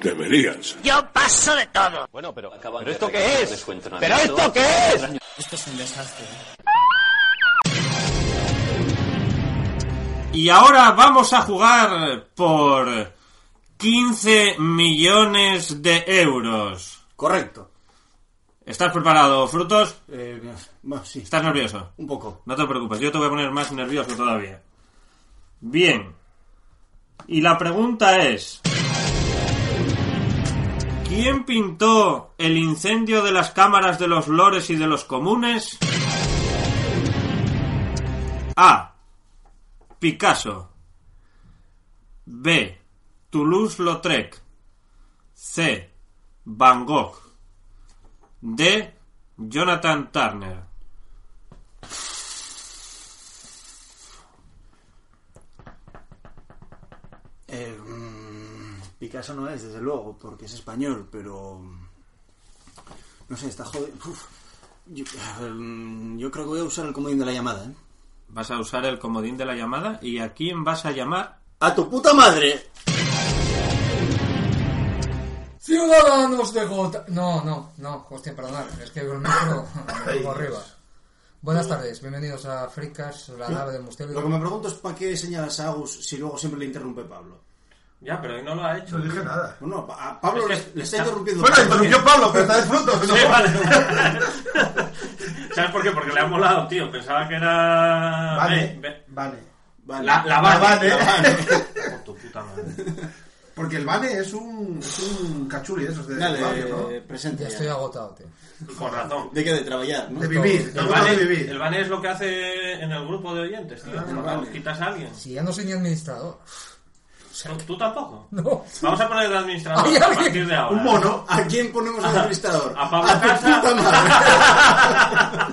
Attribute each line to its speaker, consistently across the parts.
Speaker 1: deberías.
Speaker 2: Yo paso de todo.
Speaker 3: Bueno, pero, ¿pero esto qué es? ¿Pero esto qué es? Esto es un desastre.
Speaker 4: Y ahora vamos a jugar por 15 millones de euros.
Speaker 5: Correcto.
Speaker 4: ¿Estás preparado, frutos?
Speaker 5: Eh, bueno, sí.
Speaker 4: ¿Estás nervioso?
Speaker 5: Un poco.
Speaker 4: No te preocupes, yo te voy a poner más nervioso todavía. Bien. Y la pregunta es... ¿Quién pintó el incendio de las cámaras de los lores y de los comunes? A. Picasso. B. Toulouse-Lautrec. C. Van Gogh. D. Jonathan Turner.
Speaker 5: Eh, mmm, Picasso no es, desde luego, porque es español, pero... mm, No sé, está jodido. Uf. Yo, eh, yo creo que voy a usar el comodín de la llamada. ¿eh?
Speaker 4: Vas a usar el comodín de la llamada y a quién vas a llamar?
Speaker 5: ¡A tu puta madre!
Speaker 6: Ciudadanos de Gota. No, no, no, hostia, perdonad, es que el micro por arriba. Buenas tardes, bienvenidos a Fricas, la nave del misterio.
Speaker 5: Lo que me pregunto es para qué señalas a Agus si luego siempre le interrumpe Pablo.
Speaker 4: Ya, pero hoy no lo ha hecho.
Speaker 7: No dije nada.
Speaker 5: Bueno, a Pablo
Speaker 4: Es que
Speaker 5: le, le está
Speaker 4: está-
Speaker 5: interrumpiendo.
Speaker 7: Bueno, interrumpió Pablo, pero está de frutos.
Speaker 4: Sí, vale. ¿Sabes por qué? Porque le ha molado, tío. Pensaba que era.
Speaker 7: Vale,
Speaker 4: Ve- ve-
Speaker 7: vale.
Speaker 5: Vale.
Speaker 4: La, la
Speaker 7: La
Speaker 4: Vane.
Speaker 7: Vane.
Speaker 4: La Vane. Por tu puta madre.
Speaker 7: Porque el Vane es un, es un cachuli de esos de
Speaker 5: Dale, eh,
Speaker 7: barrio, ¿no?
Speaker 5: presente.
Speaker 6: Ya
Speaker 5: ya.
Speaker 6: estoy agotado, tío.
Speaker 4: Con razón.
Speaker 5: De que de trabajar, ¿no?
Speaker 7: De vivir,
Speaker 4: El
Speaker 7: el Vane
Speaker 4: Vane,
Speaker 7: de vivir.
Speaker 4: el Vane es lo que hace en el grupo de oyentes, tío. Cuando
Speaker 5: vale.
Speaker 4: quitas a alguien.
Speaker 6: Si ya no soy ni administrador.
Speaker 4: ¿Tú, tú tampoco?
Speaker 6: No.
Speaker 4: Vamos a poner de administrador
Speaker 6: Hay
Speaker 4: a
Speaker 6: alguien-
Speaker 4: partir de ahora.
Speaker 5: Un mono. ¿A quién ponemos al administrador?
Speaker 4: A Pablo
Speaker 5: tu
Speaker 4: Casas.
Speaker 5: puta madre.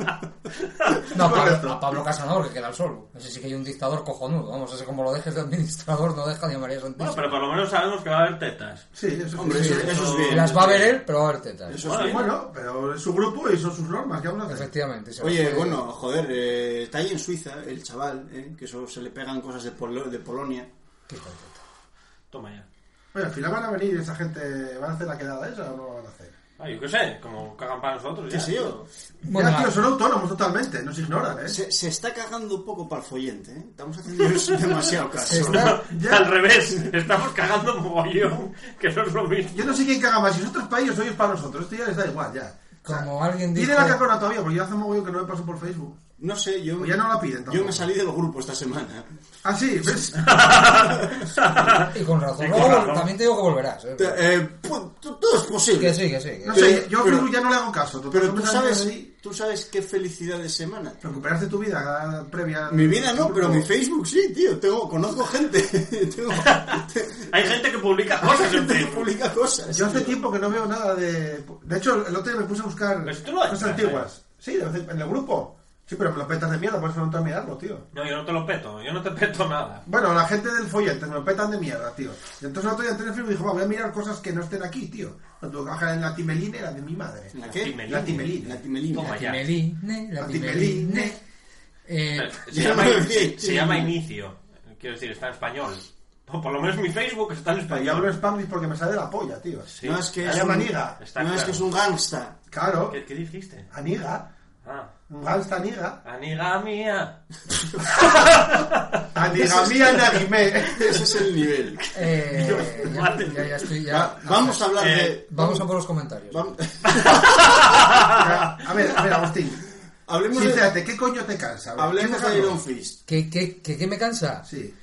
Speaker 6: No, a
Speaker 7: Correcto.
Speaker 6: Pablo, a Pablo Casanova, que queda al solo. Ese sí que hay un dictador cojonudo. Vamos, ese como lo dejes de administrador no deja ni a María Santísima.
Speaker 4: Bueno, pero por lo menos sabemos que va a haber tetas.
Speaker 7: Sí, eso
Speaker 5: Hombre,
Speaker 7: sí.
Speaker 5: eso, eso es bien.
Speaker 6: Las va a ver él, pero va a ver tetas.
Speaker 5: Eso es
Speaker 4: Bueno,
Speaker 5: bien.
Speaker 7: Bueno, pero es su grupo y son sus normas, que aún hacen.
Speaker 6: Efectivamente. se
Speaker 5: Oye,
Speaker 6: refiere-
Speaker 5: bueno, joder, eh, está ahí en Suiza el chaval, eh, que solo se le pegan cosas de, Polo- de Polonia.
Speaker 6: Qué hijo de puta.
Speaker 4: Toma ya.
Speaker 7: Bueno, al final van a venir esa gente, van a hacer la quedada esa o no la van a hacer.
Speaker 4: Ah, yo qué sé, como cagan para nosotros.
Speaker 5: ¿Qué
Speaker 4: ya,
Speaker 5: sé yo?
Speaker 6: Bueno, ah.
Speaker 7: ya, tío,
Speaker 6: va.
Speaker 7: son autónomos totalmente, nos ignoran, ¿eh?
Speaker 5: Se, se está cagando un poco para el follente, ¿eh? Estamos haciendo demasiado
Speaker 6: Se
Speaker 5: caso.
Speaker 6: está-
Speaker 7: Ya.
Speaker 4: Al revés, estamos cagando mogollón, que no es lo mismo.
Speaker 7: Yo no sé quién caga más, si es otros países o ellos para nosotros, esto ya les da igual, ya.
Speaker 6: Como alguien
Speaker 7: Tiene
Speaker 6: dijo-
Speaker 7: la cacona todavía, porque yo hace mogollón que no me paso por Facebook.
Speaker 5: No sé, yo,
Speaker 7: Pues ya no la piden
Speaker 5: yo
Speaker 7: tampoco.
Speaker 5: me salí del grupo esta semana.
Speaker 7: Ah, sí, ¿ves?
Speaker 6: Y con razón.
Speaker 4: Y con
Speaker 6: Luego,
Speaker 4: razón.
Speaker 6: también te digo que volverás. ¿eh?
Speaker 5: Eh, pu- t- todo es
Speaker 6: Que
Speaker 5: posible.
Speaker 6: sí, que sí. que-
Speaker 7: No
Speaker 5: Pero-
Speaker 7: sé, yo a
Speaker 5: Eh, pero-
Speaker 7: Facebook ya no le hago caso. total,
Speaker 5: Pero
Speaker 7: son
Speaker 5: tú
Speaker 7: mensajes
Speaker 5: sabes,
Speaker 7: ahí.
Speaker 5: tú sabes qué felicidad de semana.
Speaker 7: Recuperarse tu vida previa.
Speaker 5: Mi vida no, pero mi
Speaker 7: Facebook.
Speaker 5: Facebook sí, tío. Tengo, conozco gente. Tengo,
Speaker 4: Hay gente que publica cosas en
Speaker 5: gente que
Speaker 4: Facebook.
Speaker 5: publica cosas.
Speaker 7: Yo hace
Speaker 5: tío.
Speaker 7: tiempo que no veo nada de. De hecho, el otro día me puse a buscar
Speaker 4: Pero si tú lo
Speaker 7: cosas
Speaker 4: entras,
Speaker 7: antiguas. Sí, de vez en- en el grupo. Sí, pero me lo petas de mierda, por eso no entro a mirarlo, tío.
Speaker 4: No, yo no te lo peto, yo no te peto nada.
Speaker 7: Bueno, la gente del follete me lo petan de mierda, tío. Y entonces el otro día entré en Facebook y dije, "Va, voy a mirar cosas que no estén aquí, tío. Cuando tuve que bajar en la timelina era de mi madre.
Speaker 5: ¿La qué?
Speaker 4: Timeline.
Speaker 7: La timelina.
Speaker 5: La timelina.
Speaker 4: Toma ya.
Speaker 6: Timeline, la
Speaker 7: La
Speaker 6: timeline.
Speaker 7: timeline.
Speaker 6: Eh,
Speaker 4: Se llama, se- se llama Inicio. Quiero decir, está en español. O por lo menos mi Facebook está en
Speaker 7: Pero yo hablo en
Speaker 4: español.
Speaker 7: Spanish porque me sale de la polla, tío.
Speaker 4: Sí.
Speaker 5: No es que
Speaker 7: La
Speaker 5: es
Speaker 7: llama
Speaker 5: un,
Speaker 7: Niga.
Speaker 4: Está
Speaker 5: no es
Speaker 4: claro.
Speaker 5: que es un gangsta.
Speaker 7: Claro,
Speaker 4: ¿Qué, qué dijiste?
Speaker 7: aniga.
Speaker 4: Ah,
Speaker 7: Un gangsta aniga.
Speaker 4: amiga mía.
Speaker 7: Aniga mía Nagime.
Speaker 5: Ese es el nivel.
Speaker 6: eh, ya,
Speaker 4: Madre
Speaker 6: ya- ya estoy. Ya,
Speaker 5: Va- vamos a hablar
Speaker 4: Eh,
Speaker 5: de.
Speaker 6: Vamos a por los comentarios.
Speaker 5: vam-
Speaker 7: A ver, a ver, Agustín.
Speaker 5: hablemos de,
Speaker 7: Sincerate, ¿qué coño te cansa? A ver,
Speaker 5: hablemos
Speaker 7: ¿qué te
Speaker 5: de Iron
Speaker 7: cansa?
Speaker 5: Fist.
Speaker 6: ¿Qué, qué, qué, qué me cansa?
Speaker 7: Sí.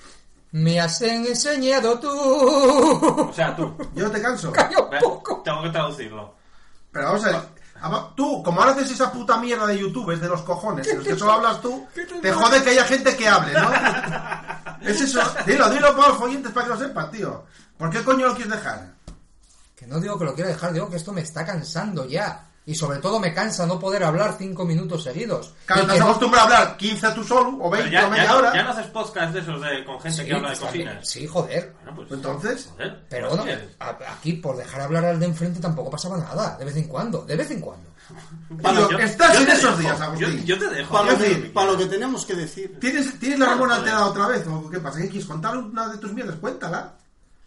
Speaker 6: Me has enseñado tú.
Speaker 4: O sea, tú.
Speaker 7: Yo no te canso.
Speaker 6: Calla
Speaker 4: Ve,
Speaker 6: un poco.
Speaker 4: Tengo que traducirlo.
Speaker 7: Pero vamos a ver. ama- Tú, como ahora haces esa puta mierda de youtubers de los cojones, de los que solo hablas tú, te jode que haya gente que hable, ¿no? Es eso. Dilo, dilo para los oyentes para que lo sepan, tío. ¿Por qué coño lo quieres dejar?
Speaker 6: Que no digo que lo quiera dejar, digo que esto me está cansando ya. Y sobre todo me cansa no poder hablar cinco minutos seguidos.
Speaker 7: Claro,
Speaker 6: Y que
Speaker 7: estás
Speaker 6: no-
Speaker 7: acostumbrado a hablar 15 tú solo o
Speaker 4: Pero
Speaker 7: 20
Speaker 4: ya,
Speaker 7: o
Speaker 4: ya,
Speaker 7: media hora.
Speaker 4: ya no haces podcast de esos de, con gente
Speaker 6: Sí,
Speaker 4: que habla de
Speaker 6: está bien.
Speaker 4: cocinas.
Speaker 6: Sí, joder.
Speaker 4: Bueno, pues,
Speaker 7: Entonces,
Speaker 4: joder,
Speaker 6: Pero
Speaker 4: pues,
Speaker 6: bueno,
Speaker 4: bien.
Speaker 6: a- aquí por dejar hablar al de enfrente tampoco pasaba nada. De vez en cuando, de vez en cuando.
Speaker 7: Ah, Pablo,
Speaker 4: yo-
Speaker 7: estás
Speaker 4: yo
Speaker 7: en
Speaker 4: te
Speaker 7: esos
Speaker 4: dejo.
Speaker 7: días, Agustín.
Speaker 4: Yo, yo te dejo.
Speaker 7: Pablo,
Speaker 4: Yo te-
Speaker 7: sí.
Speaker 5: Para lo que tenemos que decir.
Speaker 7: ¿Tienes, ¿Tienes la
Speaker 6: pues.
Speaker 7: hormona alterada otra vez? ¿O qué pasa? ¿Qué quieres contar una de tus mierdas? Cuéntala.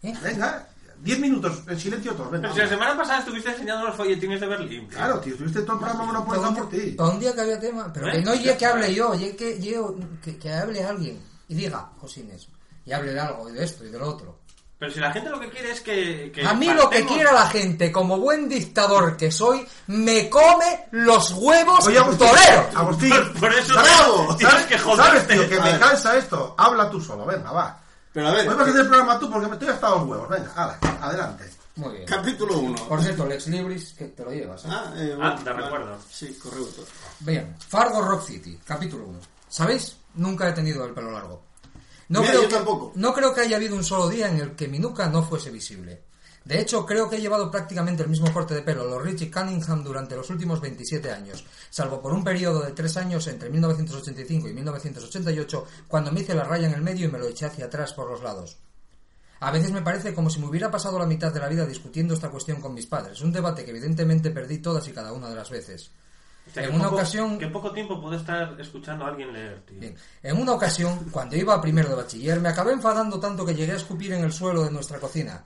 Speaker 6: ¿Eh?
Speaker 7: Venga, 10 minutos en silencio todos. Venga,
Speaker 4: Pero si la semana pasada estuviste enseñando los folletines de Berlín. tío.
Speaker 7: Claro, tío, estuviste todo el programa
Speaker 6: Para
Speaker 7: monopolizado
Speaker 6: un,
Speaker 7: por ti.
Speaker 6: pa' un día que había tema. Pero
Speaker 4: ¿Eh?
Speaker 6: que no llegue que hable yo, ye que, ye- que, que hable alguien y diga cosines. Y hable de algo, y de esto y de lo otro.
Speaker 4: Pero si la gente lo que quiere es que... que
Speaker 6: A mí lo que
Speaker 4: partemos-
Speaker 6: quiera la gente, como buen dictador que soy, me come los huevos
Speaker 7: Oye, Agustín.
Speaker 6: torero.
Speaker 7: Agustín.
Speaker 4: Por- por eso-
Speaker 7: ¡Bravo!
Speaker 4: tienes
Speaker 7: ¿Sabes,
Speaker 4: que
Speaker 7: ¿Sabes,
Speaker 4: joderte.
Speaker 7: tío, que
Speaker 4: A
Speaker 7: me
Speaker 4: ver.
Speaker 7: cansa esto? Habla tú solo, venga, va.
Speaker 5: Pero a ver,
Speaker 7: Hoy vas a hacer el programa tú porque me estoy hasta los huevos. Venga, ala, adelante.
Speaker 6: Muy bien.
Speaker 5: eh, capítulo 1.
Speaker 6: Por cierto, Lex Libris, que te lo llevas. ¿eh?
Speaker 5: Ah, eh,
Speaker 4: Ah, te
Speaker 5: vale.
Speaker 4: recuerdo.
Speaker 5: Sí, correcto.
Speaker 6: Bien, Fargo Rock City, capítulo 1. ¿Sabéis? Nunca he tenido el pelo largo. No,
Speaker 5: Mira,
Speaker 6: creo
Speaker 5: yo
Speaker 6: que,
Speaker 5: tampoco.
Speaker 6: no creo que haya habido un solo día en el que mi nuca no fuese visible. De hecho, creo que he llevado prácticamente el mismo corte de pelo, los Richie Cunningham, durante los últimos 27 años, salvo por un periodo de tres años entre 1985 y 1988, cuando me hice la raya en el medio y me lo eché hacia atrás por los lados. A veces me parece como si me hubiera pasado la mitad de la vida discutiendo esta cuestión con mis padres, un debate que evidentemente perdí todas y cada una de las veces.
Speaker 4: O sea,
Speaker 6: en
Speaker 4: que
Speaker 6: una
Speaker 4: poco-
Speaker 6: ocasión...
Speaker 4: Que poco tiempo puedo estar escuchando a alguien leer, tío.
Speaker 6: Bien. En una ocasión, cuando iba a primero de bachiller, me acabé enfadando tanto que llegué a escupir en el suelo de nuestra cocina.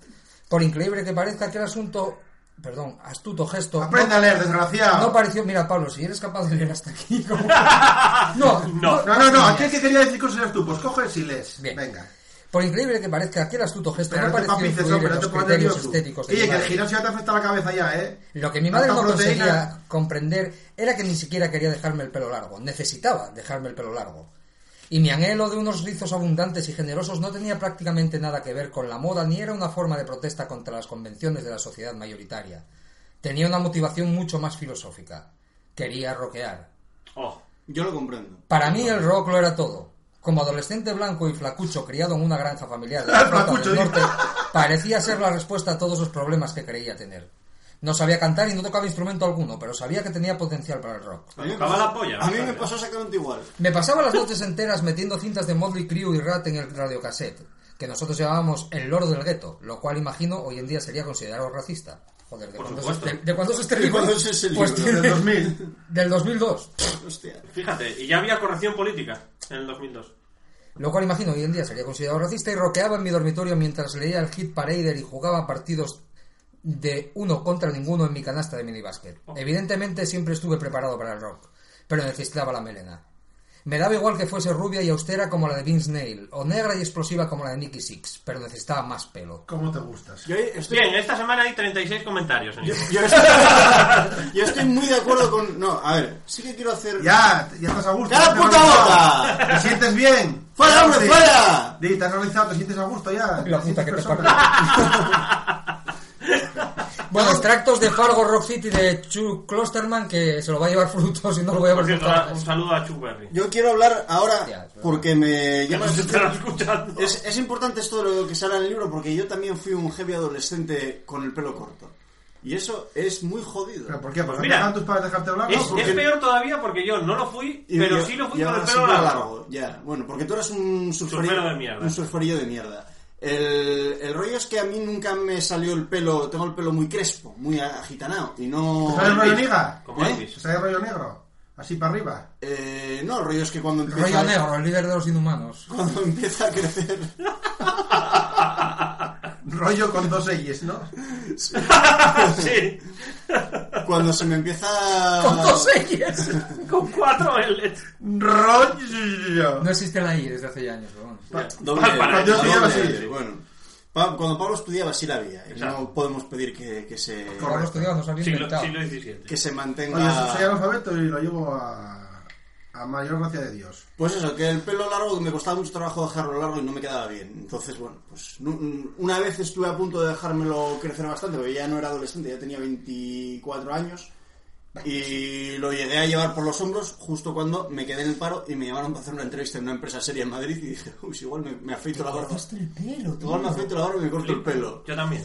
Speaker 6: Por increíble que parezca, aquel asunto, perdón, astuto gesto,
Speaker 7: Aprende a leer, desgraciado.
Speaker 6: no, no pareció. Mira, Pablo, si eres capaz de leer hasta aquí, como- no,
Speaker 4: No.
Speaker 7: No, no, no, aquí el que quería decir cosas eras tú, pues coges y lees.
Speaker 6: Bien.
Speaker 7: Venga.
Speaker 6: Por increíble que parezca, aquel astuto gesto no
Speaker 7: Pero no te
Speaker 6: pareció
Speaker 7: papices,
Speaker 6: influir
Speaker 7: hombre,
Speaker 6: en
Speaker 7: no te
Speaker 6: los
Speaker 7: pones
Speaker 6: criterios
Speaker 7: nervioso.
Speaker 6: estéticos de mi
Speaker 7: Oye, que el
Speaker 6: madre.
Speaker 7: gimnasio ya te afecta la cabeza ya, ¿eh?
Speaker 6: Lo que mi madre no
Speaker 7: Tanta
Speaker 6: conseguía
Speaker 7: proteína.
Speaker 6: comprender era que ni siquiera quería dejarme el pelo largo, necesitaba dejarme el pelo largo. Y mi anhelo de unos rizos abundantes y generosos no tenía prácticamente nada que ver con la moda ni era una forma de protesta contra las convenciones de la sociedad mayoritaria. Tenía una motivación mucho más filosófica. Quería roquear.
Speaker 4: Oh,
Speaker 5: Yo lo comprendo.
Speaker 6: Para mí el rock lo era todo. Como adolescente blanco y flacucho criado en una granja familiar de la Flota
Speaker 7: Flacucho,
Speaker 6: del
Speaker 7: ¿eh?
Speaker 6: norte, parecía ser la respuesta a todos los problemas que creía tener. No sabía cantar y no tocaba instrumento alguno, pero sabía que tenía potencial para el rock.
Speaker 5: A mí me
Speaker 4: Acaba
Speaker 5: pasó-
Speaker 4: la polla,
Speaker 5: A mí me
Speaker 4: ¿sabes?
Speaker 5: pasó exactamente igual.
Speaker 6: Me pasaba las noches enteras metiendo cintas de Motley Crue y Rat en el radiocassette, que nosotros llamábamos el loro del gueto, lo cual imagino hoy en día sería considerado racista. Joder, ¿de
Speaker 4: Por
Speaker 6: cuándo es,
Speaker 4: supuesto.
Speaker 6: de- de cuándo es este
Speaker 5: ¿De
Speaker 6: libro?
Speaker 5: cuándo es ese
Speaker 6: Pues
Speaker 5: libro?
Speaker 6: tiene-
Speaker 7: Del 2000.
Speaker 6: del 2002.
Speaker 5: Hostia.
Speaker 4: fíjate, y ya había corrección política en el 2002.
Speaker 6: Lo cual imagino hoy en día sería considerado racista y roqueaba en mi dormitorio mientras leía el hit parader y jugaba partidos de uno contra ninguno en mi canasta de minibásquet. Evidentemente siempre estuve preparado para el rock, pero necesitaba la melena. Me daba igual que fuese rubia y austera como la de Vince Neil, o negra y explosiva como la de Nicky Six, pero necesitaba más pelo.
Speaker 7: ¿Cómo te gustas?
Speaker 5: Yo estoy,
Speaker 4: Bien, esta semana hay 36 comentarios. En
Speaker 5: yo,
Speaker 4: el-
Speaker 5: yo estoy, yo estoy muy de acuerdo con. No, a ver, sí que quiero hacer.
Speaker 7: Ya, ya estás a gusto.
Speaker 5: ¡Ya la
Speaker 7: ya te
Speaker 5: puta
Speaker 7: organizado.
Speaker 5: boca!
Speaker 7: ¿Te sientes bien?
Speaker 5: ¡Fuera, hombre,
Speaker 7: Sí.
Speaker 5: fuera!
Speaker 7: Di, te has organizado, te sientes a gusto ya.
Speaker 6: La
Speaker 7: Te
Speaker 6: puta
Speaker 7: sientes
Speaker 6: que te
Speaker 7: persona.
Speaker 6: Bueno, extractos de Fargo Rock City de Chu Klosterman que se lo va a llevar frutos y no lo voy a
Speaker 4: Por
Speaker 6: ver
Speaker 4: cierto, un saludo a Chuberry.
Speaker 5: Yo quiero hablar ahora
Speaker 6: Hostia,
Speaker 5: porque me
Speaker 4: Que
Speaker 5: llama la
Speaker 4: nos estará
Speaker 5: atención.
Speaker 4: escuchando.
Speaker 5: Es, es importante esto de lo que sale en el libro porque yo también fui un heavy adolescente con el pelo corto. Y eso es muy jodido.
Speaker 7: ¿Pero por qué? ¿Por
Speaker 4: Pues
Speaker 7: qué
Speaker 4: mira,
Speaker 7: dejan tus padres dejarte hablar?
Speaker 4: Es,
Speaker 7: No, porque-
Speaker 4: es peor todavía porque yo no lo fui,
Speaker 5: Y
Speaker 4: pero
Speaker 5: yo-
Speaker 4: sí lo fui
Speaker 5: yo
Speaker 4: con el
Speaker 5: ahora
Speaker 4: pelo
Speaker 5: sí me
Speaker 4: largo.
Speaker 5: lo largo, Ya, bueno, porque tú eras un surferillo,
Speaker 4: Surfero de mierda.
Speaker 5: Un surferillo de mierda. El, el rollo es que a mí nunca me salió el pelo, tengo el pelo muy crespo, muy agitanado. Y no.
Speaker 7: ¿Te sale rollo niga?
Speaker 4: Como
Speaker 5: ¿Eh?
Speaker 7: ¿Te
Speaker 4: Elvis.
Speaker 7: sale rollo negro? Así para arriba.
Speaker 5: Eh, no, el rollo es que cuando empieza,
Speaker 6: Rollo Negro, el líder de los inhumanos.
Speaker 5: cuando empieza a crecer.
Speaker 7: Rollo con dos L's, ¿no?
Speaker 4: sí,
Speaker 5: Cuando se me empieza.
Speaker 6: Con dos E. L's.
Speaker 4: con cuatro L's.
Speaker 7: Rollo.
Speaker 6: No existe la I desde hace ya años, pero bueno.
Speaker 5: Doble,
Speaker 4: Pa- para
Speaker 5: doble-
Speaker 4: Ah, yo
Speaker 7: estudiaba
Speaker 5: doble- E,
Speaker 7: así.
Speaker 5: Bueno, Pa- cuando Pablo estudiaba sí la había. Y
Speaker 4: Exacto.
Speaker 5: no podemos pedir que, que se,
Speaker 7: Correcto.
Speaker 6: Pablo estudiado nos había
Speaker 4: Siglo,
Speaker 6: inventado.
Speaker 4: siglo XVII.
Speaker 5: que se
Speaker 7: Oye, soy
Speaker 5: mantenga.
Speaker 7: analfabeto y lo llevo a, a mayor gracia de Dios.
Speaker 5: Pues eso, que el pelo largo me costaba mucho trabajo dejarlo largo y no me quedaba bien. Entonces, bueno, pues nu- una vez estuve a punto de dejármelo crecer bastante, porque ya no era adolescente, ya tenía 24 años. Y lo llegué a llevar por los hombros justo cuando me quedé en el paro y me llamaron para hacer una entrevista en una empresa seria en Madrid y dije, uy, si igual me, me afeito la barba.
Speaker 6: el pelo,
Speaker 5: Igual me afeito la barba y me corto el pelo.
Speaker 4: Yo también.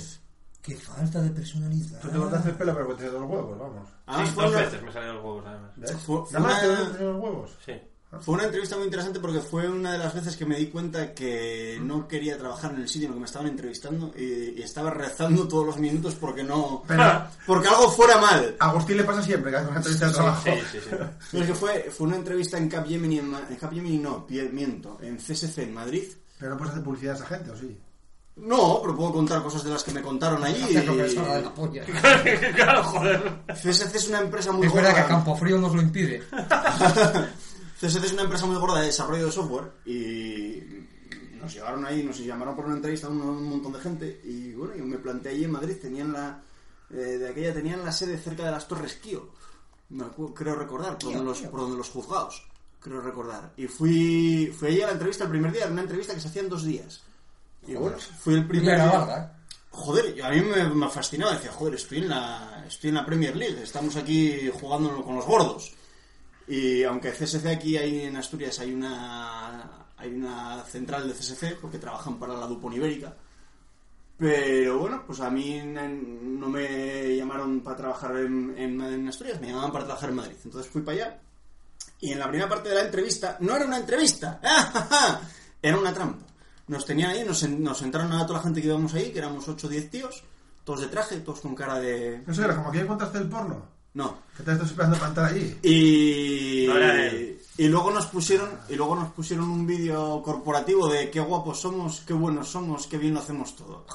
Speaker 6: Qué falta de personalidad.
Speaker 7: Tú te cortaste el pelo pero te los huevos, vamos.
Speaker 4: Sí,
Speaker 5: fue
Speaker 4: dos
Speaker 5: una-
Speaker 4: veces me salieron los huevos, además.
Speaker 7: ¿Ves?
Speaker 5: Fue-
Speaker 7: Nada más te
Speaker 5: fue-
Speaker 7: cortaste los huevos.
Speaker 4: Sí.
Speaker 5: Fue una entrevista muy interesante porque fue una de las veces que me di cuenta que no quería trabajar en el sitio en el que me estaban entrevistando y, y estaba rezando todos los minutos porque no.
Speaker 7: Pero-
Speaker 5: porque algo fuera mal.
Speaker 7: A Agustín le pasa siempre que hace una entrevista de trabajo.
Speaker 4: Sí, sí, sí.
Speaker 5: No, es que fue, fue una entrevista en Capgemini, en, Ma- en Capgemini no, pie- miento, en CSC en Madrid.
Speaker 7: Pero no puedes hacer publicidad a esa gente, ¿o sí?
Speaker 5: No, pero puedo contar cosas de las que me contaron allí.
Speaker 6: Hacer lo que les salga de la polla.
Speaker 4: claro, joder.
Speaker 5: CSC es una empresa muy
Speaker 6: Es verdad que
Speaker 5: gorda.
Speaker 6: a Campofrío nos lo impide.
Speaker 5: CSC es una empresa muy gorda de desarrollo de software y nos llevaron ahí, nos llamaron por una entrevista a un, un montón de gente y bueno, yo me planteé allí en Madrid, tenían la eh, de aquella tenían la sede cerca de las Torres Kio, me acu- creo recordar, por donde, los, por donde los juzgados, creo recordar. Y fui, fui allí a la entrevista el primer día, era una entrevista que se hacía en dos días. Y bueno, fui el primer
Speaker 6: Primera ¿eh?
Speaker 5: día.
Speaker 6: barda.
Speaker 5: Joder, yo- a mí me, me fascinaba. Decía, joder, estoy en, la, estoy en la Premier League, estamos aquí jugando con los gordos. Y aunque CSC aquí hay, en Asturias hay una, hay una central de CSC, porque trabajan para la Dupont Ibérica. Pero bueno, pues a mí n- no me llamaron para trabajar en, en- en Asturias, me llamaban para trabajar en Madrid. Entonces fui para allá y en la primera parte de la entrevista, no era una entrevista, ¡ah, era una trampa. Nos tenían ahí, nos, en- nos sentaron a toda la gente que íbamos ahí, que éramos 8 o 10 tíos, todos de traje, todos con cara de...
Speaker 7: No sé, era como que ya contaste el porno.
Speaker 5: No.
Speaker 7: Que te estás esperando para entrar allí.
Speaker 5: Y,
Speaker 4: No era él.
Speaker 5: y luego nos pusieron y luego nos pusieron un vídeo corporativo de qué guapos somos, qué buenos somos, qué bien lo hacemos todo.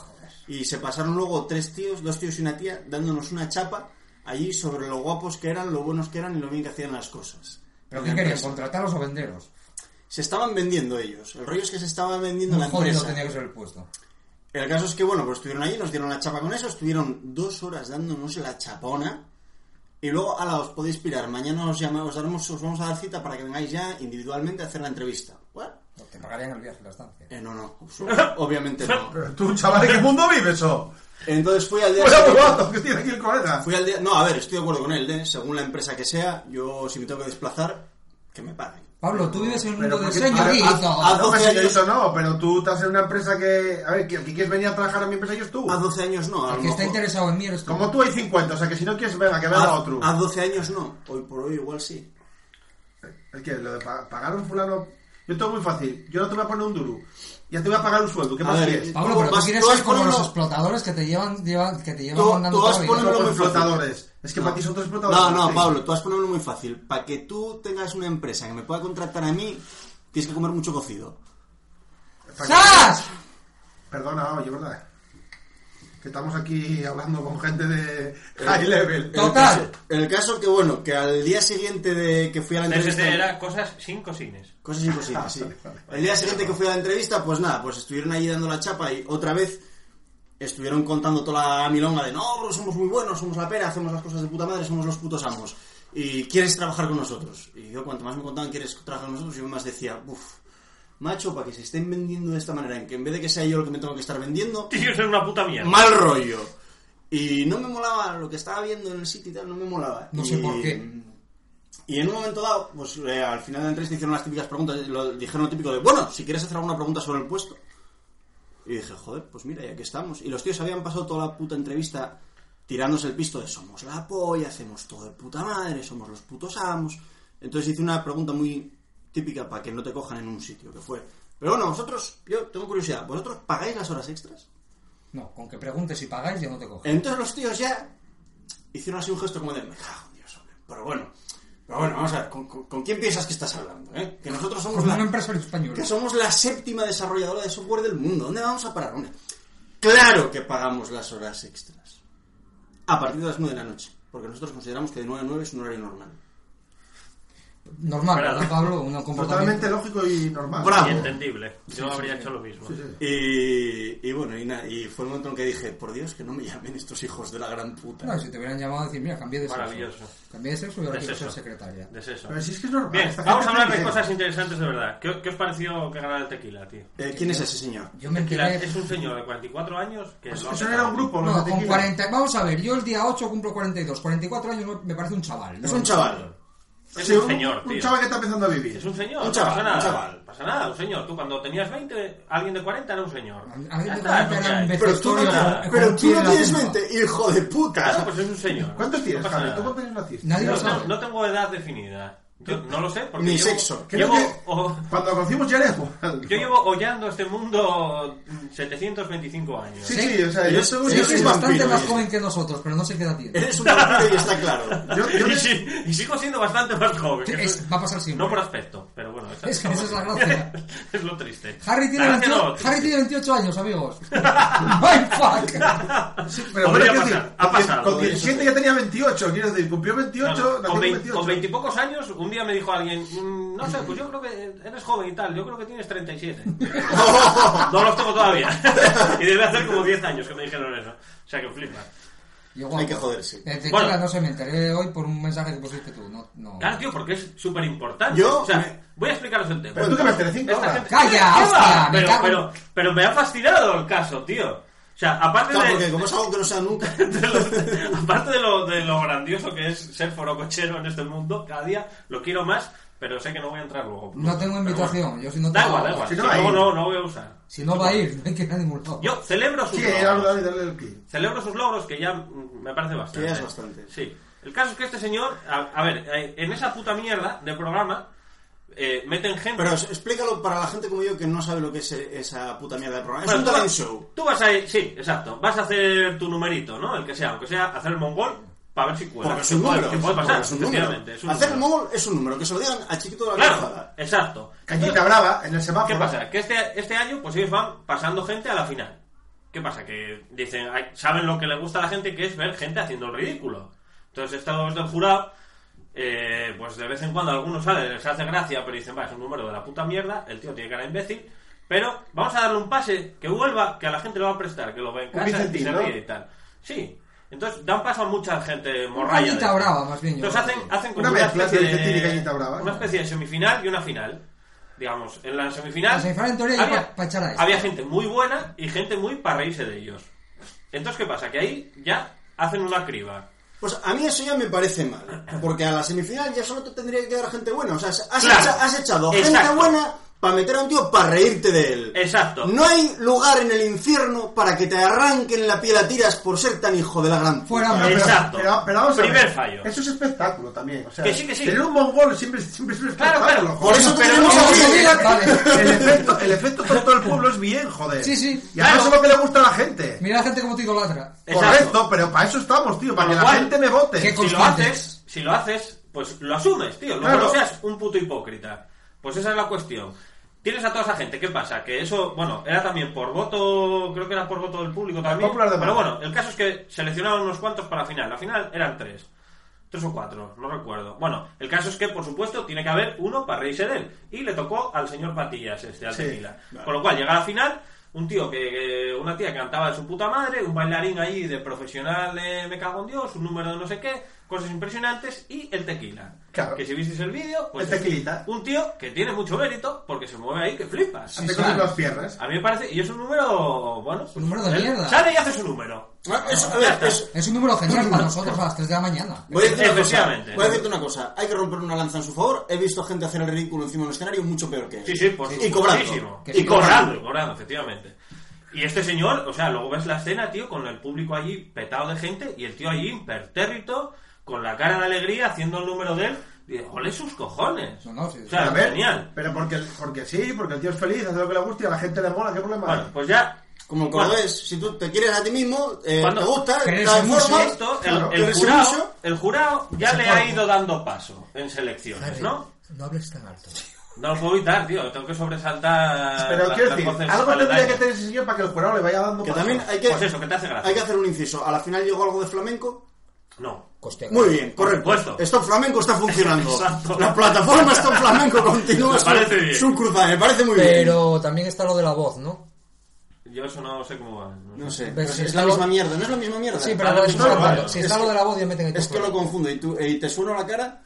Speaker 5: Y se pasaron luego tres tíos, dos tíos y una tía, dándonos una chapa allí sobre lo guapos que eran, lo buenos que eran y lo bien que hacían las cosas.
Speaker 6: ¿Pero
Speaker 5: En
Speaker 6: qué
Speaker 5: la
Speaker 6: querían?
Speaker 5: empresa.
Speaker 6: ¿Contrataros o venderos?
Speaker 5: Se estaban vendiendo ellos. El rollo es que se estaba vendiendo la
Speaker 6: Muy jodido
Speaker 5: empresa.
Speaker 6: tenía que ser el puesto.
Speaker 5: El caso es que, bueno, pues estuvieron allí, nos dieron la chapa con eso, estuvieron dos horas dándonos la chapona. Y luego, ala, os podéis pirar. Mañana os llamamos, os, daremos- os vamos a dar cita para que vengáis ya individualmente a hacer la entrevista. ¿What?
Speaker 6: No, Pues Te pagarían el viaje y la estancia.
Speaker 5: Eh, no, no, obviamente no.
Speaker 7: Pero tú, chaval, ¿de qué mundo vives, o? Pues
Speaker 5: Entonces fui al día
Speaker 7: Bueno,
Speaker 5: siguiente-
Speaker 7: guapo, que tiene aquí el colega.
Speaker 5: Fui al día- No, a ver, estoy de acuerdo con él, ¿eh? Según la empresa que sea, yo si me tengo que desplazar, que me paguen.
Speaker 6: Pablo, tú vives en un
Speaker 7: Pero
Speaker 6: mundo de
Speaker 7: porque- a- a-
Speaker 6: señorito.
Speaker 7: No, me
Speaker 5: 12 años-
Speaker 7: señorito no, pero tú estás en una empresa que... A ver, que el que quieres venir a trabajar a mi empresa yo es tú.
Speaker 5: A 12 años no,
Speaker 6: Uh.
Speaker 5: a lo
Speaker 6: El que está
Speaker 5: mejor.
Speaker 6: interesado en mí eres tú.
Speaker 7: Como tú hay 50, o sea que si no quieres venga, que venga
Speaker 5: A,
Speaker 7: otro.
Speaker 5: a 12 años no, hoy por hoy igual sí.
Speaker 7: Es que lo de pa- pagar a un fulano... Yo tengo muy fácil. Yo no te voy a poner un duro. Ya te voy a pagar un sueldo. ¿Qué
Speaker 5: A
Speaker 7: más
Speaker 5: ver,
Speaker 7: quieres?
Speaker 6: Pablo, pero tú
Speaker 5: Vas-
Speaker 6: quieres
Speaker 5: tú vas
Speaker 6: ser como los
Speaker 5: poniendo-
Speaker 6: explotadores que te llevan, llevan- que te llevan
Speaker 5: Tú-
Speaker 6: mandando
Speaker 5: tú vas
Speaker 6: toda la vida.
Speaker 5: poniendo-
Speaker 7: Son
Speaker 5: muy
Speaker 7: los
Speaker 5: fácil.
Speaker 7: explotadores. Es que para ti son todos explotadores.
Speaker 5: No, no,
Speaker 7: Sí.
Speaker 5: Pablo, tú has ponerlo muy fácil. Para que tú tengas una empresa que me pueda contratar a mí, tienes que comer mucho cocido.
Speaker 7: Para que-
Speaker 6: ¡Sas!
Speaker 7: Perdona, oye, ¿verdad? Que estamos aquí hablando con gente de high level.
Speaker 6: Total.
Speaker 5: En el caso que, bueno, que al día siguiente de que fui a la
Speaker 4: TST
Speaker 5: entrevista...
Speaker 7: eh,
Speaker 4: era cosas sin cosines.
Speaker 5: Cosas imposibles, sí. El día siguiente que fui a la entrevista, pues nada, pues estuvieron allí dando la chapa y otra vez estuvieron contando toda la milonga de no, bro, somos muy buenos, somos la pera, hacemos las cosas de puta madre, somos los putos amos. Y quieres trabajar con nosotros. Y yo, cuanto más me contaban, quieres trabajar con nosotros, yo más decía, uff, macho, para que se estén vendiendo de esta manera, en que en vez de que sea yo el que me tengo que estar vendiendo,
Speaker 4: Tío, eso es una puta mierda.
Speaker 5: mal rollo. Y no me molaba lo que estaba viendo en el sitio y tal, no me molaba.
Speaker 6: No sé
Speaker 5: Y-
Speaker 6: por qué.
Speaker 5: Y en un momento dado, pues eh, al final de la entrevista hicieron las típicas preguntas, lo, dijeron lo típico de, bueno, si quieres hacer alguna pregunta sobre el puesto. Y dije, joder, pues mira, ya que estamos. Y los tíos habían pasado toda la puta entrevista tirándose el pisto de somos la polla, hacemos todo de puta madre, somos los putos amos. Entonces hice una pregunta muy típica para que no te cojan en un sitio, que fue, pero bueno, vosotros, yo tengo curiosidad, ¿vosotros pagáis las horas extras?
Speaker 6: No, con que preguntes si pagáis ya no te coge.
Speaker 5: Pues Entonces los tíos ya hicieron así un gesto como de me cago en Dios, hombre. Pero bueno, pero bueno, vamos a ver, ¿con, con- con quién piensas que estás hablando? eh? Que nosotros somos
Speaker 6: Como un
Speaker 5: la,
Speaker 6: empresario español.
Speaker 5: que somos la séptima desarrolladora de software del mundo. ¿Dónde vamos a parar? hombre? Claro que pagamos las horas extras. A partir de las 9 de la noche. Porque nosotros consideramos que de 9 a 9 es un horario normal.
Speaker 6: Normal,
Speaker 4: Claro.
Speaker 6: ¿verdad, Pablo? Un comportamiento.
Speaker 7: Totalmente lógico y normal.
Speaker 5: Bravo.
Speaker 4: Y entendible. Yo habría hecho lo mismo.
Speaker 7: Sí, sí.
Speaker 5: Y, y bueno, y, na- y fue el momento en que dije, por Dios, que no me llamen estos hijos de la gran puta.
Speaker 6: No, si te hubieran llamado a decir, mira, cambié de sexo.
Speaker 4: Maravilloso.
Speaker 6: Cambié de sexo y ahora
Speaker 4: Es
Speaker 6: quiero
Speaker 4: eso.
Speaker 6: ser secretaria.
Speaker 4: Es eso.
Speaker 7: Pero si es que es normal.
Speaker 4: Bien,
Speaker 7: esta
Speaker 4: vamos a
Speaker 7: gente
Speaker 4: hablar de
Speaker 7: tiene
Speaker 4: cosas interesantes de verdad. ¿Qué, qué os pareció que ganara el tequila, tío?
Speaker 5: Eh, ¿Quién es ese señor?
Speaker 6: Yo me
Speaker 4: Tequila
Speaker 6: enteré...
Speaker 4: es un señor de 44 años que...
Speaker 7: que-
Speaker 4: lo ha
Speaker 7: Pues Eso era un
Speaker 4: petado.
Speaker 7: grupo, los
Speaker 6: No,
Speaker 7: de
Speaker 6: con
Speaker 7: tequila.
Speaker 6: 40... Vamos a ver, yo el día 8 cumplo 42. 44 años me- me parece un chaval.
Speaker 5: Es
Speaker 6: ¿no?
Speaker 5: un chaval.
Speaker 4: Es
Speaker 7: Sí,
Speaker 4: un señor,
Speaker 7: un
Speaker 4: tío.
Speaker 7: chaval que está empezando a vivir.
Speaker 4: Es un señor,
Speaker 5: Un
Speaker 4: no
Speaker 5: chaval,
Speaker 4: pasa
Speaker 5: un
Speaker 4: nada.
Speaker 5: chaval.
Speaker 4: Pasa nada, un señor. Tú cuando tenías 20, alguien de 40 era un señor.
Speaker 6: Alguien de
Speaker 4: Ya
Speaker 6: 40
Speaker 4: está, ¿no?
Speaker 6: era un
Speaker 4: ¿Qué hay?
Speaker 5: Pero tú
Speaker 6: Historia,
Speaker 5: no,
Speaker 6: con-
Speaker 5: pero
Speaker 6: con
Speaker 5: tú no
Speaker 6: piedra
Speaker 5: tienes
Speaker 6: tumba.
Speaker 5: 20, hijo de
Speaker 4: Claro,
Speaker 5: puta.
Speaker 4: pues es un señor.
Speaker 7: ¿Cuántos tienes,
Speaker 4: no pasa
Speaker 7: Javi?
Speaker 4: nada.
Speaker 7: ¿Tú cuántos años naciste?
Speaker 6: Nadie lo
Speaker 4: No,
Speaker 6: sabe.
Speaker 4: no, no tengo edad definida. Yo no lo sé. Porque
Speaker 5: Ni
Speaker 4: llevo-
Speaker 5: sexo.
Speaker 7: Creo
Speaker 4: Llevo,
Speaker 7: que-
Speaker 4: o-
Speaker 7: Cuando conocimos ya era igual.
Speaker 4: yo llevo hollando este mundo 725 años.
Speaker 7: Sí, sí, o sea, yo,
Speaker 5: Sí,
Speaker 7: seguro- yo
Speaker 5: sí,
Speaker 6: Eres
Speaker 5: sí,
Speaker 7: soy más...
Speaker 5: sí.
Speaker 6: bastante
Speaker 5: vampiro,
Speaker 6: más
Speaker 5: ¿eh?
Speaker 6: joven que nosotros, pero no sé qué edad tiene.
Speaker 5: Eres un vampiro y está claro.
Speaker 7: Yo, yo
Speaker 4: y,
Speaker 7: no-
Speaker 4: sí- y sigo siendo bastante más joven.
Speaker 6: Es- va a pasar siempre.
Speaker 4: No por aspecto, pero bueno. esa-
Speaker 6: Es que esa es la gracia.
Speaker 4: es lo triste.
Speaker 6: Harry tiene,
Speaker 4: La gracia
Speaker 6: 28
Speaker 4: no, lo triste.
Speaker 6: Harry tiene 28 años, amigos. ¡My
Speaker 7: sí, pero
Speaker 4: Podría
Speaker 7: bueno, quiero
Speaker 4: pasar,
Speaker 7: decir,
Speaker 4: ha pasado.
Speaker 7: Con 17 ya tenía 28, quiero decir, cumplió 28,
Speaker 4: Claro,
Speaker 7: nació
Speaker 4: con,
Speaker 7: con
Speaker 4: 20,
Speaker 7: 28.
Speaker 4: con 20 y pocos años, un día me dijo alguien, "Mm, no sé, pues yo creo que eres joven y tal, yo creo que tienes 37. no los tengo todavía. y debe hacer como 10 años que me dijeron eso. O sea que flipa.
Speaker 6: fuck!
Speaker 5: Hay que joderse.
Speaker 4: Bueno.
Speaker 6: Eh, no sé, me enteré hoy por un mensaje que pusiste tú. No, no.
Speaker 4: Claro, tío, porque es súper importante.
Speaker 5: Yo
Speaker 4: O sea,
Speaker 5: me-
Speaker 4: voy a explicaros el tema.
Speaker 7: Pero tú que ves Telecinco
Speaker 4: Esta
Speaker 7: ahora.
Speaker 4: gente-
Speaker 6: ¡Calla,
Speaker 4: ¿Qué va?
Speaker 6: hostia, me
Speaker 4: Pero,
Speaker 6: cago en-
Speaker 4: pero, pero me ha fascinado el caso, tío. O sea, aparte
Speaker 5: Claro,
Speaker 4: de...
Speaker 5: porque como es algo que no sea nunca.
Speaker 4: de lo- aparte de lo, de lo grandioso que es ser forocochero en este mundo, cada día lo quiero más, pero sé que no voy a entrar luego.
Speaker 6: No tengo
Speaker 4: Pero
Speaker 6: invitación, yo si no
Speaker 4: Da
Speaker 6: tengo-
Speaker 4: igual, da igual.
Speaker 7: Si
Speaker 4: Si
Speaker 7: no
Speaker 4: no,
Speaker 7: va a ir.
Speaker 4: no, no voy a usar.
Speaker 6: Si no va a ir, no hay que ir a ningún lado.
Speaker 4: Yo celebro sus
Speaker 7: Sí, era
Speaker 4: logros.
Speaker 7: verdad, dale el clic.
Speaker 4: Celebro sus logros, que ya mm, me parece bastante.
Speaker 5: Que ya es bastante.
Speaker 4: Sí. El caso es que este señor, a, a ver, eh, en esa puta mierda de programa, eh, meten gente.
Speaker 5: Pero es- explícalo para la gente como yo que no sabe lo que es eh, esa puta mierda de programa. Es
Speaker 4: Bueno,
Speaker 5: un
Speaker 4: tú
Speaker 5: talent
Speaker 4: vas-
Speaker 5: show.
Speaker 4: Tú vas a ir, sí, exacto. Vas a hacer tu numerito, ¿no? El que sea, aunque sea hacer el mongol, para ver si cuela.
Speaker 5: Porque es
Speaker 4: Que
Speaker 5: un
Speaker 4: puede-
Speaker 5: número.
Speaker 4: que puede pasar,
Speaker 5: porque es un número.
Speaker 4: efectivamente, es un
Speaker 5: Hacer
Speaker 4: número.
Speaker 5: mongol es un número. Que se lo digan a chiquito de la
Speaker 4: Claro,
Speaker 5: Calzada.
Speaker 4: exacto.
Speaker 7: Cañita brava en el
Speaker 4: ¿Qué
Speaker 7: semáforo.
Speaker 4: pasa? Que este, este año, pues ellos van pasando gente a la final. ¿Qué pasa? Que dicen, ay, saben lo que le gusta a la gente, que es ver gente haciendo el ridículo. Entonces, estos del jurado, eh, pues de vez en cuando algunos salen, les hace gracia, pero dicen, va, es un número de la puta mierda, el tío tiene cara de imbécil. Pero vamos a darle un pase que vuelva, que a la gente lo va a prestar, que lo ve en
Speaker 7: Un
Speaker 4: casa y
Speaker 7: Vicentín,
Speaker 4: se
Speaker 7: ¿no?
Speaker 4: ríe y tal. Sí. Entonces dan paso a mucha gente morralla.
Speaker 6: cañita
Speaker 4: de-
Speaker 6: brava, más bien, yo
Speaker 4: Entonces hacen,
Speaker 6: creo que-
Speaker 4: hacen como
Speaker 7: Una
Speaker 4: una,
Speaker 7: mezcla
Speaker 4: especie
Speaker 7: entre Vicentín y
Speaker 4: de,
Speaker 7: cañita brava,
Speaker 4: una
Speaker 7: ¿no?
Speaker 4: especie de semifinal y una final. Digamos, en la semifinal.
Speaker 6: La semifinal, en teoría,
Speaker 4: había,
Speaker 6: pa- pa echar a este.
Speaker 4: había gente muy buena y gente muy para reírse de ellos. Entonces, ¿qué pasa? Que ahí ya hacen una criba.
Speaker 5: Pues a mí eso ya me parece mal. Porque a la semifinal ya solo te tendría que quedar gente buena. O sea, has,
Speaker 4: Claro.
Speaker 5: echa- has echado gente
Speaker 4: Exacto.
Speaker 5: buena para meter a un tío para reírte de él.
Speaker 4: Exacto.
Speaker 5: No hay lugar en el infierno para que te arranquen la piel a tiras por ser tan hijo de la gran.
Speaker 6: Fuera,
Speaker 7: Pero-
Speaker 6: hombre.
Speaker 7: pero-
Speaker 4: Exacto.
Speaker 7: Pero, pero vamos a ver.
Speaker 4: Primer fallo.
Speaker 7: Eso es espectáculo también. O sea,
Speaker 4: Que sí, que sí.
Speaker 7: Tener un mongol siempre, siempre es un
Speaker 4: Claro,
Speaker 7: espectáculo.
Speaker 4: claro.
Speaker 7: joder.
Speaker 5: Por eso
Speaker 4: Pero
Speaker 5: tenemos
Speaker 4: no,
Speaker 5: aquí-
Speaker 4: no,
Speaker 6: Mira, vale.
Speaker 7: el efecto, el efecto tonto del pueblo es bien, joder.
Speaker 6: Sí, sí.
Speaker 7: Y además
Speaker 4: Claro.
Speaker 7: es lo que le gusta a la gente.
Speaker 6: Mira la gente como te idolatra.
Speaker 4: Exacto.
Speaker 7: Correcto, pero para eso estamos, tío, para
Speaker 4: Con
Speaker 7: que
Speaker 4: lo
Speaker 7: la
Speaker 4: cual,
Speaker 7: gente me vote.
Speaker 6: ¿qué
Speaker 4: si lo
Speaker 6: constantes.
Speaker 4: haces, si lo haces, pues lo asumes, tío. Luego
Speaker 7: Claro.
Speaker 4: no seas un puto hipócrita. Pues esa es la cuestión. Tienes a toda esa gente, ¿qué pasa? Que eso, bueno, era también por voto, creo que era por voto del público también.
Speaker 7: Popular de
Speaker 4: Pero
Speaker 7: Madrid.
Speaker 4: bueno, el caso es que seleccionaron unos cuantos para la final. La final eran tres. Tres o cuatro, no recuerdo. Bueno, el caso es que, por supuesto, tiene que haber uno para reírse de él. Y le tocó al señor Patillas, este, al
Speaker 7: Sí,
Speaker 4: tequila.
Speaker 5: vale.
Speaker 4: Con lo cual, llega a la final, un tío que, que- Una tía que cantaba de su puta madre, un bailarín ahí de profesional de Me cago en Dios, un número de no sé qué, cosas impresionantes, y el tequila.
Speaker 7: Claro.
Speaker 4: Que si visteis el vídeo, pues.
Speaker 7: El
Speaker 4: es
Speaker 7: tequilita.
Speaker 4: Un tío que tiene mucho mérito porque se mueve ahí que flipas.
Speaker 7: Hace
Speaker 6: Sí,
Speaker 7: cosas
Speaker 6: claro.
Speaker 7: con las piernas.
Speaker 4: A mí me parece. Y es un número. Bueno. pues,
Speaker 6: número de
Speaker 4: él
Speaker 6: mierda.
Speaker 4: Sale y hace su número.
Speaker 5: Ah, eso, a ver, eso-
Speaker 6: Es un número genial para nosotros a las 3 de la mañana.
Speaker 5: Voy a, decir una cosa,
Speaker 4: Efectivamente.
Speaker 5: voy a decirte una cosa, hay que romper una lanza en su favor. He visto gente hacer el ridículo encima del escenario mucho peor que él.
Speaker 4: Sí, sí, por
Speaker 5: Y cobrando.
Speaker 4: supuestísimo.
Speaker 6: Que
Speaker 4: Y
Speaker 6: sí,
Speaker 4: cobrando, y cobrando, efectivamente. Y este señor, o sea, luego ves la escena, tío, con el público allí petado de gente y el tío allí impertérrito, con la cara de alegría, haciendo el número de él. Y ole sus cojones.
Speaker 6: No, no, sí,
Speaker 4: o
Speaker 7: Pero
Speaker 4: sea,
Speaker 7: a ver,
Speaker 4: genial.
Speaker 7: Pero porque, porque sí, porque el tío es feliz, hace lo que le gusta y a la gente le mola, ¿qué problema
Speaker 4: Bueno,
Speaker 7: hay?
Speaker 4: pues ya.
Speaker 5: Como el
Speaker 4: Bueno,
Speaker 5: cordobés, si tú te quieres a ti mismo, eh,
Speaker 4: Cuando-
Speaker 5: te gusta, te
Speaker 6: Crees en
Speaker 5: forma,
Speaker 6: música.
Speaker 4: Esto, el,
Speaker 7: Claro,
Speaker 4: el
Speaker 5: pero ese
Speaker 4: jurado,
Speaker 5: mucho-
Speaker 4: el jurado ya
Speaker 6: Ese
Speaker 4: le
Speaker 6: cuerpo.
Speaker 4: ha ido dando paso en selecciones, ¿no?
Speaker 6: No hables tan alto.
Speaker 4: No lo puedo evitar, tío. Tengo que sobresaltar.
Speaker 7: Pero
Speaker 4: las-
Speaker 7: quiero
Speaker 4: las
Speaker 7: decir,
Speaker 4: voces
Speaker 7: algo tendría
Speaker 4: aledañas.
Speaker 7: que tener ese señor para que el jurado le vaya dando
Speaker 5: que
Speaker 7: paso.
Speaker 5: también hay que,
Speaker 4: Pues eso, que te hace gracia.
Speaker 5: hay que hacer un inciso. A la final llegó algo de flamenco.
Speaker 4: No.
Speaker 6: Coste.
Speaker 5: Muy bien, correcto.
Speaker 4: supuesto.
Speaker 5: Esto flamenco está funcionando.
Speaker 4: Exacto.
Speaker 5: La plataforma está en flamenco continúa.
Speaker 4: Me parece
Speaker 5: su-
Speaker 4: bien.
Speaker 5: su cruzada, me parece muy bien.
Speaker 6: Pero también está lo de la voz, ¿no?
Speaker 4: Yo eso no sé cómo va. no
Speaker 5: No
Speaker 4: sé.
Speaker 5: sé,
Speaker 6: Pero si
Speaker 5: es
Speaker 6: pues, está
Speaker 5: la
Speaker 6: lo-
Speaker 5: misma mierda, no es la misma mierda.
Speaker 6: Sí,
Speaker 4: Ah,
Speaker 6: pero
Speaker 4: no,
Speaker 6: lo de-
Speaker 4: eso no vale.
Speaker 6: Si está lo de la voz, ya meten el
Speaker 5: Es que lo
Speaker 6: cofre.
Speaker 5: confundo. ¿Y, tú, ¿Y te suena la cara?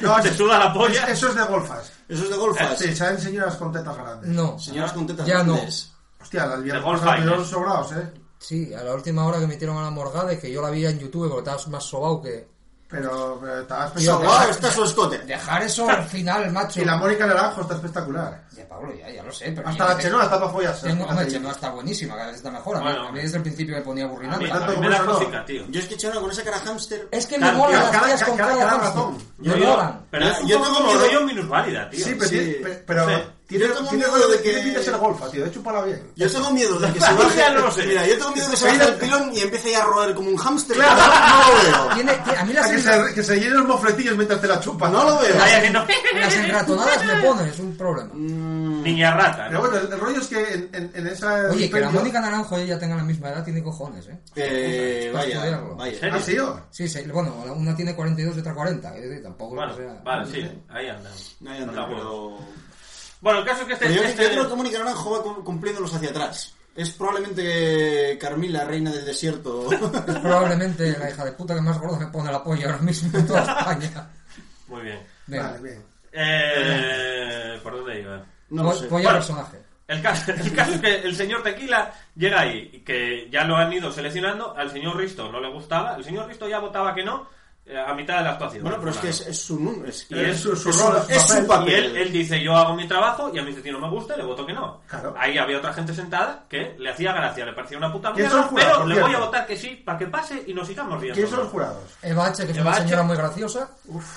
Speaker 7: No,
Speaker 4: Te
Speaker 7: es-
Speaker 4: suda la polla.
Speaker 7: es- Eso es de golfas.
Speaker 5: Eso es de
Speaker 4: Eh,
Speaker 5: golfas.
Speaker 7: Sí, saben señoras con tetas grandes.
Speaker 6: No.
Speaker 5: Señoras con tetas
Speaker 6: Ya no.
Speaker 5: grandes.
Speaker 7: Hostia, las viernes
Speaker 4: golf
Speaker 7: pasadas
Speaker 4: bailes.
Speaker 7: tuvieron sobrados, ¿eh?
Speaker 6: Sí, a la última hora que metieron a la morgade, que yo la vi en YouTube porque estabas más sobao que...
Speaker 7: Pero, pero estaba
Speaker 5: So,
Speaker 7: espectacular.
Speaker 5: wow, ah, está su escote.
Speaker 6: Dejar eso al final, macho.
Speaker 7: Y la Mónica Naranjo está espectacular.
Speaker 6: Ya, Pablo, ya, ya lo sé. Pero
Speaker 7: Hasta
Speaker 6: yo-
Speaker 7: la Chenoa está para follarse.
Speaker 6: Tengo, hombre,
Speaker 7: Fíjate.
Speaker 6: Chenoa está buenísima, cada vez está mejor. A mí,
Speaker 4: Bueno.
Speaker 6: a mí desde el principio me ponía
Speaker 4: A mí,
Speaker 6: aburridante.
Speaker 4: a
Speaker 7: Ah, tanto
Speaker 4: mí
Speaker 7: como
Speaker 4: me da
Speaker 7: eso no.
Speaker 4: cosica, tío.
Speaker 5: Yo es que Chenoa con esa cara hámster.
Speaker 6: Es que me
Speaker 4: Claro,
Speaker 6: molan
Speaker 4: tío,
Speaker 6: las
Speaker 7: cada-
Speaker 6: tías con
Speaker 7: cada-
Speaker 6: cara
Speaker 7: cada
Speaker 6: hamster.
Speaker 7: ratón.
Speaker 6: Me
Speaker 4: Yo, yo-
Speaker 6: molan.
Speaker 4: pero es un
Speaker 5: Yo
Speaker 4: poco
Speaker 5: tengo
Speaker 4: como
Speaker 5: miedo-
Speaker 4: rollo minusválida, tío.
Speaker 7: Sí, pero
Speaker 5: Sí.
Speaker 7: tiene, pe- pero
Speaker 4: Sí.
Speaker 7: tiene,
Speaker 5: Yo tengo
Speaker 7: tiene,
Speaker 5: miedo de que-
Speaker 7: tiene pinta de ser golfa, tío. De chuparla bien.
Speaker 5: Yo tengo miedo de que se
Speaker 4: Ya
Speaker 5: baje.
Speaker 4: no lo sé.
Speaker 5: Mira, yo tengo miedo de que se baje el pilón y empiece ya a roer como un hámster.
Speaker 7: Claro.
Speaker 5: No lo veo.
Speaker 6: Tiene- tiene- a mí las,
Speaker 7: Que
Speaker 6: en-
Speaker 7: se, que se llenen los mofletillos mientras te la chupan.
Speaker 5: No lo veo.
Speaker 4: Vaya haciendo
Speaker 6: las enratonadas me ponen, es un
Speaker 7: Mm.
Speaker 6: problema.
Speaker 4: niña rata.
Speaker 7: Pero
Speaker 4: ¿no?
Speaker 7: bueno, el, el rollo es que en, en, en esa.
Speaker 6: Oye, que la
Speaker 7: imperio-
Speaker 6: Mónica Naranjo ella tenga la misma edad tiene cojones, ¿eh?
Speaker 5: Eh, vaya,
Speaker 6: estudiarlo.
Speaker 5: vaya.
Speaker 4: ¿En
Speaker 7: Ah, sí,
Speaker 4: serio?
Speaker 7: yo.
Speaker 6: Sí, sí, bueno, la una tiene 42 y otra 40. es decir, tampoco es que
Speaker 4: Bueno,
Speaker 6: sea-
Speaker 4: vale, sí, ahí andan.
Speaker 5: No hay
Speaker 4: Anda,
Speaker 5: anda,
Speaker 4: bueno.
Speaker 5: pero...
Speaker 4: Bueno, el caso es que este.
Speaker 5: Pero yo,
Speaker 4: este-
Speaker 5: yo creo que Mónica Naranjo va cum- cumpliéndolos hacia atrás. Es probablemente Carmila, reina del desierto.
Speaker 6: Es probablemente la hija de puta que más gorda me pone la polla ahora mismo en toda España.
Speaker 4: Muy bien.
Speaker 6: Venga,
Speaker 7: Vale, bien.
Speaker 4: Eh, ¿Por dónde iba?
Speaker 5: No
Speaker 6: po-
Speaker 5: lo sé.
Speaker 6: polla
Speaker 4: Bueno.
Speaker 6: personaje.
Speaker 4: El caso, el caso es que el señor Tequila llega ahí, y que ya lo han ido seleccionando, al señor Risto no le gustaba, el señor Risto ya votaba que no eh, a mitad de la actuación.
Speaker 5: Bueno, pero es que
Speaker 4: Claro.
Speaker 5: es, es su número. Es,
Speaker 4: Y es su-
Speaker 7: su rol,
Speaker 5: es
Speaker 7: su papel.
Speaker 5: su
Speaker 4: Y
Speaker 5: papel.
Speaker 4: él, él dice, yo hago mi trabajo, y a mí dice, tío, no me gusta, y le voto que no.
Speaker 7: Claro.
Speaker 4: Ahí había otra gente sentada que le hacía gracia, le parecía una puta
Speaker 7: ¿Quién
Speaker 4: mierda,
Speaker 7: son los jurados,
Speaker 4: pero le
Speaker 7: por
Speaker 4: voy a
Speaker 7: cierto?
Speaker 4: votar que sí, para que pase y nos sigamos riendo.
Speaker 7: ¿Quiénes son los jurados?
Speaker 6: Eva H, que es
Speaker 4: Eva
Speaker 6: una
Speaker 4: H.
Speaker 6: señora muy graciosa.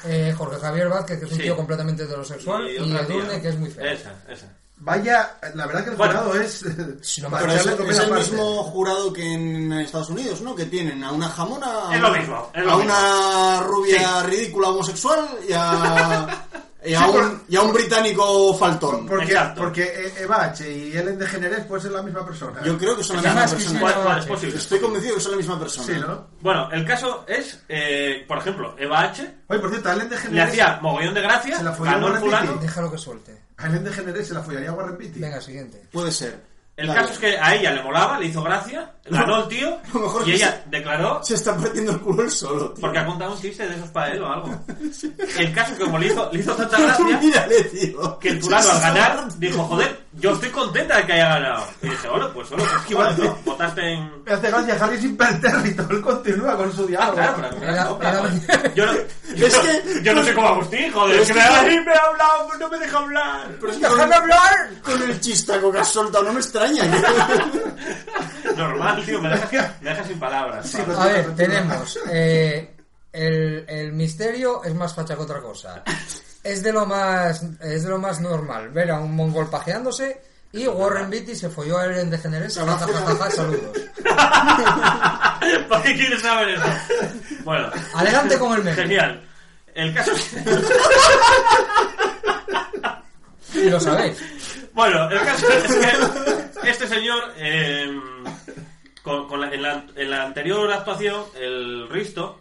Speaker 6: Eh, Jorge Javier Vázquez, que es un
Speaker 4: Sí.
Speaker 6: tío completamente heterosexual. Y,
Speaker 4: otra tía.
Speaker 6: Edurne, que es muy feo.
Speaker 4: Esa, esa.
Speaker 7: Vaya, la verdad que el
Speaker 4: Bueno.
Speaker 7: jurado es.
Speaker 6: Si no me
Speaker 5: Pero
Speaker 7: para
Speaker 5: es,
Speaker 7: echarle
Speaker 5: es
Speaker 7: comida
Speaker 5: el
Speaker 7: aparte.
Speaker 5: mismo jurado que en Estados Unidos, ¿no? Que tienen a una jamona, a,
Speaker 4: Es lo
Speaker 5: una-
Speaker 4: mismo, es lo
Speaker 5: a
Speaker 4: mismo.
Speaker 5: una rubia ridícula homosexual y a, y a
Speaker 7: Sí,
Speaker 5: un, y a un británico faltón.
Speaker 7: Porque,
Speaker 4: Exacto.
Speaker 7: porque eh, Eva H. y Ellen DeGeneres pueden ser la misma persona.
Speaker 5: Yo creo que son la
Speaker 6: Además,
Speaker 5: misma
Speaker 6: que
Speaker 4: ¿Cuál,
Speaker 5: persona.
Speaker 4: cuál es
Speaker 6: Sí.
Speaker 4: posible?
Speaker 5: Estoy convencido que son la misma persona.
Speaker 7: Sí, ¿no?
Speaker 4: Bueno, el caso es, eh, por ejemplo, Eva H.
Speaker 7: Oye, por cierto, a Ellen
Speaker 4: le
Speaker 7: DeGeneres.
Speaker 4: hacía mogollón de gracia,
Speaker 7: Se la folló
Speaker 4: ganó el
Speaker 7: con la
Speaker 4: fulano.
Speaker 7: Titi.
Speaker 6: Déjalo que suelte.
Speaker 7: A Ellen DeGeneres se la follaría a Warren Beatty.
Speaker 6: Venga, siguiente.
Speaker 5: Puede ser.
Speaker 4: El
Speaker 5: Vale.
Speaker 4: caso es que a ella le molaba, le hizo gracia, ganó el tío,
Speaker 5: Lo mejor
Speaker 4: y
Speaker 5: que
Speaker 4: ella declaró
Speaker 5: Se está partiendo el culo él solo, tío.
Speaker 4: porque ha contado un chiste de esos para él o algo. El caso es que como le hizo, le hizo tanta gracia
Speaker 5: Mírale, tío.
Speaker 4: que el fulano al
Speaker 5: Se está
Speaker 4: ganar
Speaker 5: partiendo-
Speaker 4: dijo, joder, yo estoy contenta de que haya ganado. Y dije, hola, pues hola, pues joder, ¿no? votaste en...
Speaker 7: Me hace gracia Harry es impertérrito. Él continúa con su diálogo.
Speaker 4: Claro, pero me la
Speaker 6: Era-
Speaker 4: sopla,
Speaker 6: era-
Speaker 4: joder. Yo no, yo,
Speaker 5: Es
Speaker 4: no-
Speaker 5: que-
Speaker 4: yo no soy como Agustín, joder.
Speaker 5: Pero es
Speaker 4: que me
Speaker 5: que-
Speaker 4: ha me ha hablado, no me deja hablar.
Speaker 5: Pero es que con,
Speaker 6: ¡Déjame hablar!
Speaker 5: con el chistaco que has soltado, no me extraña.
Speaker 4: Normal, tío, me deja, me deja sin palabras.
Speaker 7: Sí,
Speaker 4: Pablo.
Speaker 7: pues-
Speaker 6: A ver, tenemos. eh, el, el misterio es más facha que otra cosa. Es de lo más es de lo más normal ver a un mongol pajeándose y Warren Beatty se folló a Ellen DeGeneres. Ja, ja, ja, ja, saludos.
Speaker 4: ¿Por qué quieres saber eso? Bueno.
Speaker 6: Adelante con el meme.
Speaker 4: Genial. El caso es que...
Speaker 6: Y lo sabéis.
Speaker 4: Bueno, el caso es que este señor, eh, con- con la- en, la, en la anterior actuación, el Risto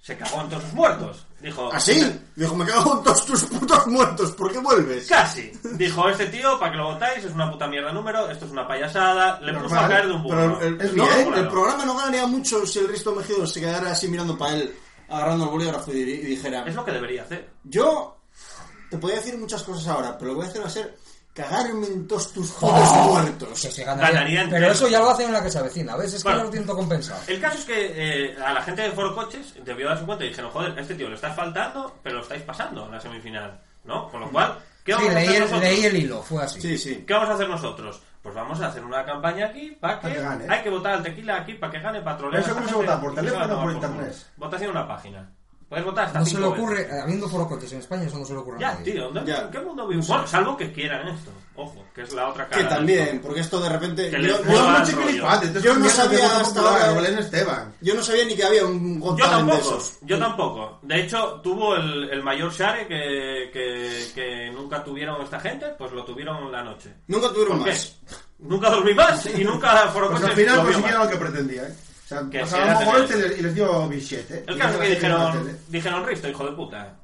Speaker 4: se cagó en todos sus muertos. Dijo,
Speaker 5: ¿Así? Dijo, me cago en todos tus putos muertos, ¿por qué vuelves?
Speaker 4: casi. Dijo, este tío, para que lo votáis, es una puta mierda número, esto es una payasada, le puso a
Speaker 7: Normal,
Speaker 4: caer de un burro.
Speaker 5: Pero el,
Speaker 7: Es
Speaker 5: no,
Speaker 7: bien,
Speaker 5: el
Speaker 4: claro.
Speaker 5: programa no ganaría mucho si el Risto Mejido se quedara así mirando para él, agarrando el bolígrafo y, y dijera:
Speaker 4: Es lo que debería hacer.
Speaker 5: Yo te podía decir muchas cosas ahora, pero lo que voy a hacer va a ser cagarme en todos tus
Speaker 4: ¡Oh!
Speaker 5: putos
Speaker 6: Que
Speaker 5: muertos.
Speaker 6: se ganaría.
Speaker 4: Ganaría entero.
Speaker 6: Pero eso ya lo hacen en la que se avecina. ¿Ves? Es que
Speaker 4: Bueno. Eh,
Speaker 6: ya lo tienen todo compensado.
Speaker 4: El caso es que eh, a la gente de Foro Coches debió darse cuenta y dijeron, joder, a este tío lo estáis faltando, pero lo estáis pasando en la semifinal, ¿no? Con lo cual, ¿qué
Speaker 6: Sí,
Speaker 4: vamos a
Speaker 6: leí
Speaker 4: hacer
Speaker 6: el,
Speaker 4: nosotros?
Speaker 6: leí el hilo. Fue así.
Speaker 5: Sí, sí.
Speaker 4: ¿Qué vamos a hacer nosotros? Pues vamos a hacer una campaña aquí para que,
Speaker 7: Pa' que gane.
Speaker 4: hay que votar al tequila aquí para que gane patrolero.
Speaker 7: ¿Eso cómo se vota? ¿Por teléfono o por internet?
Speaker 4: Votación en una página. Puedes votar hasta
Speaker 6: No se
Speaker 4: cinco
Speaker 6: le
Speaker 4: veces.
Speaker 6: ocurre, habiendo forocoches en España, eso no se le ocurre a
Speaker 4: Ya,
Speaker 6: nadie.
Speaker 4: tío, ¿dónde-
Speaker 5: Ya.
Speaker 4: ¿en qué mundo vivimos? Bueno, salvo que quieran esto. Ojo, que es la otra cara.
Speaker 5: Que también, porque esto de repente.
Speaker 4: Que
Speaker 5: Yo,
Speaker 4: les
Speaker 5: yo
Speaker 4: mueva
Speaker 5: no
Speaker 4: el
Speaker 5: sé-
Speaker 4: rollo.
Speaker 7: Vale, entonces
Speaker 5: Yo no
Speaker 7: comienza
Speaker 5: sabía
Speaker 7: el voto
Speaker 5: hasta
Speaker 7: popular, ¿eh?
Speaker 5: ahora-
Speaker 7: Belén Esteban.
Speaker 5: yo no sabía ni que había un Got
Speaker 4: Yo
Speaker 5: Talent de
Speaker 4: tampoco,
Speaker 5: esos.
Speaker 4: yo tampoco. De hecho, tuvo el, el mayor share que, que, que nunca tuvieron esta gente, pues lo tuvieron la noche.
Speaker 5: Nunca tuvieron
Speaker 4: ¿Por qué?
Speaker 5: más.
Speaker 4: Nunca dormí más y nunca fueron
Speaker 7: Pues al final consiguieron lo que pretendía, ¿eh? O sea,
Speaker 4: Que
Speaker 7: pasaron
Speaker 4: sí,
Speaker 7: a Mogol
Speaker 4: hacen
Speaker 7: y les dio billete. ¿eh?
Speaker 4: El caso es que
Speaker 7: Y hacen la
Speaker 4: dijeron,
Speaker 5: ¿eh?
Speaker 7: tele.
Speaker 4: dijeron Risto, hijo de puta.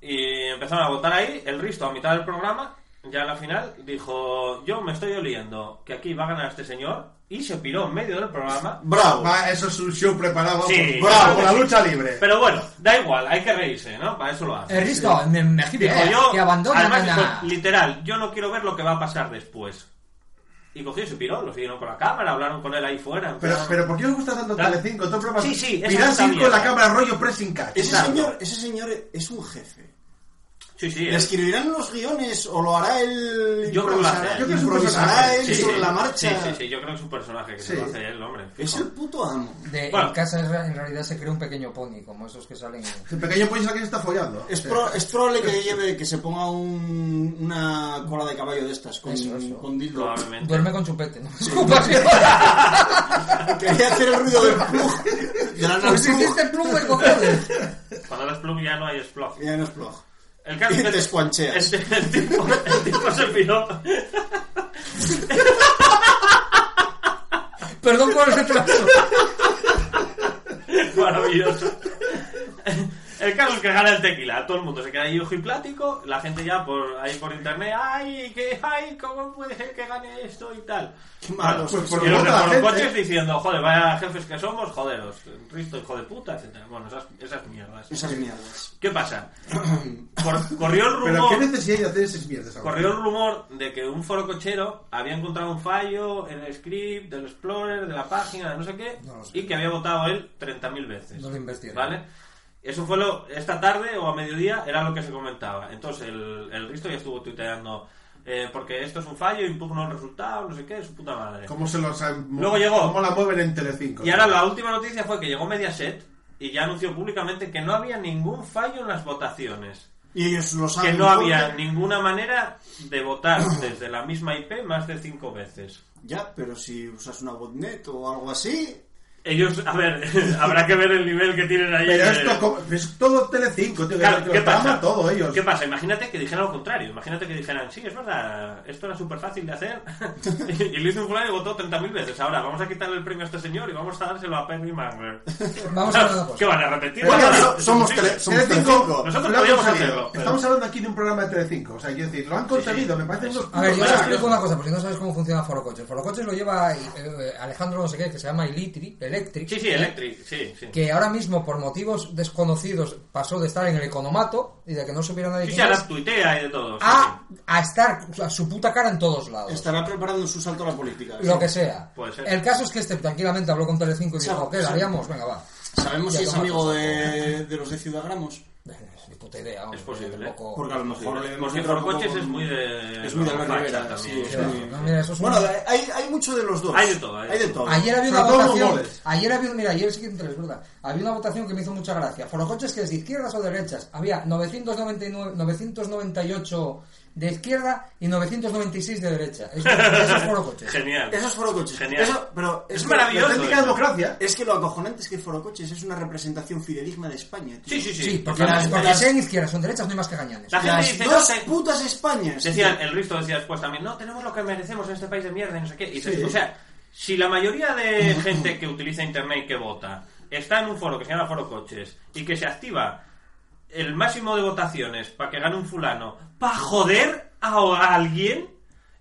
Speaker 4: Y empezaron a votar ahí. El Risto, a mitad del programa, ya en la final, dijo: Yo me estoy oliendo que aquí va a ganar este señor. Y se piró en medio del programa.
Speaker 5: Bravo.
Speaker 7: Va, eso es un show preparado
Speaker 4: Sí,
Speaker 7: por,
Speaker 5: claro
Speaker 7: por
Speaker 5: que
Speaker 7: la
Speaker 5: sí.
Speaker 7: lucha libre.
Speaker 4: Pero bueno, da igual, hay que reírse, ¿no? Para eso lo hace.
Speaker 6: El Eh, Risto, me, me
Speaker 4: Dijo
Speaker 6: eh,
Speaker 4: yo,
Speaker 6: que abandona.
Speaker 4: además
Speaker 6: nana.
Speaker 4: dijo, literal, yo no quiero ver lo que va a pasar después. Y cogió su pirón, lo siguieron con la cámara, hablaron con él ahí fuera.
Speaker 7: Pero,
Speaker 4: empezaron-
Speaker 7: pero ¿por qué os gusta tanto
Speaker 4: Claro.
Speaker 7: Telecinco? Todo el programa-
Speaker 4: ¿Ah? Sí, sí, esa
Speaker 7: Mirad
Speaker 4: puta
Speaker 7: sin con la
Speaker 4: mierda.
Speaker 7: cámara rollo pressing catch.
Speaker 5: Ese
Speaker 7: Claro.
Speaker 5: señor, ese señor es un jefe.
Speaker 4: Sí, sí.
Speaker 5: ¿Le
Speaker 4: es-
Speaker 5: escribirán los guiones o lo hará él?
Speaker 4: Yo creo que lo hace.
Speaker 5: improvisará-
Speaker 4: Yo
Speaker 7: creo que es un
Speaker 5: improvisará
Speaker 7: personaje.
Speaker 5: él
Speaker 4: sí,
Speaker 5: sobre
Speaker 4: sí.
Speaker 5: la marcha.
Speaker 4: Sí, sí, sí, yo creo que es un personaje que
Speaker 7: Sí.
Speaker 4: se lo hace el hombre.
Speaker 5: Es el puto amo.
Speaker 6: De-
Speaker 4: Bueno.
Speaker 6: En casa en ra- en realidad se crea un pequeño pony, como esos que salen. en-
Speaker 7: El pequeño pollo es el que se está follando.
Speaker 5: Es,
Speaker 7: Sí.
Speaker 5: pro- es probable que lleve, que se ponga un- una cola de caballo de estas con,
Speaker 6: Eso, eso.
Speaker 5: con dildo.
Speaker 4: Probablemente.
Speaker 6: Duerme con chupete, no me escupas. que-
Speaker 5: Quería hacer el ruido del plug. De la
Speaker 6: Pues
Speaker 5: plug.
Speaker 6: hiciste pluma y cojones.
Speaker 4: Cuando das plug ya no hay splog.
Speaker 5: Ya no es plug.
Speaker 4: El caso es que
Speaker 5: Te escuancheas.
Speaker 4: El, el tipo, el tipo se piró.
Speaker 6: Perdón por el retraso.
Speaker 4: Maravilloso. El caso es que gana el tequila. Todo el mundo se queda ahí plático La gente ya por ahí por internet. ¡Ay, que, ay cómo puede ser que gane esto y tal!
Speaker 5: Qué malos.
Speaker 7: Pues por
Speaker 4: y
Speaker 7: lo
Speaker 4: los
Speaker 7: tanto
Speaker 4: de
Speaker 7: la
Speaker 4: por los
Speaker 7: gente-
Speaker 4: coches diciendo, joder, vaya jefes que somos, joderos, Risto, hijo de puta, etcétera. Bueno, esas, esas mierdas.
Speaker 5: Esas mierdas.
Speaker 4: ¿Qué pasa? Cor- corrió el
Speaker 7: Pero ¿qué
Speaker 4: rumor.
Speaker 7: necesidad hay de hacer esas mierdas ahora?
Speaker 4: Corrió el rumor de que un foro cochero había encontrado un fallo en el script, del Explorer, de la página, de no sé qué,
Speaker 6: No lo sé.
Speaker 4: y que había votado él 30.000 veces.
Speaker 6: No lo investigué.
Speaker 4: ¿Vale? Eso fue lo. Esta tarde o a mediodía era lo que se comentaba. Entonces el, el Risto ya estuvo tuiteando. eh, porque esto es un fallo, impugno el resultado, no sé qué, su puta madre.
Speaker 7: ¿Cómo se los han-
Speaker 4: Luego llegó.
Speaker 7: ¿Cómo la mueven en Telecinco?
Speaker 4: Y ahora la última noticia fue que llegó Mediaset y ya anunció públicamente que no había ningún fallo en las votaciones.
Speaker 5: Y ellos lo saben.
Speaker 4: Que no
Speaker 5: porque-
Speaker 4: había ninguna manera de votar desde la misma IP más de cinco veces.
Speaker 5: Ya, pero si usas una botnet o algo así.
Speaker 4: Ellos, a ver, habrá que ver el nivel que tienen ahí.
Speaker 7: Pero
Speaker 4: de-
Speaker 7: esto co- es todo Telecinco, tío.
Speaker 4: Claro,
Speaker 7: que los
Speaker 4: ¿qué
Speaker 7: programa
Speaker 4: pasa?
Speaker 7: todo ellos.
Speaker 4: ¿Qué pasa? Imagínate que dijeran lo contrario. Imagínate que dijeran, sí, es verdad, esto era súper fácil de hacer. y lo hizo un fulano y votó 30.000 veces. Ahora, vamos a quitarle el premio a este señor y vamos a dárselo a Penny Mangler.
Speaker 6: Vamos a ver una
Speaker 4: ¿Qué
Speaker 6: cosa.
Speaker 4: van a repetir?
Speaker 7: Pero
Speaker 4: Bueno,
Speaker 5: so-
Speaker 4: es
Speaker 5: somos
Speaker 4: imposible.
Speaker 5: tele- somos
Speaker 7: Telecinco,
Speaker 4: Nosotros
Speaker 7: lo han
Speaker 4: podíamos
Speaker 7: conseguido.
Speaker 4: hacerlo, pero-
Speaker 7: Estamos hablando aquí de un programa de Telecinco. O sea, quiero decir, lo han conseguido. Me parece unos
Speaker 6: A ver, yo
Speaker 7: putos
Speaker 6: os
Speaker 4: Bueno,
Speaker 6: explico
Speaker 4: yo-
Speaker 6: una cosa, por si no sabes cómo funciona Foro Coches. Foro Coches lo lleva eh, Alejandro no sé qué, que se llama Ilitri, Electric.
Speaker 4: Sí, sí, Electric, sí, sí.
Speaker 6: que ahora mismo por motivos desconocidos pasó de estar en el economato y de que no supiera nadie
Speaker 4: Sí, sí,
Speaker 6: quién
Speaker 4: ahora
Speaker 6: es,
Speaker 4: tuitea y de todo. sí,
Speaker 6: a,
Speaker 7: Ah.
Speaker 4: sí.
Speaker 6: a estar a su puta cara en todos lados.
Speaker 5: Estará preparando su salto a la política.
Speaker 6: Lo que sea.
Speaker 4: Puede ser.
Speaker 6: El caso es que este tranquilamente habló con Telecinco y dijo,
Speaker 5: Claro,
Speaker 6: ¿qué
Speaker 5: sí.
Speaker 6: haríamos? Venga, va.
Speaker 5: Sabemos
Speaker 6: Ya
Speaker 5: si es
Speaker 6: toma
Speaker 5: amigo
Speaker 6: tu
Speaker 5: de, de los de Ciudad Gramos.
Speaker 6: Ni puta idea, hombre,
Speaker 4: Es posible. ¿eh?
Speaker 6: tampoco-
Speaker 5: Porque a lo mejor le hemos
Speaker 4: Porque
Speaker 5: entrado
Speaker 4: por coches
Speaker 5: con-
Speaker 4: es muy de.
Speaker 5: Es muy de
Speaker 4: Facha
Speaker 5: Albert Rivera, sí,
Speaker 4: también.
Speaker 5: es
Speaker 6: Sí,
Speaker 5: muy-
Speaker 6: no, mira, eso es
Speaker 5: Bueno,
Speaker 6: un-
Speaker 5: hay, hay mucho de los dos.
Speaker 4: Hay de todo, hay de
Speaker 5: Hay de
Speaker 4: todo.
Speaker 5: todo.
Speaker 6: Ayer había una
Speaker 7: eh, Sobre todo
Speaker 6: votación.
Speaker 7: rumores.
Speaker 6: Ayer había, mira, ayer sí que entré, es verdad. Había una votación que me hizo mucha gracia. Por los coches que es de izquierdas o derechas. Había 999, 998 de izquierda y 996 de derecha. Eso, eso es foro coches.
Speaker 4: Genial.
Speaker 5: Eso es Foro Coches.
Speaker 4: Genial.
Speaker 5: Eso- pero
Speaker 4: Es
Speaker 5: que-
Speaker 4: maravilloso. ¿eh?
Speaker 5: la
Speaker 7: auténtica
Speaker 4: eso.
Speaker 7: democracia.
Speaker 5: Es que lo acojonante es que Foro Coches es una representación fidedigna de España. tío.
Speaker 4: Sí, sí, sí.
Speaker 6: Sí, porque,
Speaker 5: Las-
Speaker 6: porque
Speaker 5: las-
Speaker 6: sean izquierdas o derechas no hay más que gañanes.
Speaker 4: La gente
Speaker 5: Las
Speaker 4: dice,
Speaker 5: dos
Speaker 4: no te-
Speaker 5: putas Españas. tío.
Speaker 4: Decían, el Risto decía después también, no, tenemos lo que merecemos en este país de mierda y no sé qué. Y dices,
Speaker 7: Sí.
Speaker 4: o sea, si la mayoría de gente que utiliza internet y que vota está en un foro que se llama Foro Coches y que se activa el máximo de votaciones para que gane un fulano, para joder a, a alguien,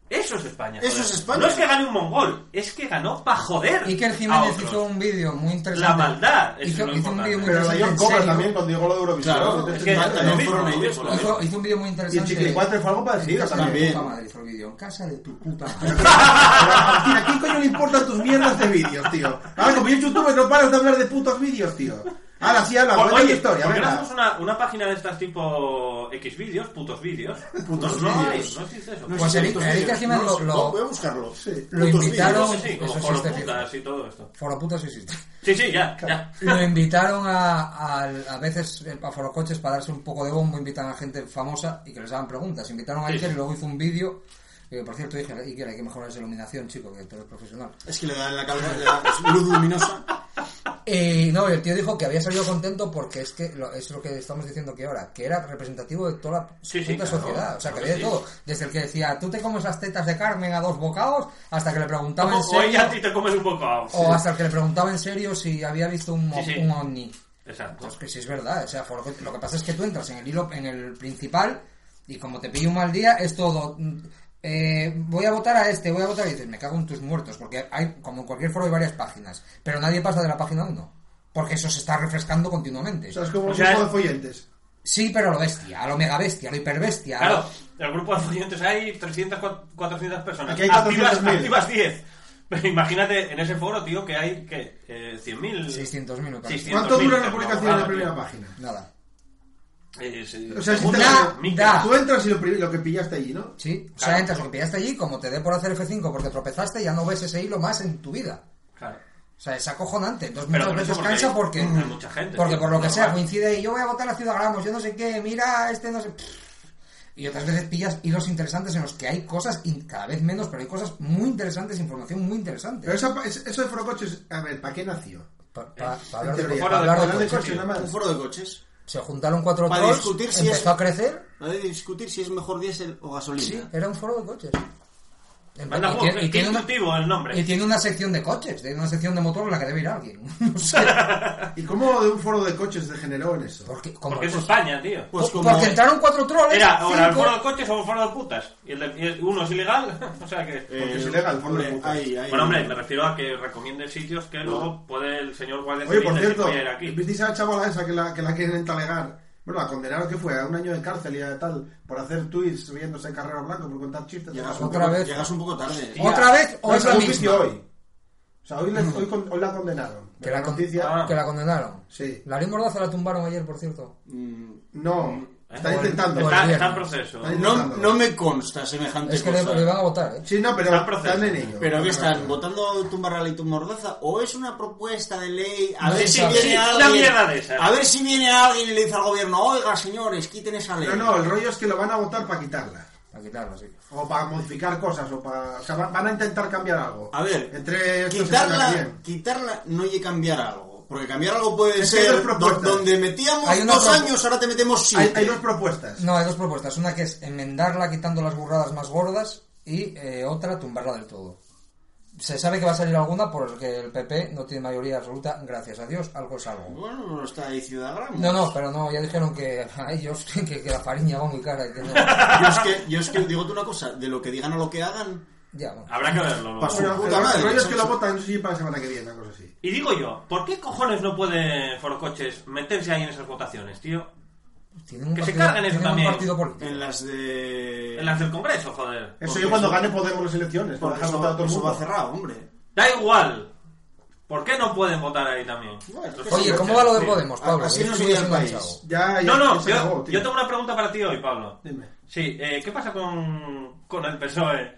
Speaker 4: eso es España. joder.
Speaker 5: Eso es España.
Speaker 4: No es que gane un mongol, es que ganó para joder.
Speaker 6: Y que el
Speaker 4: a
Speaker 6: Jiménez
Speaker 4: otros.
Speaker 6: hizo un vídeo muy interesante.
Speaker 4: La maldad,
Speaker 6: Hizo,
Speaker 4: eso es lo
Speaker 6: hizo un
Speaker 4: importante.
Speaker 6: vídeo muy
Speaker 7: Pero la
Speaker 6: interesante.
Speaker 7: John
Speaker 6: en
Speaker 7: Cobra
Speaker 6: serio.
Speaker 7: también cuando llegó lo de Eurovisión.
Speaker 5: Claro,
Speaker 7: Entonces,
Speaker 4: Es que
Speaker 7: vale,
Speaker 4: también
Speaker 7: ¿no?
Speaker 5: fueron
Speaker 4: fueron
Speaker 5: ellos,
Speaker 4: ellos.
Speaker 5: claro.
Speaker 6: Hizo, hizo un vídeo muy
Speaker 7: Y
Speaker 6: interesante.
Speaker 7: el Chiquilicuatre fue algo parecido
Speaker 6: En casa de mi
Speaker 7: también.
Speaker 5: también.
Speaker 6: puta madre hizo el vídeo. En casa de tu puta madre.
Speaker 7: Pero, tío, ¿A quién coño le importan tus mierdas de vídeos, tío? Ahora, como yo en YouTube no paras de hablar de putos vídeos, tío. Ahora sí habla,
Speaker 4: Bueno,
Speaker 7: cuenta tu
Speaker 4: oye,
Speaker 7: historia,
Speaker 4: ¿por qué no
Speaker 7: venga.
Speaker 4: hacemos una, una página de estas tipo X vídeos, putos vídeos?
Speaker 5: Putos
Speaker 4: no, no,
Speaker 5: vídeos.
Speaker 4: hay, no existe eso.
Speaker 5: No
Speaker 6: Pues
Speaker 5: sé
Speaker 6: el-
Speaker 5: cuántos
Speaker 6: el
Speaker 5: vídeos.
Speaker 6: Iker Jiménez
Speaker 5: No
Speaker 6: lo-
Speaker 5: sé,
Speaker 6: lo-
Speaker 5: Voy a buscarlo. Sí.
Speaker 6: Lo invitaron.
Speaker 4: Sí, sí, como
Speaker 6: eso este
Speaker 4: foro
Speaker 6: existe, fijo.
Speaker 4: putas y todo esto.
Speaker 6: Foro putas existe.
Speaker 4: Sí, sí, ya, ya.
Speaker 6: Lo invitaron a, a, a veces eh, a forocoches para darse un poco de bombo, invitan a gente famosa y que les hagan preguntas. Invitaron a
Speaker 4: Sí.
Speaker 6: Iker y luego hizo un vídeo. eh, por cierto, dije, Iker, hay que mejorar esa iluminación, chico, que tú eres profesional.
Speaker 5: Es que le da en la cabeza le da es luz luminosa.
Speaker 6: Eh, no, el tío dijo que había salido contento porque es que lo- es lo que estamos diciendo que ahora, que era representativo de toda la
Speaker 4: Sí, sí,
Speaker 6: puta
Speaker 4: claro.
Speaker 6: sociedad. O sea, que había
Speaker 4: Claro
Speaker 6: de
Speaker 4: que
Speaker 6: todo. Desde el que decía, tú te comes las tetas de Carmen a dos bocados, hasta que le preguntaba en
Speaker 4: Hoy
Speaker 6: serio.
Speaker 4: a ti te comes un poco.
Speaker 6: O hasta el que le preguntaba en serio si había visto un, mo-
Speaker 4: Sí, sí.
Speaker 6: un ovni.
Speaker 4: Exacto.
Speaker 6: Pues que sí es verdad, o sea, por lo, que, lo que pasa es que tú entras en el hilo, en el principal, y como te pille un mal día, es todo. mm, eh, voy a votar a este, voy a votar y dices, me cago en tus muertos, porque hay, como en cualquier foro, hay varias páginas, pero nadie pasa de la página 1, porque eso se está refrescando continuamente.
Speaker 7: O sea, es como
Speaker 4: O
Speaker 7: un
Speaker 4: sea,
Speaker 7: grupo
Speaker 4: es-
Speaker 7: de follentes.
Speaker 6: Sí, pero a lo bestia, a lo mega bestia, a lo hiperbestia. a lo-
Speaker 4: Claro, el grupo de oyentes hay 300, cua- 400 personas.
Speaker 7: Aquí hay
Speaker 4: activas,
Speaker 7: 400.000.
Speaker 4: activas 10. Pero imagínate, en ese foro, tío, que hay, ¿qué? Eh, 100.000.
Speaker 6: 600.000 o casi.
Speaker 4: 600.000,
Speaker 7: ¿Cuánto dura
Speaker 4: pero
Speaker 7: la
Speaker 4: no,
Speaker 7: publicación de la
Speaker 4: nada,
Speaker 7: primera
Speaker 4: tío.
Speaker 7: página?
Speaker 6: Nada.
Speaker 4: Eh, sí.
Speaker 7: O sea, si
Speaker 6: ah, Una
Speaker 7: te la-
Speaker 4: mica.
Speaker 7: tú entras y lo, pri- lo que pillaste allí, ¿no?
Speaker 6: Sí, o sea,
Speaker 4: Claro.
Speaker 6: entras lo que pillaste allí, como te dé por hacer F5 porque tropezaste, ya no ves ese hilo más en tu vida.
Speaker 4: Claro.
Speaker 6: O sea, es acojonante. Entonces
Speaker 4: Pero
Speaker 6: muchas
Speaker 4: por eso
Speaker 6: veces
Speaker 4: porque
Speaker 6: cansa
Speaker 4: hay-
Speaker 6: porque.
Speaker 4: hay mucha gente,
Speaker 6: Porque
Speaker 4: tío,
Speaker 6: por lo que sea,
Speaker 4: normal.
Speaker 6: coincide y yo voy a votar a Ciudadanos, yo no sé qué, mira, este no sé. Y otras veces pillas hilos interesantes en los que hay cosas, in- cada vez menos, pero hay cosas muy interesantes, información muy interesante.
Speaker 7: Pero esa, es- eso de Forocoches, a ver, ¿para qué nació?
Speaker 6: Pa- pa- pa
Speaker 7: En
Speaker 6: hablar de-
Speaker 7: teoría,
Speaker 6: pa
Speaker 7: para
Speaker 4: foro de-
Speaker 6: hablar de
Speaker 7: hablar de
Speaker 6: coches.
Speaker 7: coches, nada
Speaker 5: Un
Speaker 7: más.
Speaker 5: foro de coches.
Speaker 6: Se juntaron cuatro
Speaker 5: Para
Speaker 6: trolls,
Speaker 5: discutir si
Speaker 6: empezó
Speaker 5: es-
Speaker 6: a crecer.
Speaker 5: No Hay que discutir si es mejor diésel o gasolina.
Speaker 6: Sí, era un foro de coches.
Speaker 4: Manda
Speaker 6: Y
Speaker 4: juego,
Speaker 6: tiene-
Speaker 4: qué
Speaker 6: y tiene una-
Speaker 4: intuitivo el nombre.
Speaker 6: Y tiene una sección de coches, tiene una sección de motor en la que debe ir alguien. No sé.
Speaker 7: ¿Y cómo de un foro de coches degeneró en eso?
Speaker 6: Porque, como-
Speaker 4: Porque es
Speaker 6: pues-
Speaker 4: España, tío.
Speaker 5: Pues
Speaker 6: po-
Speaker 5: como-
Speaker 6: porque entraron cuatro troles.
Speaker 4: Era ahora el
Speaker 6: cinco-
Speaker 4: foro de coches o el foro de putas. Y el de- y el- uno es ilegal, o sea que.
Speaker 7: Porque es ilegal, por
Speaker 5: Eh, hombre,
Speaker 7: los putos.
Speaker 5: hay- hay-
Speaker 4: Bueno, hombre, me refiero a que recomiende sitios que luego puede el señor guardia
Speaker 7: Oye,
Speaker 4: civil
Speaker 7: por
Speaker 4: decir,
Speaker 7: cierto,
Speaker 4: "Oye, era aquí.
Speaker 7: ¿visteis a la chavala esa que la, que la quieren entalegar? Bueno, la condenaron que fue a un año de cárcel y a tal por hacer tweets viéndose en Carrera Blanco por contar chistes. de
Speaker 5: Llegas
Speaker 7: la-
Speaker 5: un,
Speaker 6: Otra
Speaker 5: poco,
Speaker 6: vez.
Speaker 5: llegas un poco tarde.
Speaker 4: Hostia.
Speaker 6: Otra vez,
Speaker 7: No,
Speaker 6: o es la
Speaker 7: un juicio
Speaker 6: misma.
Speaker 7: hoy. O sea, hoy, les- hoy con- hoy la condenaron.
Speaker 6: Que la, con-
Speaker 7: noticia.
Speaker 4: Ah.
Speaker 6: que la condenaron.
Speaker 7: Sí.
Speaker 6: La Larín Mordaza la tumbaron ayer, por cierto.
Speaker 7: No, está
Speaker 6: Ah,
Speaker 4: Está-
Speaker 7: intentando.
Speaker 4: Está,
Speaker 6: Volvieron.
Speaker 4: está en proceso.
Speaker 7: Está
Speaker 5: No, no me consta semejante
Speaker 6: Es que le,
Speaker 5: cosa.
Speaker 6: le van a votar, ¿eh?
Speaker 7: Sí, no, pero
Speaker 4: Está en proceso.
Speaker 7: están en ello.
Speaker 5: Pero que están votando tumbar la ley tu mordaza o es una propuesta de ley a
Speaker 6: No se
Speaker 5: ver si
Speaker 6: sabe.
Speaker 5: viene
Speaker 4: Sí, una
Speaker 5: alguien
Speaker 4: mierda de esas.
Speaker 5: a ver si viene alguien y le dice al gobierno oiga señores quiten esa ley
Speaker 7: No, no, el rollo es que lo van a votar para quitarla.
Speaker 6: A quitarla, sí.
Speaker 7: O para modificar cosas, o para. O sea, va- van a intentar cambiar algo.
Speaker 5: a ver
Speaker 7: entre estos está
Speaker 5: quitarla
Speaker 7: bien.
Speaker 5: quitarla no hay que cambiar algo porque cambiar algo puede
Speaker 7: Es que hay
Speaker 5: ser
Speaker 7: dos propuestas.
Speaker 5: do- donde metíamos
Speaker 6: Hay una
Speaker 5: dos
Speaker 6: propu-
Speaker 5: años ahora te metemos
Speaker 7: Hay,
Speaker 5: siete
Speaker 7: hay dos propuestas.
Speaker 6: No, hay dos propuestas. Una que es enmendarla quitando las burradas más gordas y eh, otra tumbarla del todo. Se sabe que va a salir alguna porque el PP no tiene mayoría absoluta. Gracias a Dios, algo es algo.
Speaker 5: bueno no está ahí Ciudadanos
Speaker 6: No, no, pero no, ya dijeron que a ellos que, que la fariña va muy cara. y que no.
Speaker 5: yo es que yo es que digo tú una cosa de lo que digan a lo que hagan
Speaker 6: Ya, bueno.
Speaker 4: Habrá que verlo. luego.
Speaker 5: Paso.
Speaker 7: Bueno,
Speaker 5: Puta
Speaker 7: el-
Speaker 5: madre,
Speaker 7: el rollo es
Speaker 5: son-
Speaker 7: que lo votan, no sé si para la semana que viene, una cosa así.
Speaker 4: Y digo yo, ¿por qué cojones no puede Forocoches meterse ahí en esas votaciones, tío?
Speaker 6: Tienen un
Speaker 4: que se
Speaker 6: partido,
Speaker 4: carguen eso
Speaker 6: tienen un
Speaker 4: también.
Speaker 6: partido político.
Speaker 5: en las de
Speaker 4: En las del Congreso, joder.
Speaker 7: Eso
Speaker 5: Porque
Speaker 7: yo cuando
Speaker 5: eso-
Speaker 7: gane Podemos las elecciones. Lo
Speaker 5: porque
Speaker 7: dejan
Speaker 5: eso,
Speaker 7: votar a todo el
Speaker 5: eso
Speaker 7: mundo.
Speaker 5: va cerrado hombre
Speaker 4: Da igual. ¿Por qué no pueden votar ahí también?
Speaker 5: Bueno,
Speaker 4: Los
Speaker 6: Oye,
Speaker 4: Forocoches,
Speaker 6: ¿cómo va lo de
Speaker 4: tío.
Speaker 6: Podemos, Pablo?
Speaker 5: Así
Speaker 6: Yo
Speaker 5: no
Speaker 6: estoy
Speaker 5: sería el
Speaker 6: desenganchado.
Speaker 5: país.
Speaker 7: Ya, ya,
Speaker 4: No, no,
Speaker 7: ya se acabó,
Speaker 4: yo,
Speaker 7: tío.
Speaker 4: yo tengo una pregunta para ti hoy, Pablo.
Speaker 7: Dime.
Speaker 4: Sí, eh, ¿qué pasa con, con el PSOE E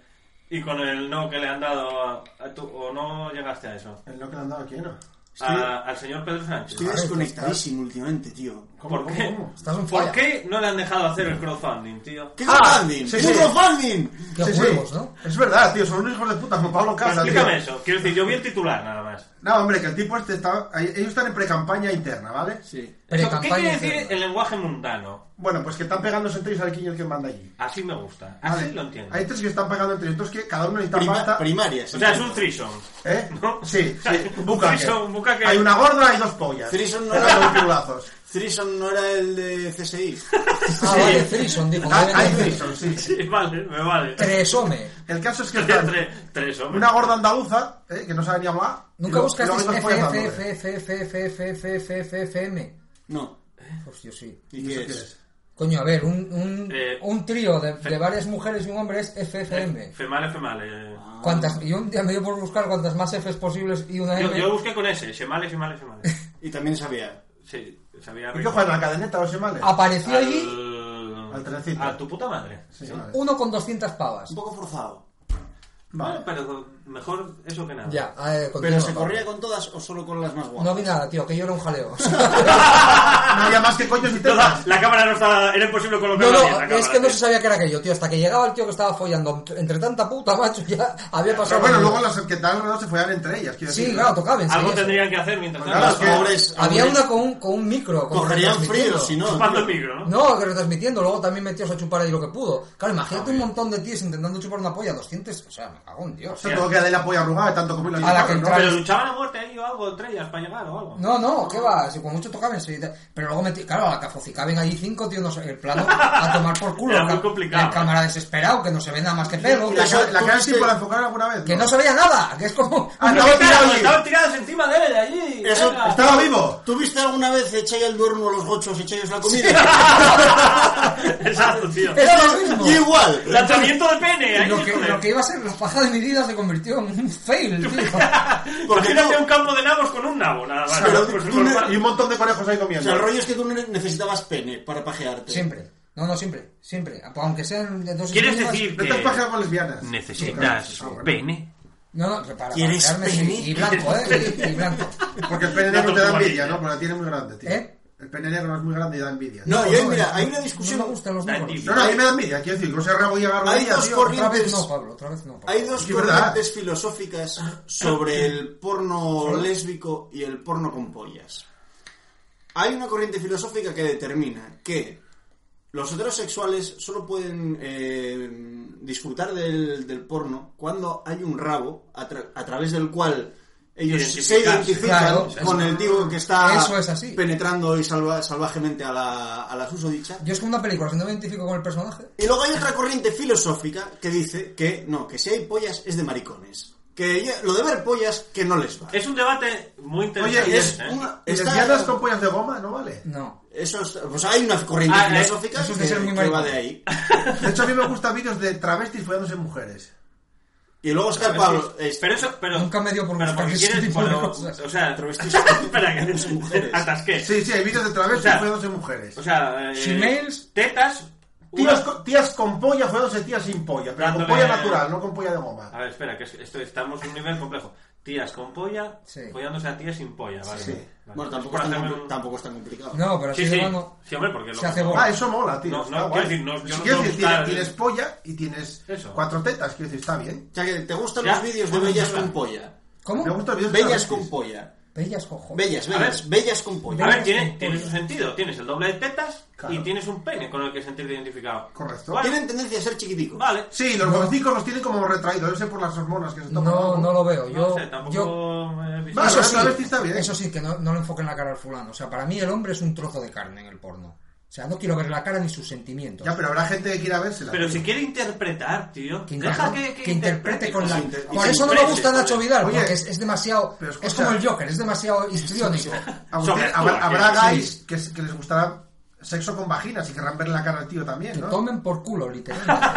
Speaker 4: y con el no que le han dado a, a tú? ¿O no llegaste a eso?
Speaker 7: El no que le han dado aquí, ¿no?
Speaker 4: A- al señor Pedro Sánchez.
Speaker 5: Estoy desconectadísimo últimamente, tío.
Speaker 4: ¿Por
Speaker 7: ¿Cómo,
Speaker 4: qué?
Speaker 7: cómo?
Speaker 6: Estás un
Speaker 4: ¿Por
Speaker 6: falla.
Speaker 4: qué no le han dejado hacer el crowdfunding, tío?
Speaker 5: ¿Qué
Speaker 7: Ah,
Speaker 5: crowdfunding?
Speaker 7: sí,
Speaker 5: ¿Qué
Speaker 7: sí.
Speaker 5: crowdfunding?
Speaker 6: Qué
Speaker 7: Sí, sí.
Speaker 6: juegos, ¿no?
Speaker 7: Es verdad, tío, son unos hijos de puta como Pablo Casas. tío.
Speaker 4: Explícame eso. Quiero decir, yo vi el titular nada más.
Speaker 7: No, hombre, que el tipo este está. Ellos están en pre-campaña interna, ¿vale?
Speaker 5: Sí.
Speaker 6: Pero
Speaker 4: Eso, ¿Qué
Speaker 6: campaña
Speaker 4: quiere decir
Speaker 6: interna.
Speaker 4: el lenguaje mundano?
Speaker 7: Bueno, pues que están pegándose entre ellos al quién y el que manda allí.
Speaker 4: Así me gusta. Así
Speaker 7: Vale.
Speaker 4: Ah, lo entiendo.
Speaker 7: Hay tres que están pagando entre ellos, que cada uno necesita
Speaker 5: Prima-
Speaker 7: pasta.
Speaker 5: primarias.
Speaker 4: O sea, es un
Speaker 5: entonces.
Speaker 4: threesome.
Speaker 7: ¿Eh?
Speaker 4: ¿No?
Speaker 7: Sí, sí. Un
Speaker 4: Sí,
Speaker 7: bucaque.
Speaker 4: son un bucaque.
Speaker 7: Hay una gorda y dos pollas.
Speaker 5: Threesome no
Speaker 7: Pegando
Speaker 5: era-
Speaker 7: pirulazos.
Speaker 5: Threesome no era el de CSI.
Speaker 6: Ah, vale, Frison, dijo.
Speaker 7: Ah,
Speaker 6: deben
Speaker 7: Hay
Speaker 6: de-
Speaker 7: threesome, sí.
Speaker 4: Sí, vale, me vale.
Speaker 6: Tresome.
Speaker 7: El caso es que
Speaker 4: Tres,
Speaker 7: están
Speaker 4: tres, tres, hombre.
Speaker 7: una gorda andaluza, ¿eh? que no sabe ni hablar. y
Speaker 6: Nunca
Speaker 7: lo-
Speaker 6: buscaste este
Speaker 7: y luego hay dos
Speaker 6: F, F,
Speaker 7: pollas dándole.
Speaker 6: F, F, F, F, F, F, F, FM.
Speaker 5: No.
Speaker 6: Pues yo sí.
Speaker 5: ¿Y qué
Speaker 7: ¿Qué
Speaker 5: es?
Speaker 7: es?
Speaker 6: Coño, a ver, un, un,
Speaker 4: Eh,
Speaker 6: un trío de, de varias mujeres y un hombre es FFM.
Speaker 4: Female, female.
Speaker 6: Ah. ¿Cuántas? Y un día me dio por buscar cuantas más Fs posibles y una
Speaker 4: Yo,
Speaker 6: M.
Speaker 4: yo busqué con ese. Semale, semale, semale.
Speaker 5: Y también sabía.
Speaker 4: Sí, sabía
Speaker 7: ¿Y qué juegan? ¿La cadeneta o semales?
Speaker 6: Apareció allí
Speaker 4: Al...
Speaker 7: Al trencito.
Speaker 4: A tu puta madre.
Speaker 7: Sí, vale.
Speaker 6: uno con 200 pavas.
Speaker 5: Un poco forzado.
Speaker 4: Vale, pero mejor eso que nada.
Speaker 6: Ya, eh,
Speaker 5: ¿Pero
Speaker 6: continúa,
Speaker 5: se
Speaker 6: Pablo.
Speaker 5: corría con todas o solo con las más guapas?
Speaker 6: No vi nada, tío, que yo era un jaleo.
Speaker 7: No había más que coños y
Speaker 4: No, la,
Speaker 7: tetas.
Speaker 4: la cámara no estaba. Era imposible colocar
Speaker 6: No,
Speaker 4: la
Speaker 6: no,
Speaker 4: cámara.
Speaker 6: es que no
Speaker 4: tío.
Speaker 6: se sabía que era aquello, tío. Hasta que llegaba el tío que estaba follando entre tanta puta, macho, ya había
Speaker 7: Pero
Speaker 6: pasado.
Speaker 7: bueno,
Speaker 6: la-
Speaker 7: luego las que están alrededor se follan entre ellas. quiero
Speaker 6: Sí,
Speaker 7: decir,
Speaker 6: claro, tocaban. sí,
Speaker 4: Algo
Speaker 6: eso.
Speaker 4: tendrían que hacer mientras
Speaker 7: Pues
Speaker 4: tanto.
Speaker 7: nada,
Speaker 5: Las
Speaker 7: es que-
Speaker 5: pobres.
Speaker 6: Había
Speaker 5: algunas
Speaker 6: una con un, con un micro. con-
Speaker 5: Cogerían
Speaker 6: retransmitiendo.
Speaker 5: frío, si no.
Speaker 4: Chupando el
Speaker 5: tío.
Speaker 4: micro, ¿no?
Speaker 6: No, que retransmitiendo, luego también
Speaker 4: Ah,
Speaker 6: metió a chupar ahí lo que pudo. Claro, imagínate un montón de tíos intentando chupar una polla, 200, o sea, me cago en Dios.
Speaker 7: Eso todo que era de la polla arrugada, de tanto como lo
Speaker 6: A la que
Speaker 7: ¿no?
Speaker 6: entra-
Speaker 4: Pero luchaban a muerte ahí o algo entre ellas para llegar o algo.
Speaker 6: No, no, ¿qué va? Si con mucho tocaban enseguida. Pero luego metí, claro, a la cafocicaban ahí cinco, tío, no sé, el plano a tomar por culo.
Speaker 4: Era
Speaker 6: El
Speaker 4: muy
Speaker 6: ca-
Speaker 4: complicado.
Speaker 6: El cámara desesperado, que no se ve nada más que pelo.
Speaker 7: Y La,
Speaker 6: que-
Speaker 7: cara- la
Speaker 5: ¿Tú
Speaker 7: cara
Speaker 5: viste-
Speaker 7: sí por la enfocaron alguna vez.
Speaker 6: que no se veía nada, que es como...
Speaker 7: Ah,
Speaker 4: Pero
Speaker 7: estaba
Speaker 4: claro,
Speaker 7: tirado allí.
Speaker 4: estaban tirados encima de él allí.
Speaker 5: Eso-
Speaker 4: venga.
Speaker 7: Estaba vivo.
Speaker 5: ¿Tuviste alguna vez echáis el duermo a los gochos, echáis la comida?
Speaker 4: Exacto, tío.
Speaker 6: Es lo mismo.
Speaker 5: Y igual.
Speaker 4: Lanzamiento de pene. Ahí,
Speaker 6: Lo que,
Speaker 4: joder.
Speaker 6: lo que iba a ser la paja de mi vida se convirtió en un fail, tío.
Speaker 5: Porque
Speaker 4: Imagínate
Speaker 5: no-
Speaker 4: un campo de nabos con un nabo, nada más.
Speaker 5: Pero
Speaker 4: Pues
Speaker 5: tú
Speaker 4: normal.
Speaker 7: Y un montón de conejos ahí
Speaker 5: O sea, el
Speaker 7: comiendo.
Speaker 5: rollo es que tú ne- necesitabas pene para pajearte.
Speaker 6: Siempre. No, no, siempre. Siempre. Aunque sean de dos...
Speaker 4: ¿Quieres
Speaker 6: mínimas-
Speaker 4: decir
Speaker 7: No te has
Speaker 4: que
Speaker 7: pajeado con lesbianas.
Speaker 4: necesitas un pene?
Speaker 6: No, no, pero para
Speaker 5: ¿Quieres
Speaker 6: pajearme, sí,
Speaker 5: pene?
Speaker 6: Y blanco, ¿eh? Y, y blanco.
Speaker 7: Porque el pene
Speaker 4: La
Speaker 7: negro te da
Speaker 4: tortuga
Speaker 7: envidia,
Speaker 4: ninja.
Speaker 7: ¿no? Porque la tiene muy grande, tío.
Speaker 6: ¿Eh?
Speaker 7: El pene negro es muy grande y da envidia.
Speaker 5: No, yo, mira,
Speaker 6: Pues no,
Speaker 5: hay una
Speaker 6: No me
Speaker 5: discusión.
Speaker 6: gustan los
Speaker 4: Tan
Speaker 6: negros.
Speaker 4: tibio.
Speaker 7: No, no, a mí me da envidia. Quiero decir, con ese rabo y
Speaker 5: Hay
Speaker 7: agarradilla,
Speaker 5: dos
Speaker 7: tío.
Speaker 5: corrientes.
Speaker 6: Otra vez no, Pablo, otra vez no. Pablo.
Speaker 5: Hay dos
Speaker 7: Es verdad.
Speaker 5: corrientes filosóficas sobre el porno lésbico y el porno con pollas. Hay una corriente filosófica que determina que los heterosexuales solo pueden eh, disfrutar del, del porno cuando hay un rabo a, tra- a través del cual ellos se
Speaker 4: Identificarse.
Speaker 5: identifican
Speaker 6: Claro.
Speaker 5: con el tío que está
Speaker 6: Eso es así.
Speaker 5: penetrando y salva- salvajemente a la, a la susodicha.
Speaker 6: Yo es como una película, si no me identifico con el personaje...
Speaker 5: Y luego hay otra corriente filosófica que dice que no, que si hay pollas es de maricones. Que ya- lo de ver pollas que no les va.
Speaker 4: Es un debate muy interesante.
Speaker 7: Oye,
Speaker 5: es
Speaker 4: ¿eh?
Speaker 5: una-
Speaker 7: Y
Speaker 5: está-
Speaker 7: lesbianas con pollas de goma, no vale.
Speaker 6: No.
Speaker 5: Eso es- pues hay una corriente
Speaker 4: Ah, eh,
Speaker 5: filosófica
Speaker 6: eso es de
Speaker 5: que,
Speaker 6: ser muy
Speaker 5: que
Speaker 6: maricón.
Speaker 5: va de ahí.
Speaker 7: De hecho, a mí me gustan vídeos de travestis follándose mujeres.
Speaker 5: Y luego está el Pablo. es-
Speaker 4: Pero eso, pero.
Speaker 6: Nunca me dio por
Speaker 4: pero
Speaker 6: buscar
Speaker 4: porque
Speaker 6: ese
Speaker 4: quieres,
Speaker 6: tipo de
Speaker 4: cuando-
Speaker 6: cosas.
Speaker 4: O sea,
Speaker 5: Travestis-
Speaker 4: espera
Speaker 5: travestis
Speaker 4: que
Speaker 5: mujeres.
Speaker 4: atasqué.
Speaker 7: Sí, sí, hay vídeos de travestis
Speaker 4: O sea,
Speaker 7: follándose mujeres.
Speaker 4: O sea, eh,
Speaker 6: Shemales.
Speaker 4: tetas.
Speaker 7: Tías,
Speaker 4: unas-
Speaker 7: con- tías con polla follándose tías sin polla. Pero con
Speaker 4: Dándole-
Speaker 7: polla natural, no con polla de goma.
Speaker 4: A ver, espera, que es- esto estamos en un nivel complejo. Tías con polla,
Speaker 6: Sí.
Speaker 4: follándose a tías sin polla, vale.
Speaker 5: sí.
Speaker 4: vale.
Speaker 5: Bueno, tampoco
Speaker 4: Por
Speaker 5: es, tan,
Speaker 4: hacerme
Speaker 5: compli-
Speaker 4: un-
Speaker 5: tampoco es tan complicado.
Speaker 6: No, pero
Speaker 4: Sí,
Speaker 6: así
Speaker 4: sí.
Speaker 6: de mano-
Speaker 4: Sí, hombre, porque lo-
Speaker 6: Se hace bola.
Speaker 7: Ah, eso mola, tío.
Speaker 4: No,
Speaker 7: está
Speaker 4: no,
Speaker 7: guay.
Speaker 4: quiero decir, no, yo
Speaker 7: Si
Speaker 4: no
Speaker 7: quieres
Speaker 4: tengo
Speaker 7: decir,
Speaker 4: que buscar-
Speaker 7: tienes, tienes polla y tienes
Speaker 4: Eso.
Speaker 7: cuatro tetas, quiero decir, está bien.
Speaker 5: O sea, que te gustan
Speaker 4: Ya.
Speaker 5: los vídeos de bellas con polla.
Speaker 6: ¿Cómo?
Speaker 7: Me gustan los vídeos de
Speaker 5: Bellas
Speaker 7: travestis.
Speaker 5: con polla.
Speaker 6: Bellas, cojones.
Speaker 5: Bellas,
Speaker 4: A
Speaker 5: bellas,
Speaker 4: ver.
Speaker 5: bellas con polla.
Speaker 4: A ver,
Speaker 6: con
Speaker 4: tiene, tiene
Speaker 6: polla.
Speaker 4: su sentido. Tienes el doble de tetas
Speaker 7: Claro.
Speaker 4: y tienes un pene con el que sentirte identificado.
Speaker 7: Correcto.
Speaker 4: Vale.
Speaker 5: Tienen tendencia a ser chiquiticos.
Speaker 4: vale.
Speaker 7: Sí, los gordicos los tienen como retraídos, ese por las hormonas que se toman.
Speaker 6: No, no lo veo. Yo,
Speaker 4: no sé, tampoco
Speaker 6: yo
Speaker 4: me he visto.
Speaker 7: Vale,
Speaker 6: eso,
Speaker 7: la
Speaker 6: sí,
Speaker 7: travesti está bien.
Speaker 6: eso sí, que no, no le enfoquen la cara al fulano. O sea, para mí el hombre es un trozo de carne en el porno. O sea, no quiero ver la cara ni sus sentimientos.
Speaker 7: Ya, pero habrá gente que quiera vérsela.
Speaker 4: Pero si quiere interpretar, tío,
Speaker 6: que,
Speaker 4: deja
Speaker 6: interprete-
Speaker 4: que, que
Speaker 6: que interprete con la...
Speaker 5: inter-
Speaker 6: Por
Speaker 5: y
Speaker 6: eso no me
Speaker 4: exprese,
Speaker 6: gusta Nacho
Speaker 4: joder.
Speaker 6: Vidal,
Speaker 7: Oye,
Speaker 6: porque es, es demasiado...
Speaker 7: pero
Speaker 6: es
Speaker 7: escucha-
Speaker 6: como el Joker, es demasiado histriónico.
Speaker 7: Agustín,
Speaker 4: Sobre
Speaker 7: habrá,
Speaker 4: todo,
Speaker 7: habrá
Speaker 4: sí.
Speaker 7: guys que, s- que les gustará sexo con vaginas y querrán ver la cara al tío también,
Speaker 6: Que
Speaker 7: ¿no?
Speaker 6: tomen por culo, literalmente.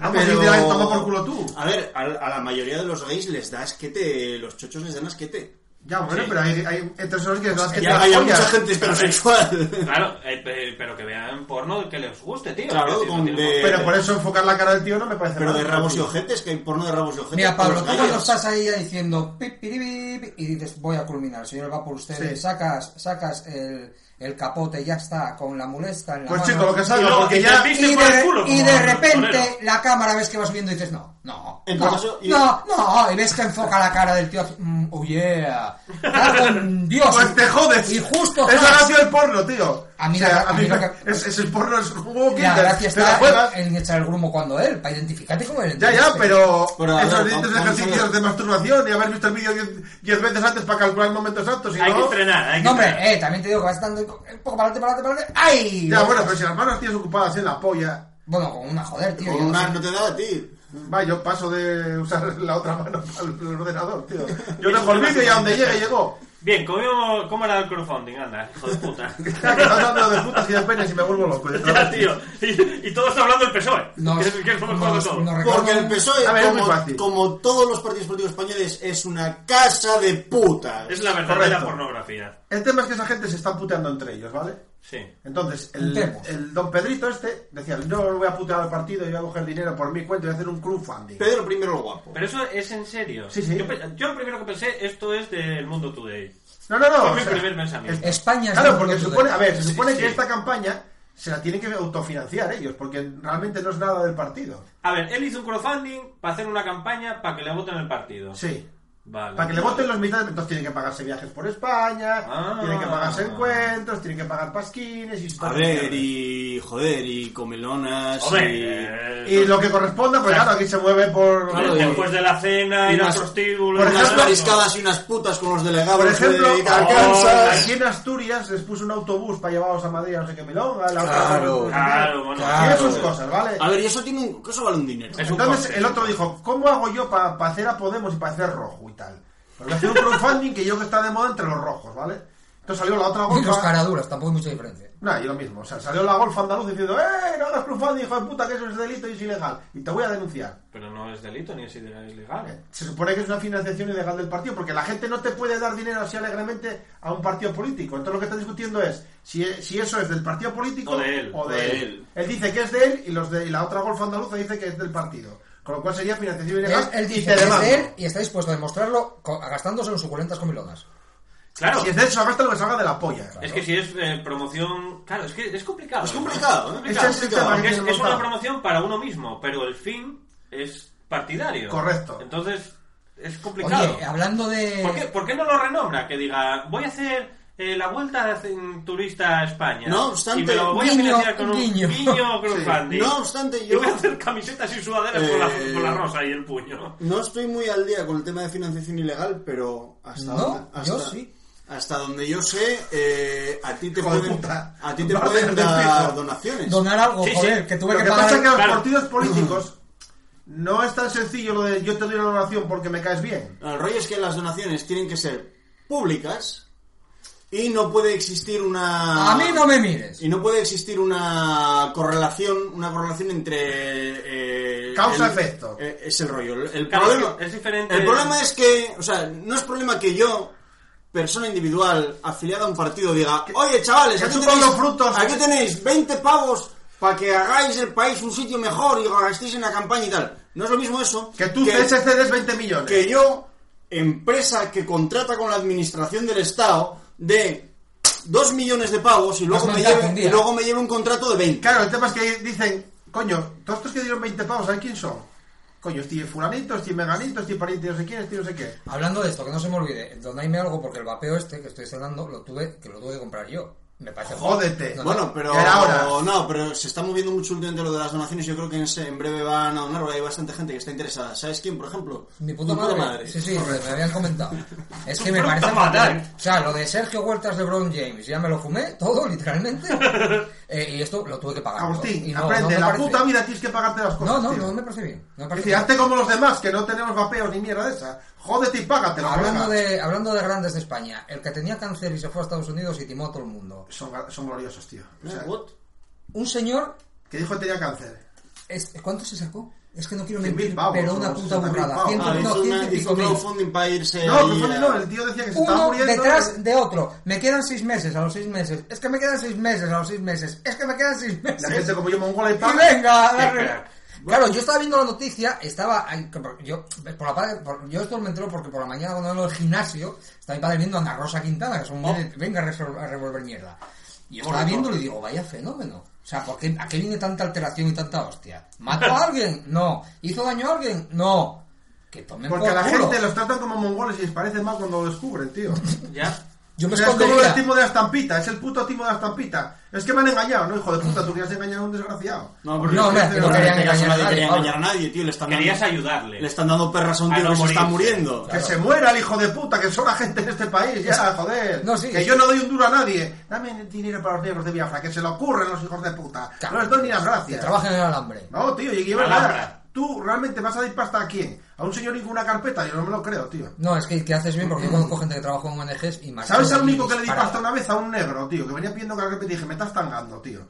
Speaker 7: Vamos a ir de pues la toma por culo tú.
Speaker 5: A ver, a, a la mayoría de los gays les da asquete, los chochos les dan asquete.
Speaker 7: Ya, bueno, pero hay, hay heterosexuales que les das que te
Speaker 5: Ya hay
Speaker 7: las
Speaker 5: mucha
Speaker 7: follas.
Speaker 5: gente heterosexual.
Speaker 4: Claro, eh, pe- pero que vean porno que les guste, tío.
Speaker 5: Claro,
Speaker 4: Es decir,
Speaker 5: con
Speaker 4: tiene
Speaker 5: de-
Speaker 4: por-
Speaker 7: Pero por eso enfocar la cara del tío no me parece
Speaker 5: Pero
Speaker 7: mal.
Speaker 5: de rabos y ojetes, que hay porno de rabos y ojetes.
Speaker 6: Mira,
Speaker 5: con
Speaker 6: Pablo,
Speaker 5: los
Speaker 6: tú cuando
Speaker 5: gallos.
Speaker 6: estás ahí ya diciendo "Pip, piribip", y dices voy a culminar, señor, va por usted,
Speaker 7: Sí.
Speaker 6: sacas, sacas el, el capote, ya está, con la mulesta en la
Speaker 7: Pues
Speaker 6: mano,
Speaker 7: chico, lo que
Speaker 4: Y
Speaker 7: salga,
Speaker 4: luego
Speaker 7: porque
Speaker 4: te
Speaker 7: ya...
Speaker 4: metiste
Speaker 6: y
Speaker 4: por
Speaker 6: de,
Speaker 4: el culo,
Speaker 6: y
Speaker 4: como
Speaker 6: de
Speaker 4: el
Speaker 6: repente
Speaker 4: torero.
Speaker 6: la cámara ves que vas viendo y dices no, no,
Speaker 5: En
Speaker 6: no,
Speaker 5: caso, y-
Speaker 6: no, no, y ves que enfoca la cara del tío así, "Mm, oh yeah, Ah, con Dios,
Speaker 7: Pues te jodes.
Speaker 6: y justo
Speaker 7: Es la
Speaker 6: tras-
Speaker 7: gracia del porno, tío.
Speaker 6: A mí la- a mí la-
Speaker 7: es, es el porno, es un juego que
Speaker 6: la
Speaker 7: te-
Speaker 6: gracia
Speaker 7: te la
Speaker 6: está
Speaker 7: juegas.
Speaker 6: en, en echar el grumo cuando él, para identificarte con él.
Speaker 7: Ya, ya, pero,
Speaker 5: Pero, a
Speaker 7: esos
Speaker 5: ver,
Speaker 7: dientes de
Speaker 5: vamos a
Speaker 7: ejercicios
Speaker 5: ver.
Speaker 7: de masturbación y haber visto el vídeo 10 veces antes para calcular el momento exacto, si
Speaker 4: Hay que
Speaker 7: no...
Speaker 4: entrenar, hay que
Speaker 6: No,
Speaker 4: entrenar.
Speaker 6: hombre, eh, también te digo que vas dando un poco para adelante, para adelante, para adelante. ¡Ay!
Speaker 7: Ya, bueno, pero si las manos tienes ocupadas en la polla,
Speaker 6: Bueno, con una, joder, tío.
Speaker 5: Con
Speaker 6: yo no
Speaker 5: una
Speaker 6: sé.
Speaker 5: no te da a ti.
Speaker 7: va, yo paso de usar la otra mano para el ordenador, tío. Yo dejo
Speaker 4: Eso
Speaker 7: el
Speaker 4: es
Speaker 7: vídeo y a donde llegue, llegó.
Speaker 4: Bien, ¿cómo, ¿cómo era el crowdfunding? Anda, hijo de puta.
Speaker 7: Ya, que estás hablando de putas y de penes y me vuelvo loco. de
Speaker 4: Ya,
Speaker 7: verdad.
Speaker 4: tío. Y, y todos hablando del PSOE.
Speaker 6: Nos-
Speaker 4: E. que es, que es lo mejor
Speaker 6: nos-
Speaker 4: de todo.
Speaker 6: nos recuerda-
Speaker 5: Porque el PSOE,
Speaker 7: A ver, es muy fácil.
Speaker 5: E, como, como todos los partidos políticos españoles, es una casa de putas.
Speaker 4: Es la verdadera
Speaker 7: Correcto.
Speaker 4: pornografía.
Speaker 7: El tema es que esa gente se está puteando entre ellos, ¿vale?
Speaker 4: Sí.
Speaker 7: Entonces, el,
Speaker 6: Entremos.
Speaker 7: el don Pedrito este decía, no voy a putear al partido y voy a coger dinero por mi cuenta y voy a hacer un crowdfunding.
Speaker 5: Pedro primero el guapo.
Speaker 4: Pero eso es en serio.
Speaker 7: Sí, sí.
Speaker 4: Yo, pe- yo lo primero que pensé, esto es del mundo today.
Speaker 7: No, no, no.
Speaker 4: Fue mi
Speaker 7: o sea,
Speaker 4: primer pensamiento.
Speaker 6: España es
Speaker 7: Claro,
Speaker 6: un
Speaker 7: porque
Speaker 6: mundo
Speaker 7: supone, a
Speaker 6: today.
Speaker 7: ver, se supone
Speaker 4: Sí,
Speaker 7: que
Speaker 4: sí.
Speaker 7: esta campaña se la tienen que autofinanciar ellos, porque realmente no es nada del partido.
Speaker 4: A ver, él hizo un crowdfunding para hacer una campaña para que le voten el partido.
Speaker 7: Sí.
Speaker 4: Vale.
Speaker 7: Para que le voten los militares, entonces tienen que pagarse viajes por España,
Speaker 4: Ah.
Speaker 7: tienen que pagarse encuentros, tienen que pagar pasquines y
Speaker 5: A ver, y joder, y comelonas.
Speaker 4: Hombre, eh,
Speaker 7: Y lo que corresponda, pues claro, aquí se mueve por...
Speaker 5: Claro,
Speaker 4: después de la cena,
Speaker 5: y
Speaker 4: ir al
Speaker 5: unas-
Speaker 4: prostíbulo.
Speaker 7: por
Speaker 5: y unas
Speaker 7: ejemplo-
Speaker 5: mariscadas y unas putas con los delegados
Speaker 7: Por ejemplo,
Speaker 5: de
Speaker 4: Arkansas.
Speaker 7: aquí en Asturias les puso un autobús para llevarlos a Madrid, a no sé qué milonga. la otra-
Speaker 5: Claro,
Speaker 4: Claro, bueno.
Speaker 7: Tiene
Speaker 5: claro.
Speaker 7: sus cosas, ¿vale?
Speaker 5: A ver, y eso tiene un. Eso vale un dinero.
Speaker 4: Es un
Speaker 7: Entonces
Speaker 4: coste.
Speaker 7: el otro dijo, ¿cómo hago yo para hacer a Podemos y para hacer rojo y tal? Pues voy a hacer un crowdfunding que yo que está de moda entre los rojos, ¿vale? Entonces salió la otra
Speaker 6: Y los
Speaker 7: golfa.
Speaker 6: caraduras, tampoco hay mucha diferencia.
Speaker 7: No, y lo mismo. O sea, salió la golfa andaluz diciendo, ¡eh! No hagas crowdfunding, hijo de puta, que eso es delito y es ilegal. Y te voy a denunciar.
Speaker 4: Pero no es delito ni es ilegal.
Speaker 7: Se supone que es una financiación ilegal del partido, porque la gente no te puede dar dinero así alegremente a un partido político. Entonces lo que está discutiendo es si, e, si eso es del partido político
Speaker 4: O de él,
Speaker 7: o de
Speaker 4: o de
Speaker 7: él.
Speaker 5: él.
Speaker 7: Él dice que es de él y, los de, y la otra golfa andaluza dice que es del partido. Con lo cual sería financiación
Speaker 6: Él,
Speaker 7: ilegal.
Speaker 6: él
Speaker 7: y
Speaker 6: dice
Speaker 7: te
Speaker 6: que es
Speaker 7: demanda.
Speaker 6: de él y está dispuesto a demostrarlo co- gastándose en suculentas comilonas.
Speaker 4: Claro.
Speaker 7: Si es de eso, gasta lo que salga de la polla.
Speaker 4: Es que si es eh, promoción. Claro, es que es complicado.
Speaker 5: Es complicado, ¿eh?
Speaker 7: Ese es el tema
Speaker 4: Porque
Speaker 7: que
Speaker 4: es,
Speaker 7: tiene
Speaker 4: es una
Speaker 7: montado.
Speaker 4: promoción para uno mismo, pero el fin es partidario.
Speaker 7: Correcto.
Speaker 4: Entonces, es complicado.
Speaker 6: Oye, hablando de...
Speaker 4: ¿Por, qué, por qué no lo renombra? Que diga, voy a hacer eh, la vuelta de- en turista a España.
Speaker 5: No obstante,
Speaker 4: y me lo voy
Speaker 6: guiño,
Speaker 4: a financiar con un
Speaker 6: guiño.
Speaker 4: guiño crowdfunding.
Speaker 5: No obstante,
Speaker 4: Y
Speaker 5: yo
Speaker 4: voy a hacer camisetas y sudaderas con, la,
Speaker 5: Eh,
Speaker 4: con la rosa y el puño.
Speaker 5: no estoy muy al día con el tema de financiación ilegal, pero hasta
Speaker 6: No,
Speaker 5: donde, hasta,
Speaker 6: yo sí.
Speaker 5: hasta donde yo sé, eh, a ti te
Speaker 7: Hijo de
Speaker 5: pueden,
Speaker 7: puta.
Speaker 5: a ti te
Speaker 7: No te
Speaker 5: pueden
Speaker 7: des
Speaker 5: dar
Speaker 7: piso.
Speaker 5: donaciones.
Speaker 6: Donar algo,
Speaker 4: Sí, sí.
Speaker 6: joder, que tuve
Speaker 7: Lo
Speaker 6: que,
Speaker 7: que,
Speaker 6: pagar...
Speaker 7: pasa es que los
Speaker 4: claro.
Speaker 7: partidos políticos no es tan sencillo lo de yo te doy una donación porque me caes bien.
Speaker 5: El rollo es que las donaciones tienen que ser públicas y no puede existir una.
Speaker 6: A mí no me mires.
Speaker 5: Y no puede existir una correlación, una correlación entre eh,
Speaker 7: Causa-efecto.
Speaker 5: eh, es el rollo. El, el
Speaker 4: Claro,
Speaker 5: problema
Speaker 4: es que es diferente.
Speaker 5: El problema es que, o sea, no es problema que yo, persona individual, afiliada a un partido, diga, oye chavales,
Speaker 7: que
Speaker 5: aquí
Speaker 7: chupan
Speaker 5: tenéis,
Speaker 7: los frutos".
Speaker 5: aquí tenéis 20 pavos para que hagáis el país un sitio mejor y gastéis en la campaña y tal. No es lo mismo eso
Speaker 7: Que tú CSC des 20 millones.
Speaker 5: que yo, empresa que contrata con la administración del Estado de 2 millones de pavos y luego,
Speaker 6: Has
Speaker 5: me
Speaker 6: mandado
Speaker 5: lleve,
Speaker 6: un día.
Speaker 5: y luego me lleve un contrato de 20.
Speaker 7: Claro, el tema es que dicen, coño, todos estos que dieron 20 pavos, ¿sabes quién son? Coño, estoy fulanito, estoy meganito, estoy pariente, no sé quién, estoy no sé qué.
Speaker 6: Hablando de esto, que no se me olvide, donadme algo porque el vapeo este que estoy cenando lo tuve, que lo tuve que comprar yo. Me parece...
Speaker 7: Jódete.
Speaker 6: No, no.
Speaker 5: Bueno, pero
Speaker 7: Ya era hora.
Speaker 5: no, pero se está moviendo mucho últimamente lo de las donaciones. Yo creo que en, se- en breve van a donar, porque hay bastante gente que está interesada. ¿Sabes quién, por ejemplo?
Speaker 6: Mi puta madre. Sí, sí, me habían comentado. Es que me
Speaker 4: puta
Speaker 6: parece
Speaker 4: madre.
Speaker 6: fatal. O sea, lo de Sergio Huertas de Brown James, ya me lo fumé todo, literalmente. Eh, y esto lo tuve que pagar.
Speaker 7: Agustín,
Speaker 6: Y no- no
Speaker 7: aprende,
Speaker 6: me
Speaker 7: la
Speaker 6: parece-
Speaker 7: puta vida tienes que pagarte las
Speaker 6: No,
Speaker 7: cosas.
Speaker 6: no,
Speaker 7: tío.
Speaker 6: no me parece bien. No me
Speaker 7: Es
Speaker 6: parece
Speaker 7: decir,
Speaker 6: bien.
Speaker 7: hazte como los demás, que no tenemos vapeos ni mierda de esa. Jódete y págatelo.
Speaker 6: Hablando
Speaker 7: colega.
Speaker 6: de, hablando de grandes de España, el que tenía cáncer y se fue a Estados Unidos y timó a todo el mundo.
Speaker 7: Son, son gloriosos, tío. O
Speaker 6: Eh,
Speaker 7: sea,
Speaker 6: Un señor,
Speaker 7: que dijo que tenía cáncer.
Speaker 6: eh, es- ¿cuánto se sacó? Es que no quiero
Speaker 7: 100.000
Speaker 6: mentir,
Speaker 7: pavos,
Speaker 6: pero una
Speaker 7: ¿no?
Speaker 6: puta
Speaker 7: 70.000
Speaker 6: burrada.
Speaker 7: pavos.
Speaker 6: Ciento-
Speaker 5: Ah,
Speaker 6: no,
Speaker 5: hizo,
Speaker 6: ciento
Speaker 5: una,
Speaker 6: y
Speaker 5: hizo
Speaker 6: pico mil.
Speaker 5: crowdfunding para irse.
Speaker 7: No,
Speaker 5: ahí
Speaker 7: que fue-
Speaker 5: a-
Speaker 7: no, el tío decía que se estaba
Speaker 6: eh, Uno
Speaker 7: muriendo.
Speaker 6: detrás de otro. Me quedan seis meses a los seis meses. Es que me quedan seis meses a los seis meses. Es que me quedan seis meses.
Speaker 7: La gente como yo mongola y
Speaker 6: Y
Speaker 7: paga.
Speaker 6: Pues venga,
Speaker 4: Qué
Speaker 6: darle.
Speaker 4: crack.
Speaker 6: Claro, yo estaba viendo la noticia, estaba ahí, que por- yo por la padre- por- yo esto me entero porque por la mañana cuando vengo al gimnasio, estaba mi padre viendo a Ana Rosa Quintana, que es un
Speaker 7: Oh.
Speaker 6: muy de- venga a, resol- a revolver mierda. Y yo estaba viéndolo y digo, vaya fenómeno. O sea, ¿por qué, ¿a qué viene tanta alteración y tanta hostia? ¿Mató a alguien? No. ¿Hizo daño a alguien? No. Que tomen
Speaker 7: Porque a
Speaker 6: por
Speaker 7: la
Speaker 6: culo.
Speaker 7: gente los tratan como mongoles y les parece mal cuando lo descubren, tío.
Speaker 4: Ya.
Speaker 6: Yo me
Speaker 7: O sea, es como
Speaker 6: escondería.
Speaker 7: el timo de la estampita, es el puto timo de la estampita. Es que me han engañado, ¿no, hijo de puta? Tú querías engañar a un desgraciado.
Speaker 5: No, porque
Speaker 6: No,
Speaker 5: es que
Speaker 6: hombre, que no
Speaker 5: no
Speaker 6: querían
Speaker 5: querían
Speaker 6: engañar a nadie,
Speaker 5: querían
Speaker 6: Pablo.
Speaker 5: engañar a nadie, tío. Le están,
Speaker 4: Querías
Speaker 5: dando,
Speaker 4: ayudarle.
Speaker 5: le están dando perras a un
Speaker 4: A
Speaker 5: tío
Speaker 4: Ah, no
Speaker 5: que se está
Speaker 4: morirse.
Speaker 5: muriendo.
Speaker 7: Que se muera el hijo de puta, que sobra gente en este país, ya, joder.
Speaker 6: No, sí,
Speaker 7: que
Speaker 6: es-
Speaker 7: yo no doy un duro a nadie. Dame dinero para los negros de Biafra, que se le ocurren los hijos de puta.
Speaker 6: Claro.
Speaker 7: No les doy ni las
Speaker 6: Que
Speaker 7: gracias.
Speaker 6: trabajen en el alambre.
Speaker 7: No, tío, y yo
Speaker 4: La
Speaker 7: nada.
Speaker 4: labra.
Speaker 7: Tú realmente vas a dar pasta a quién? A un señor con una carpeta, yo no me lo creo, tío.
Speaker 6: No, es que, que haces bien porque yo conozco gente que trabaja en ONGs y más.
Speaker 7: ¿Sabes al único que le di pasta una vez? A un negro, tío, que venía pidiendo carpeta y dije, me estás tangando, tío.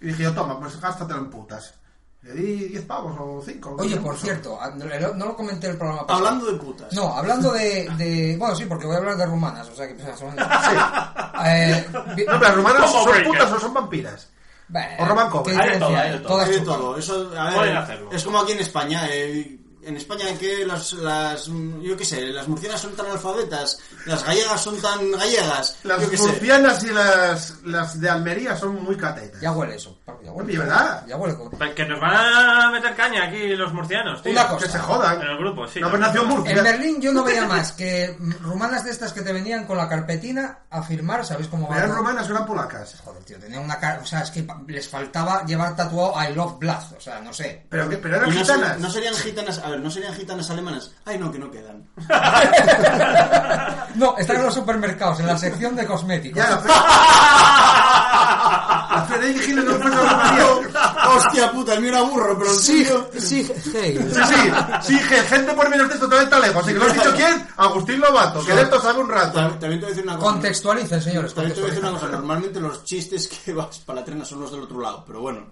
Speaker 7: Y dije, yo, toma, pues gástatelo en putas. Le di 10 pavos o 5.
Speaker 6: Oye, por cierto, a- no no lo comenté en el programa pasado.
Speaker 5: Hablando de putas.
Speaker 6: No, hablando de, de- Bueno, sí, porque voy a hablar de rumanas, o sea que... pues, son- Eh, vi-
Speaker 7: No, pero las rumanas
Speaker 4: Como
Speaker 7: son
Speaker 4: breaker.
Speaker 7: putas o son vampiras.
Speaker 6: Bueno,
Speaker 7: o Roman Cobra.
Speaker 6: ¿qué
Speaker 4: Hay de todo,
Speaker 6: diferencia
Speaker 4: hay de
Speaker 6: hay?
Speaker 4: todo.
Speaker 6: Todas
Speaker 5: Hay de
Speaker 6: chupan.
Speaker 5: todo. Eso, a ver,
Speaker 4: Pueden hacerlo.
Speaker 5: Es como aquí en España. eh, en España que las, las yo qué sé, las murcianas son tan alfabetas, las gallegas son tan gallegas, yo
Speaker 7: Las
Speaker 5: qué sé.
Speaker 7: murcianas y las, las de Almería son muy catetas.
Speaker 6: Ya huele eso. Paco, Ya huele.
Speaker 7: Oye, ¿verdad?
Speaker 6: Ya huele. como-
Speaker 4: Que nos van a meter caña aquí los murcianos, tío.
Speaker 6: Una cosa.
Speaker 7: Que se jodan.
Speaker 4: En el grupo, sí.
Speaker 7: No, pero nació en
Speaker 6: En
Speaker 7: Murcia.
Speaker 6: Berlín yo no veía más que mm, rumanas de estas que te venían con la carpetina a firmar, ¿sabéis cómo va?
Speaker 7: Eran romanas, eran polacas.
Speaker 6: Joder, tío, tenían una cara, o sea, es que pa- les faltaba llevar tatuado I love Blaz, o sea, no sé.
Speaker 7: Pero, que- pero
Speaker 5: Y
Speaker 7: eran
Speaker 5: no,
Speaker 7: gitanas.
Speaker 5: ser- no serían gitanas, a ver, no serían gitanas alemanas. Ay, no, que no quedan.
Speaker 6: No, están en los supermercados, en la sección de cosméticos.
Speaker 7: Ya, la Fre- la Frederick Gil no fue la
Speaker 5: Hostia puta, el mío era burro, pero el
Speaker 6: Sí,
Speaker 5: tuyo-
Speaker 6: sí, hey.
Speaker 7: Sí, sí, sí, que gente por menos de esto todavía está lejos. Así que lo has dicho quién? Agustín Lobato, que de esto sabe un
Speaker 5: Ta-
Speaker 7: rato.
Speaker 5: También te voy a decir una cosa.
Speaker 6: Contextualicen, señores,
Speaker 5: También te voy a decir una
Speaker 6: contextualicen.
Speaker 5: cosa. Normalmente los chistes que vas para la trena son los del otro lado, pero bueno.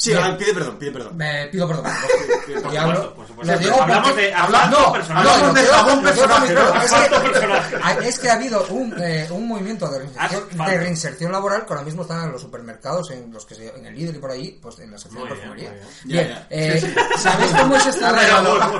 Speaker 5: Sí,
Speaker 6: Bien.
Speaker 5: a ver, pide perdón, pide perdón.
Speaker 6: Me pido perdón.
Speaker 4: Por
Speaker 6: Y
Speaker 4: supuesto,
Speaker 6: hablo-
Speaker 4: por
Speaker 6: lo
Speaker 4: supuesto.
Speaker 6: digo
Speaker 4: Hablamos
Speaker 6: porque-
Speaker 4: de hablando
Speaker 6: No,
Speaker 4: personajes.
Speaker 6: no,
Speaker 7: Hablamos de
Speaker 6: lo quiero-
Speaker 7: jabón
Speaker 6: lo quiero
Speaker 7: personaje,
Speaker 6: comentar,
Speaker 7: ¿no?
Speaker 6: es que-
Speaker 4: Hablando personajes.
Speaker 6: Ah, Es que ha habido un, eh, un movimiento de
Speaker 4: Haz
Speaker 6: reinserción,
Speaker 4: falta.
Speaker 6: de reinserción laboral que ahora mismo están en los supermercados, en los que se, en el líder y por ahí, pues en la sección de
Speaker 4: Muy bien,
Speaker 6: perfumería.
Speaker 5: muy
Speaker 6: Bien,
Speaker 5: bien.
Speaker 6: eh, ¿sabéis cómo es este
Speaker 7: Arreglador.
Speaker 6: regalo?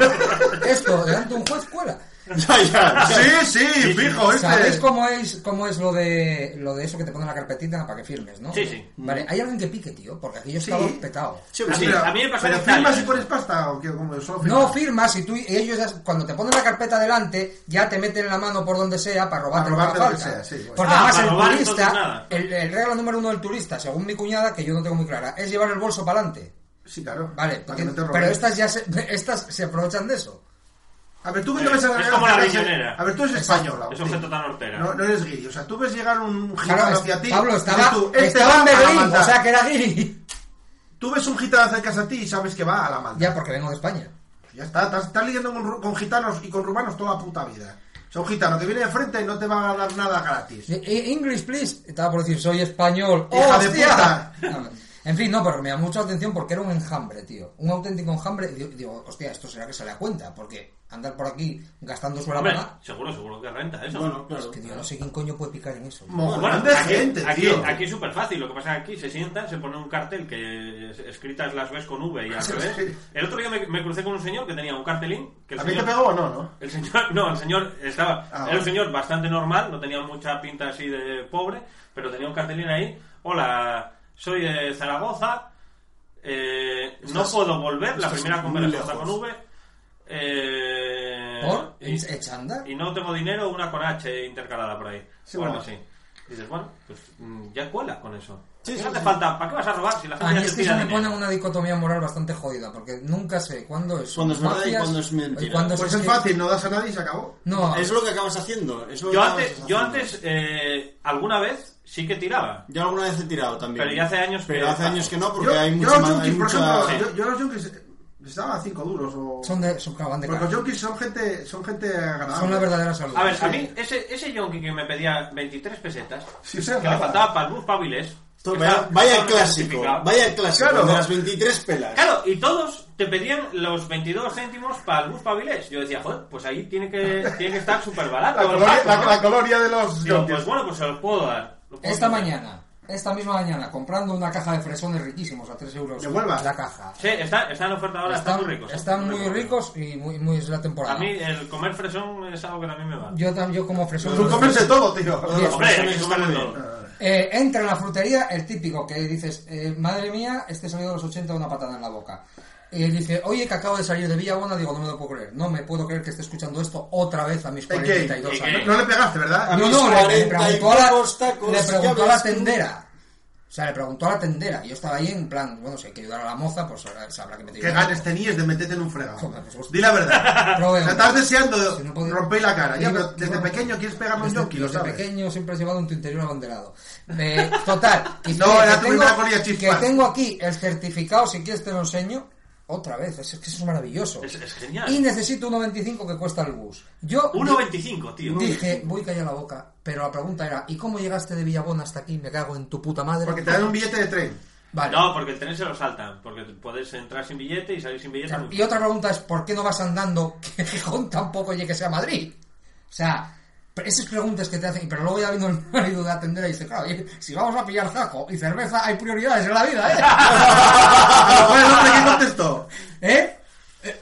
Speaker 6: Esto, delante de un juez cuela.
Speaker 5: Ya, ya, ya.
Speaker 7: Sí, sí, fijo,
Speaker 6: ¿Sabéis
Speaker 7: este.
Speaker 6: cómo es, cómo es lo de lo de eso que te ponen la carpetita para que firmes, no?
Speaker 4: Sí, sí.
Speaker 6: Vale, hay alguien que pique, tío, porque aquí yo estaba petado.
Speaker 5: Sí,
Speaker 4: A
Speaker 5: sí.
Speaker 4: mí- a mí me pasó
Speaker 7: ¿Pero
Speaker 4: en Italia.
Speaker 7: firmas y pones pasta o qué? Como solo firmas?
Speaker 6: No firmas y tú y ellos ya- cuando te ponen la carpeta delante ya te meten la mano por donde sea para robarte,
Speaker 7: Para robarte
Speaker 6: lo
Speaker 7: lo
Speaker 6: que
Speaker 7: que
Speaker 6: haga falta.
Speaker 7: sea, sí, bueno.
Speaker 6: Porque
Speaker 4: Ah,
Speaker 6: además
Speaker 4: para
Speaker 6: el
Speaker 4: robar, entonces
Speaker 6: turista,
Speaker 4: nada.
Speaker 6: el, el regla número uno del turista, según mi cuñada, que yo no tengo muy clara, es llevar el bolso para adelante.
Speaker 7: Sí, claro.
Speaker 6: Vale,
Speaker 7: para que no te
Speaker 6: pero
Speaker 7: roben.
Speaker 6: estas ya se, estas se aprovechan de eso.
Speaker 7: A ver, tú que
Speaker 4: Eh,
Speaker 7: no ves a
Speaker 4: es
Speaker 7: regalar
Speaker 4: como la
Speaker 7: a nadie-
Speaker 4: riñonera.
Speaker 7: A ver, tú eres español,
Speaker 4: Es
Speaker 7: Agustín.
Speaker 4: objeto tan hortera.
Speaker 7: No, no eres guiri. O sea, tú ves llegar un gitano
Speaker 6: Claro, es-
Speaker 7: hacia ti.
Speaker 6: Pablo
Speaker 7: y dices
Speaker 6: estaba,
Speaker 7: tú, este
Speaker 6: estaba
Speaker 7: va
Speaker 6: en
Speaker 7: a la
Speaker 6: Berlín,
Speaker 7: maldad.
Speaker 6: o sea que era guiri.
Speaker 7: Tú ves un gitano acercarse a ti y sabes que va a la maldad.
Speaker 6: Ya, porque vengo de España.
Speaker 7: Ya está, estás, estás lidiando con, ru- con gitanos y con rumanos toda la puta vida. O sea, un gitano que viene de frente no te va a dar nada gratis.
Speaker 6: E- e- English, please. Estaba por decir, soy español.
Speaker 7: Hija de
Speaker 6: ¡Hostia!
Speaker 7: puta.
Speaker 6: No, En fin, no, pero me llamó mucho la atención porque era un enjambre, tío. Un auténtico enjambre. Y digo- digo, hostia, esto será que se le da cuenta. Porque andar por aquí gastando su la
Speaker 4: Hombre,
Speaker 6: paga,
Speaker 4: seguro, seguro que renta eso.
Speaker 5: Bueno, claro.
Speaker 6: Que tío, no sé quién coño puede picar en eso.
Speaker 7: Mogollón
Speaker 4: Bueno,
Speaker 7: de
Speaker 4: aquí,
Speaker 7: gente,
Speaker 4: aquí,
Speaker 7: tío.
Speaker 4: aquí es súper fácil. Lo que pasa es que aquí se sientan, se pone un cartel que es- escritas las ves con V y al
Speaker 7: Sí,
Speaker 4: revés.
Speaker 7: sí.
Speaker 4: El otro día me, me crucé con un señor que tenía un cartelín. Que el
Speaker 7: ¿A mí te
Speaker 4: señor-
Speaker 7: pegó o no, no?
Speaker 4: El señor, no, el señor estaba,
Speaker 7: Ah,
Speaker 4: era
Speaker 7: vale.
Speaker 4: un señor bastante normal, no tenía mucha pinta así de pobre, pero tenía un cartelín ahí. Hola, soy de Zaragoza, eh, no
Speaker 5: Estás-
Speaker 4: puedo volver, la
Speaker 5: estás
Speaker 4: primera
Speaker 5: muy
Speaker 4: conversación
Speaker 5: lejos.
Speaker 4: con V. eh,
Speaker 6: ¿Por?
Speaker 4: y-
Speaker 6: ¿Echanda?
Speaker 4: y no tengo dinero, una con H intercalada por ahí.
Speaker 7: Sí,
Speaker 4: o algo
Speaker 7: bueno.
Speaker 4: así. Dices, bueno, pues mm, ya cuela con eso.
Speaker 5: Sí,
Speaker 4: ¿Qué
Speaker 5: sí,
Speaker 4: no hace
Speaker 5: sí.
Speaker 4: falta? ¿Para qué vas a robar si la gente
Speaker 6: A mí
Speaker 4: ya
Speaker 6: es
Speaker 4: te
Speaker 6: que
Speaker 4: tira
Speaker 6: se me
Speaker 4: dinero?
Speaker 6: pone una dicotomía moral bastante jodida. Porque nunca sé cuándo es.
Speaker 5: Cuándo es verdad y
Speaker 6: mafias,
Speaker 5: cuándo es mentira.
Speaker 6: y cuándo
Speaker 7: Pues es
Speaker 6: que-
Speaker 7: fácil, no das a nadie y se acabó.
Speaker 6: No,
Speaker 5: Es lo que acabas haciendo. es lo que
Speaker 4: Yo
Speaker 5: acabas
Speaker 4: antes, yo
Speaker 5: haciendo.
Speaker 4: antes eh, alguna vez sí que tiraba.
Speaker 5: Yo alguna vez he tirado también.
Speaker 4: Pero ya hace años que-
Speaker 5: Pero hace años que no, porque
Speaker 7: Yo,
Speaker 5: hay
Speaker 7: yo
Speaker 5: mucha...
Speaker 7: a los
Speaker 5: hay
Speaker 7: yonkis, por
Speaker 5: mucha-
Speaker 7: ejemplo, yo, yo a los yonkis les daba 5 duros o...
Speaker 6: son de. Son, claro, van de
Speaker 7: Porque los
Speaker 6: cara.
Speaker 7: yonkis son gente, son gente agradable.
Speaker 6: Son la verdadera salud.
Speaker 4: A ver, a mí ese, ese yonki que me pedía 23 pesetas,
Speaker 7: Sí, se
Speaker 4: que le
Speaker 7: nada.
Speaker 4: faltaba para el bus pavilés.
Speaker 5: Esto, Vaya, vaya clásico, vaya clásico.
Speaker 7: Claro.
Speaker 5: De las 23 pelas.
Speaker 4: Claro, y todos te pedían los 22 céntimos para el bus pavilés. Yo decía, joder, pues ahí tiene que, tiene que estar súper barato.
Speaker 7: La,
Speaker 4: el
Speaker 7: colonia,
Speaker 4: saco,
Speaker 7: la,
Speaker 4: ¿no?
Speaker 7: la colonia de los
Speaker 4: Digo,
Speaker 7: yonkis.
Speaker 4: pues bueno, pues se los puedo dar. Lo puedo
Speaker 6: Esta
Speaker 4: dar.
Speaker 6: mañana, esta misma mañana, comprando una caja de fresones riquísimos a 3 euros
Speaker 7: ¿De Huelva?
Speaker 6: la caja.
Speaker 4: Sí, está, está en oferta ahora, están, muy ricos.
Speaker 6: están muy ricos y muy, muy es la temporada.
Speaker 4: A mí el comer fresón es algo que también me va.
Speaker 6: yo, tam- yo como fresones.
Speaker 7: Tú comerse todo, tío.
Speaker 5: Los
Speaker 4: Hombre, hay
Speaker 5: personajes
Speaker 4: que
Speaker 5: están
Speaker 4: comerlo
Speaker 5: muy
Speaker 4: todo.
Speaker 5: bien.
Speaker 6: Eh, entra en la frutería el típico que dices, eh, madre mía, este salió de los 80 una patada en la boca. Y dice, oye, que acabo de salir de Villabona, digo, no me lo puedo creer. No me puedo creer que esté escuchando esto otra vez a mis
Speaker 7: ¿En qué?
Speaker 6: 42
Speaker 4: ¿En qué?
Speaker 6: años.
Speaker 7: No le pegaste, ¿verdad?
Speaker 5: A mí
Speaker 6: No,
Speaker 5: mis
Speaker 6: no, le- le
Speaker 5: 40 y
Speaker 6: preguntó, a la,
Speaker 5: pocos tacos,
Speaker 6: le preguntó
Speaker 5: ya
Speaker 6: a la
Speaker 5: ves tú.
Speaker 6: tendera. O sea, le preguntó a la tendera. Yo estaba ahí en plan, bueno, si hay que ayudar a la moza, pues ahora sabrá que me
Speaker 7: ¿Qué ganas tenías de meterte en un fregado?
Speaker 6: Joder, pues,
Speaker 7: Di la verdad.
Speaker 6: Pero bueno.
Speaker 7: O sea, estabas deseando
Speaker 6: Si no podía-
Speaker 7: romper la cara. Ya,
Speaker 6: Yo-
Speaker 7: pero desde
Speaker 6: yo-
Speaker 7: pequeño quieres pegarme un
Speaker 6: Desde,
Speaker 7: yonki, lo
Speaker 6: desde
Speaker 7: sabes.
Speaker 6: pequeño siempre has llevado en tu interior abanderado. Eh, total. que-
Speaker 7: No,
Speaker 6: que
Speaker 7: era tu
Speaker 6: tengo-
Speaker 7: primera colilla
Speaker 6: Que
Speaker 7: chispa.
Speaker 6: tengo aquí el certificado, si quieres te lo enseño. Otra vez, es que eso es maravilloso.
Speaker 4: Es, es genial.
Speaker 6: Y necesito 1,25 que cuesta el bus. Yo
Speaker 4: 1.25, tío.
Speaker 6: dije, voy a callar la boca, pero la pregunta era, ¿y cómo llegaste de Villabona hasta aquí? Me cago en tu puta madre.
Speaker 7: Porque te dan un billete de tren.
Speaker 6: Vale.
Speaker 4: No, porque el tren se lo saltan. Porque puedes entrar sin billete y salir sin billete.
Speaker 6: Claro, Y otra pregunta es, ¿por qué no vas andando que Gijón tampoco llegue sea Madrid? O sea, pre- esas preguntas que te hacen, pero luego ya vino el marido de atender y dice, claro, y- si vamos a pillar jaco y cerveza, hay prioridades en la vida,
Speaker 7: ¿Cuál es el hombre que contestó?
Speaker 6: ¿eh? ¿Eh? Eh,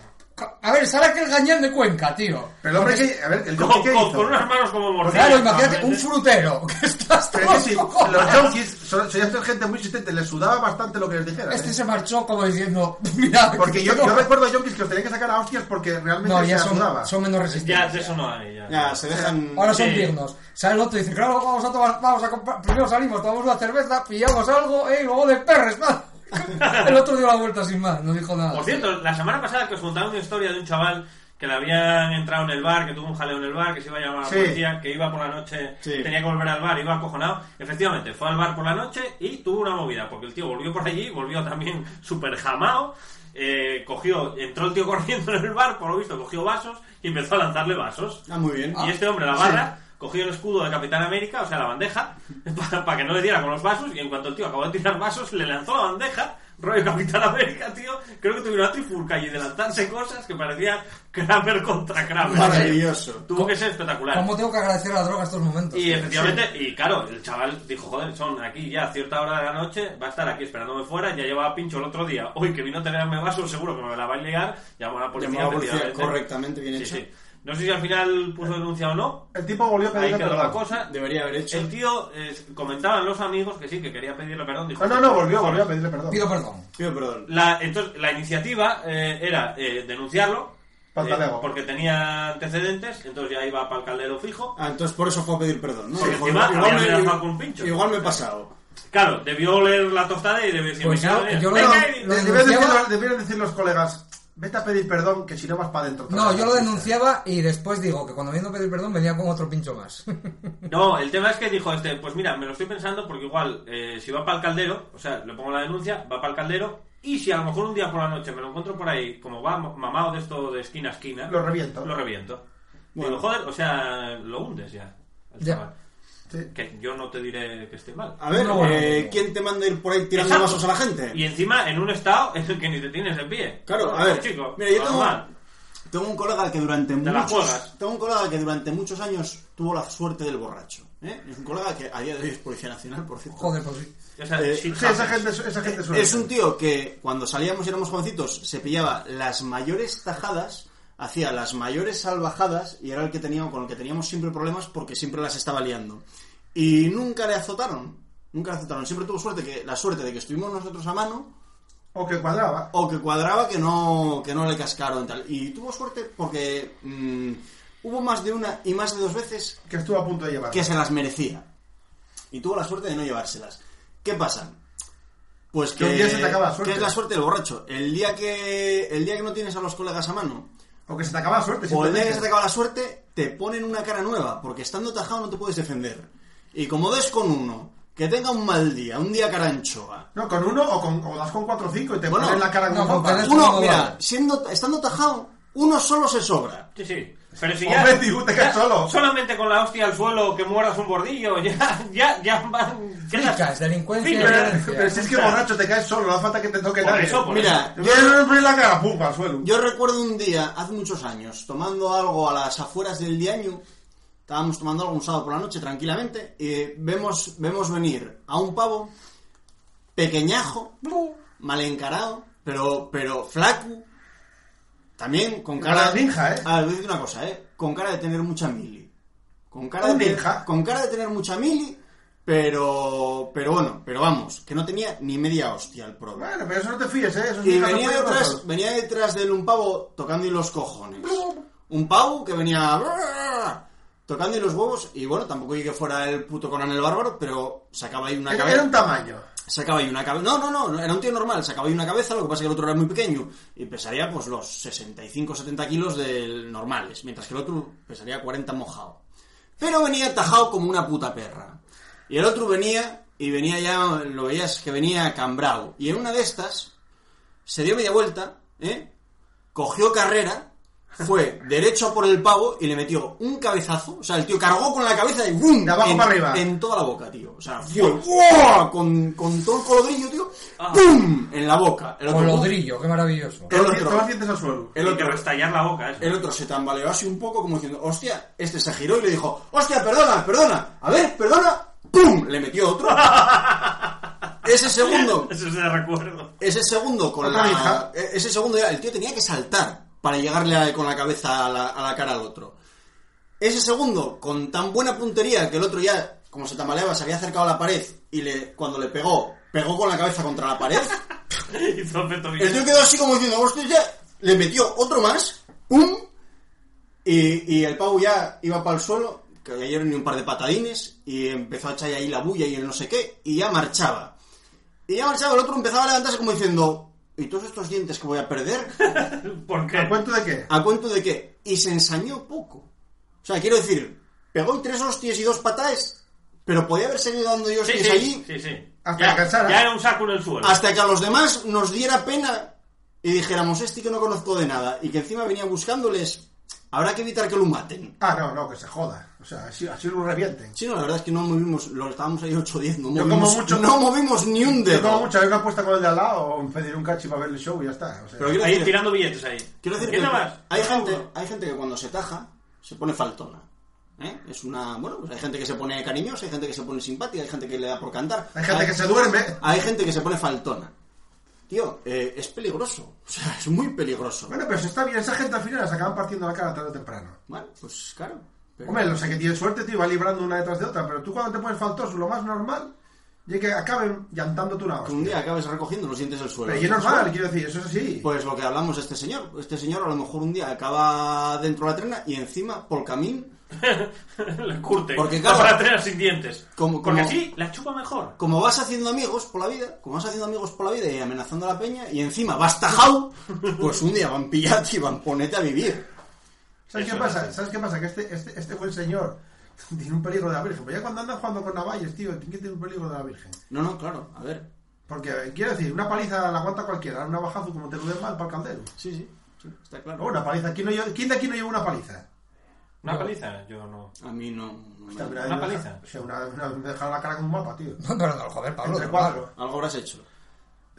Speaker 6: A ver, ¿sabes gañán de Cuenca, tío.
Speaker 7: Pero el hombre que. A ver, el
Speaker 4: Como-
Speaker 7: donkey que
Speaker 4: con,
Speaker 7: hizo.
Speaker 4: con unas manos como morcillas.
Speaker 6: Claro, imagínate, un frutero que está hasta
Speaker 7: Pero es que sí,
Speaker 6: los cojones.
Speaker 7: los junkies son- solían ser gente muy insistente, les sudaba bastante lo que les dijeran.
Speaker 6: Este
Speaker 7: ¿eh?
Speaker 6: se marchó como diciendo, mira,
Speaker 7: Porque yo,
Speaker 6: no,
Speaker 7: yo recuerdo a junkies que los tenían que sacar a hostias porque realmente
Speaker 6: no,
Speaker 7: se
Speaker 6: ya
Speaker 7: sudaba.
Speaker 6: son, son menos
Speaker 4: Ya,
Speaker 6: resistentes.
Speaker 4: de eso no hay. Ya.
Speaker 5: Ya, se dejan.
Speaker 6: Ahora son
Speaker 4: Sí.
Speaker 6: dignos. Sale el otro y dice, claro, vamos a tomar, vamos a comprar, primero salimos, tomamos una cerveza, pillamos algo, eh, y luego de perres, ¿no? El otro dio la vuelta sin más, no dijo nada.
Speaker 4: Por
Speaker 7: Pues
Speaker 4: cierto, la semana pasada que os contaron una historia de un chaval que le habían entrado en el bar, que tuvo un jaleo en el bar, que se iba a llamar a la
Speaker 7: Sí.
Speaker 4: policía, que iba por la noche,
Speaker 5: Sí.
Speaker 4: tenía que volver al bar, iba acojonado. Efectivamente, fue al bar por la noche y tuvo una movida, porque el tío volvió por allí, volvió también súper jamao. eh, cogió, entró el tío corriendo en el bar, por lo visto, cogió vasos y empezó a lanzarle vasos.
Speaker 5: Ah, muy bien.
Speaker 4: Y este hombre, la barra, cogió el escudo de Capitán América, o sea, la bandeja, para, que no le diera con los vasos. Y en cuanto el tío acabó de tirar vasos, le lanzó la bandeja, rollo Capitán América, tío. Creo que tuvieron una trifurca y de lanzarse cosas que parecía Kramer contra Kramer.
Speaker 5: Maravilloso.
Speaker 4: Tuvo que ser espectacular.
Speaker 6: ¿Cómo tengo que agradecer la droga en estos momentos?
Speaker 4: Y efectivamente, y claro, el chaval dijo, joder, son aquí ya a cierta hora de la noche, va a estar aquí esperándome fuera, ya llevaba pincho el otro día, hoy que vino a tenerme vaso, seguro que me la va a ligar, llamó a la policía.
Speaker 5: Llamó a la policía,
Speaker 4: efectivamente.
Speaker 5: correctamente, bien
Speaker 4: Sí,
Speaker 5: hecho.
Speaker 4: sí. No sé si al final puso denuncia o no,
Speaker 7: El tipo volvió a
Speaker 4: ahí
Speaker 7: pedirle
Speaker 4: quedó la
Speaker 7: perdón.
Speaker 4: cosa.
Speaker 5: Debería haber hecho.
Speaker 4: El tío eh, comentaban los amigos que sí, que quería pedirle perdón. Dijo,
Speaker 7: No, no, no, volvió, volvió a pedirle perdón.
Speaker 6: Pido perdón.
Speaker 5: Pido perdón.
Speaker 4: La, entonces, la iniciativa eh, era eh, denunciarlo
Speaker 7: Pantalego.
Speaker 4: eh, porque tenía antecedentes, entonces ya iba para el caldero fijo.
Speaker 5: Ah, entonces por eso fue a pedir perdón, ¿no?
Speaker 4: Porque
Speaker 5: Dijo,
Speaker 4: encima
Speaker 5: igual,
Speaker 4: había
Speaker 5: me,
Speaker 4: amenazado con un pincho.
Speaker 5: igual me he pasado.
Speaker 4: Claro, debió leer la tostada y debió decir:
Speaker 6: Pues
Speaker 4: "Me
Speaker 6: yo-
Speaker 4: cago en
Speaker 6: yo
Speaker 4: ella".
Speaker 7: Pero
Speaker 6: lo-
Speaker 4: Venga,
Speaker 6: lo-
Speaker 4: y-
Speaker 7: debieron, decir,
Speaker 6: denunciaba-
Speaker 7: los- debieron decir los colegas, vete a pedir perdón que si no vas para adentro.
Speaker 6: No, yo lo denunciaba y después digo que cuando vino a pedir perdón venía con otro pincho más.
Speaker 4: No, el tema es que dijo este, pues mira, me lo estoy pensando porque igual eh, si va para el caldero, o sea, le pongo la denuncia, va para el caldero y si a lo mejor un día por la noche me lo encuentro por ahí, como va mo- mamado de esto de esquina a esquina,
Speaker 7: Lo reviento.
Speaker 4: Lo reviento.
Speaker 5: Bueno.
Speaker 4: Digo, joder, o sea, lo hundes ya. al
Speaker 6: Ya.
Speaker 4: chaval.
Speaker 7: Sí.
Speaker 4: Que yo no te diré que esté mal.
Speaker 5: A ver,
Speaker 6: No, bueno.
Speaker 5: eh, ¿quién te manda ir por ahí tirando
Speaker 4: Exacto.
Speaker 5: vasos a la gente?
Speaker 4: Y encima en un estado en el que ni te tienes de pie.
Speaker 5: Claro, a
Speaker 4: Pues,
Speaker 5: ver.
Speaker 4: Chico,
Speaker 5: mira, yo tengo,
Speaker 4: normal.
Speaker 5: tengo un colega que durante
Speaker 4: Te la
Speaker 5: muchos
Speaker 4: juegas.
Speaker 5: tengo un colega que durante muchos años tuvo la suerte del borracho. ¿eh? Es un colega que a día de hoy es policía nacional, por cierto.
Speaker 6: Joder, pues sí.
Speaker 4: O sea,
Speaker 5: Eh,
Speaker 4: shit
Speaker 7: Sí, esa
Speaker 4: happens.
Speaker 7: gente, esa
Speaker 6: Eh,
Speaker 7: gente suele
Speaker 5: Es
Speaker 7: ser.
Speaker 5: un tío que cuando salíamos y éramos jovencitos se pillaba las mayores tajadas, hacía las mayores salvajadas y era el que teníamos con el que teníamos siempre problemas porque siempre las estaba liando. Y nunca le azotaron, nunca le azotaron. Siempre tuvo suerte que la suerte de que estuvimos nosotros a mano
Speaker 7: O que cuadraba.
Speaker 5: o que cuadraba que no que no le cascaron tal. Y tuvo suerte porque mm, hubo más de una y más de dos veces
Speaker 7: Que estuvo a punto de llevar.
Speaker 5: que se las merecía. Y tuvo la suerte de no llevárselas. ¿Qué pasa? Pues que,
Speaker 7: Que un día se te acaba la suerte.
Speaker 5: que es la suerte del borracho. El día que el día que no tienes a los colegas a mano,
Speaker 7: O que se te acaba la suerte.
Speaker 5: o el día
Speaker 7: simplemente.
Speaker 5: que se te acaba la suerte, te ponen una cara nueva, porque estando tajado no te puedes defender. Y como des con uno, que tenga un mal día, un día caranchoa.
Speaker 7: No, con uno o, con, o das con cuatro o cinco y te
Speaker 5: Bueno,
Speaker 7: ponen la cara
Speaker 6: no,
Speaker 7: como
Speaker 6: con
Speaker 7: papa.
Speaker 6: que des-
Speaker 5: Uno,
Speaker 6: como
Speaker 5: mira,
Speaker 6: vale.
Speaker 5: siendo, estando tajado, uno solo se sobra.
Speaker 4: Sí, sí. Pero si ya,
Speaker 7: Hombre, tío, te quedas
Speaker 4: ya
Speaker 7: solo.
Speaker 4: Solamente con la hostia al suelo que mueras un bordillo, ya, ya, ya van.
Speaker 6: Fricas, delincuencia y
Speaker 4: Fricas.
Speaker 6: violencia.
Speaker 7: Pero si es que
Speaker 4: O sea,
Speaker 7: borracho te caes solo, no hace falta que te toque
Speaker 4: Por
Speaker 7: nadie.
Speaker 4: eso, por
Speaker 5: Mira,
Speaker 7: Yo le voy a la cara, pum, al suelo.
Speaker 5: Yo recuerdo un día, hace muchos años, tomando algo a las afueras del diaño, estábamos tomando algo un sábado por la noche tranquilamente, y vemos, vemos venir a un pavo pequeñajo, mal encarado, pero, pero flaco, también con cara
Speaker 7: Cara de ninja, ¿eh?
Speaker 5: Ah, voy a decir una cosa, ¿eh? Con cara de tener mucha mili. Con cara,
Speaker 7: Un
Speaker 5: de,
Speaker 7: ninja.
Speaker 5: con cara de tener mucha mili, pero, pero bueno, pero vamos, que no tenía ni media hostia el problema.
Speaker 7: Bueno, pero eso no te fíes, ¿eh? Eso es
Speaker 5: Y
Speaker 7: un caso
Speaker 5: venía
Speaker 7: muy
Speaker 5: detrás,
Speaker 7: grosero.
Speaker 5: venía detrás de él un pavo tocando y los cojones. Un pavo que venía tocando y los huevos. Y bueno, tampoco oí que fuera el puto Conan el bárbaro, pero sacaba ahí una
Speaker 7: Era E- era
Speaker 5: cabeza.
Speaker 7: un tamaño.
Speaker 5: Sacaba ahí una cabeza. No, no, no, era un tío normal. Sacaba ahí una cabeza, lo que pasa es que el otro era muy pequeño. Y pesaría pues los 65 70 kilos del normales. Mientras que el otro pesaría 40 mojado. Pero venía tajado como una puta perra. Y el otro venía, y venía ya, lo veías que venía cambrado. Y en una de estas, se dio media vuelta, ¿eh? cogió carrera, fue derecho a por el pavo y le metió un cabezazo. O sea, el tío cargó con la cabeza y ¡bum!
Speaker 7: De abajo
Speaker 5: en,
Speaker 7: para arriba.
Speaker 5: En toda la boca, tío. O sea, fue ¡buah! Con, con todo el colodrillo, tío. ¡Pum! En la boca. El otro,
Speaker 6: Colodrillo, qué maravilloso.
Speaker 5: El
Speaker 7: Todos
Speaker 5: otro,
Speaker 7: los dientes al suelo.
Speaker 5: el
Speaker 4: Y que
Speaker 5: otro,
Speaker 4: restallar la boca, eso.
Speaker 5: el otro se tambaleó así un poco como diciendo, hostia, este se giró y le dijo, hostia, perdona, perdona, a ver, perdona, ¡pum! Le metió otro. Ese segundo
Speaker 4: Eso es de recuerdo.
Speaker 5: ese segundo con
Speaker 7: Otra
Speaker 5: la
Speaker 7: hija.
Speaker 5: e- ese segundo ya, el tío tenía que saltar para llegarle a- con la cabeza a la, a la cara al otro. Ese segundo, con tan buena puntería que el otro ya, como se tambaleaba, se había acercado a la pared y le, cuando le pegó, pegó con la cabeza contra la pared.
Speaker 4: Hizo efecto
Speaker 5: El tío
Speaker 4: bien.
Speaker 5: quedó así como diciendo, hostia, le metió otro más, ¡pum! Y, y el pavo ya iba para el suelo, que ayer ni un par de patadines, y empezó a echar ahí la bulla y el no sé qué, y ya marchaba. Y ya marchaba, el otro empezaba a levantarse como diciendo, ¿y todos estos dientes que voy a perder?
Speaker 4: ¿Por qué?
Speaker 7: ¿A cuento de qué?
Speaker 5: ¿A cuento de qué? Y se ensañó poco. O sea, quiero decir, pegó tres hostias y dos patadas, pero podía haber seguido dando yo
Speaker 4: Sí,
Speaker 5: hostias allí
Speaker 4: sí, sí, sí.
Speaker 7: Hasta
Speaker 4: ya,
Speaker 7: que cansara.
Speaker 4: ya era un saco en el suelo.
Speaker 5: hasta que a los demás nos diera pena y dijéramos, este que no conozco de nada y que encima venía buscándoles, habrá que evitar que lo maten.
Speaker 7: Ah, no, no, que se joda. O sea, así, así lo revienten.
Speaker 5: Sí, no, la verdad es que no movimos, lo estábamos ahí 8 o 10, no
Speaker 7: Yo
Speaker 5: movimos,
Speaker 7: como mucho-
Speaker 5: no movimos ni un
Speaker 7: Yo
Speaker 5: dedo.
Speaker 7: como mucho, hay una apuesta con el de al lado o pedir un cachi para ver el show y ya está. O sea,
Speaker 5: Pero quiero
Speaker 4: Ahí
Speaker 5: decir,
Speaker 4: tirando billetes ahí.
Speaker 5: quiero decir
Speaker 4: ¿Quién
Speaker 5: que
Speaker 4: da más?
Speaker 5: hay,
Speaker 4: Cada
Speaker 5: gente,
Speaker 4: uno.
Speaker 5: hay gente que cuando se taja se pone faltona. ¿eh? Es una. Bueno, pues hay gente que se pone cariñosa, hay gente que se pone simpática, hay gente que le da por cantar.
Speaker 7: hay gente que se duerme.
Speaker 5: hay gente que se pone faltona. Tío, eh, es peligroso. O sea, es muy peligroso.
Speaker 7: Bueno, pero eso está bien, esa gente al final las acaban partiendo la cara tarde o temprano.
Speaker 5: Bueno, pues claro. pero-
Speaker 7: Hombre, los que tienen suerte, tío, va librando una detrás de otra, pero tú cuando te pones faltoso, lo más normal, y que acaben llantándote una
Speaker 5: que un
Speaker 7: hostia.
Speaker 5: día acabes recogiendo los dientes del suelo.
Speaker 7: Pero y es normal, quiero decir, eso es así.
Speaker 5: Pues lo que hablamos de este señor. Este señor a lo mejor un día acaba dentro de la trena y encima, por camín,
Speaker 4: Le curte.
Speaker 5: Porque,
Speaker 4: Porque
Speaker 5: claro-
Speaker 4: Para tener sin dientes.
Speaker 5: Como-
Speaker 4: Porque
Speaker 5: como-
Speaker 4: así la chupa mejor.
Speaker 5: como vas haciendo amigos por la vida, como vas haciendo amigos por la vida y amenazando a la peña, y encima vas tajado, pues un día van pillate y van ponete a vivir.
Speaker 7: ¿Sabes qué
Speaker 4: Eso
Speaker 7: pasa? ¿Sabes qué pasa? Que este, este, este buen señor tiene un peligro de la Virgen. Pues ya cuando andan jugando con navalles, tío, tiene que tener un peligro de la Virgen.
Speaker 5: No, no, claro, a ver.
Speaker 7: Porque, eh, quiero decir, una paliza la aguanta cualquiera, una bajazo como te lo den mal para el caldero.
Speaker 5: Sí, sí, sí, está
Speaker 7: No,
Speaker 5: claro.
Speaker 7: una paliza. ¿Quién, no lleva- quién de aquí no lleva una paliza?
Speaker 4: ¿Una paliza? Yo no.
Speaker 5: A mí no. no me-
Speaker 7: Hostia, mira, me
Speaker 4: ¿Una
Speaker 7: deja-
Speaker 4: paliza?
Speaker 7: o sea, una, una- me dejaron la cara como un mapa, tío.
Speaker 6: No, pero no, joder, Pablo,
Speaker 7: Entre
Speaker 6: normal.
Speaker 7: cuatro.
Speaker 5: Algo habrás hecho.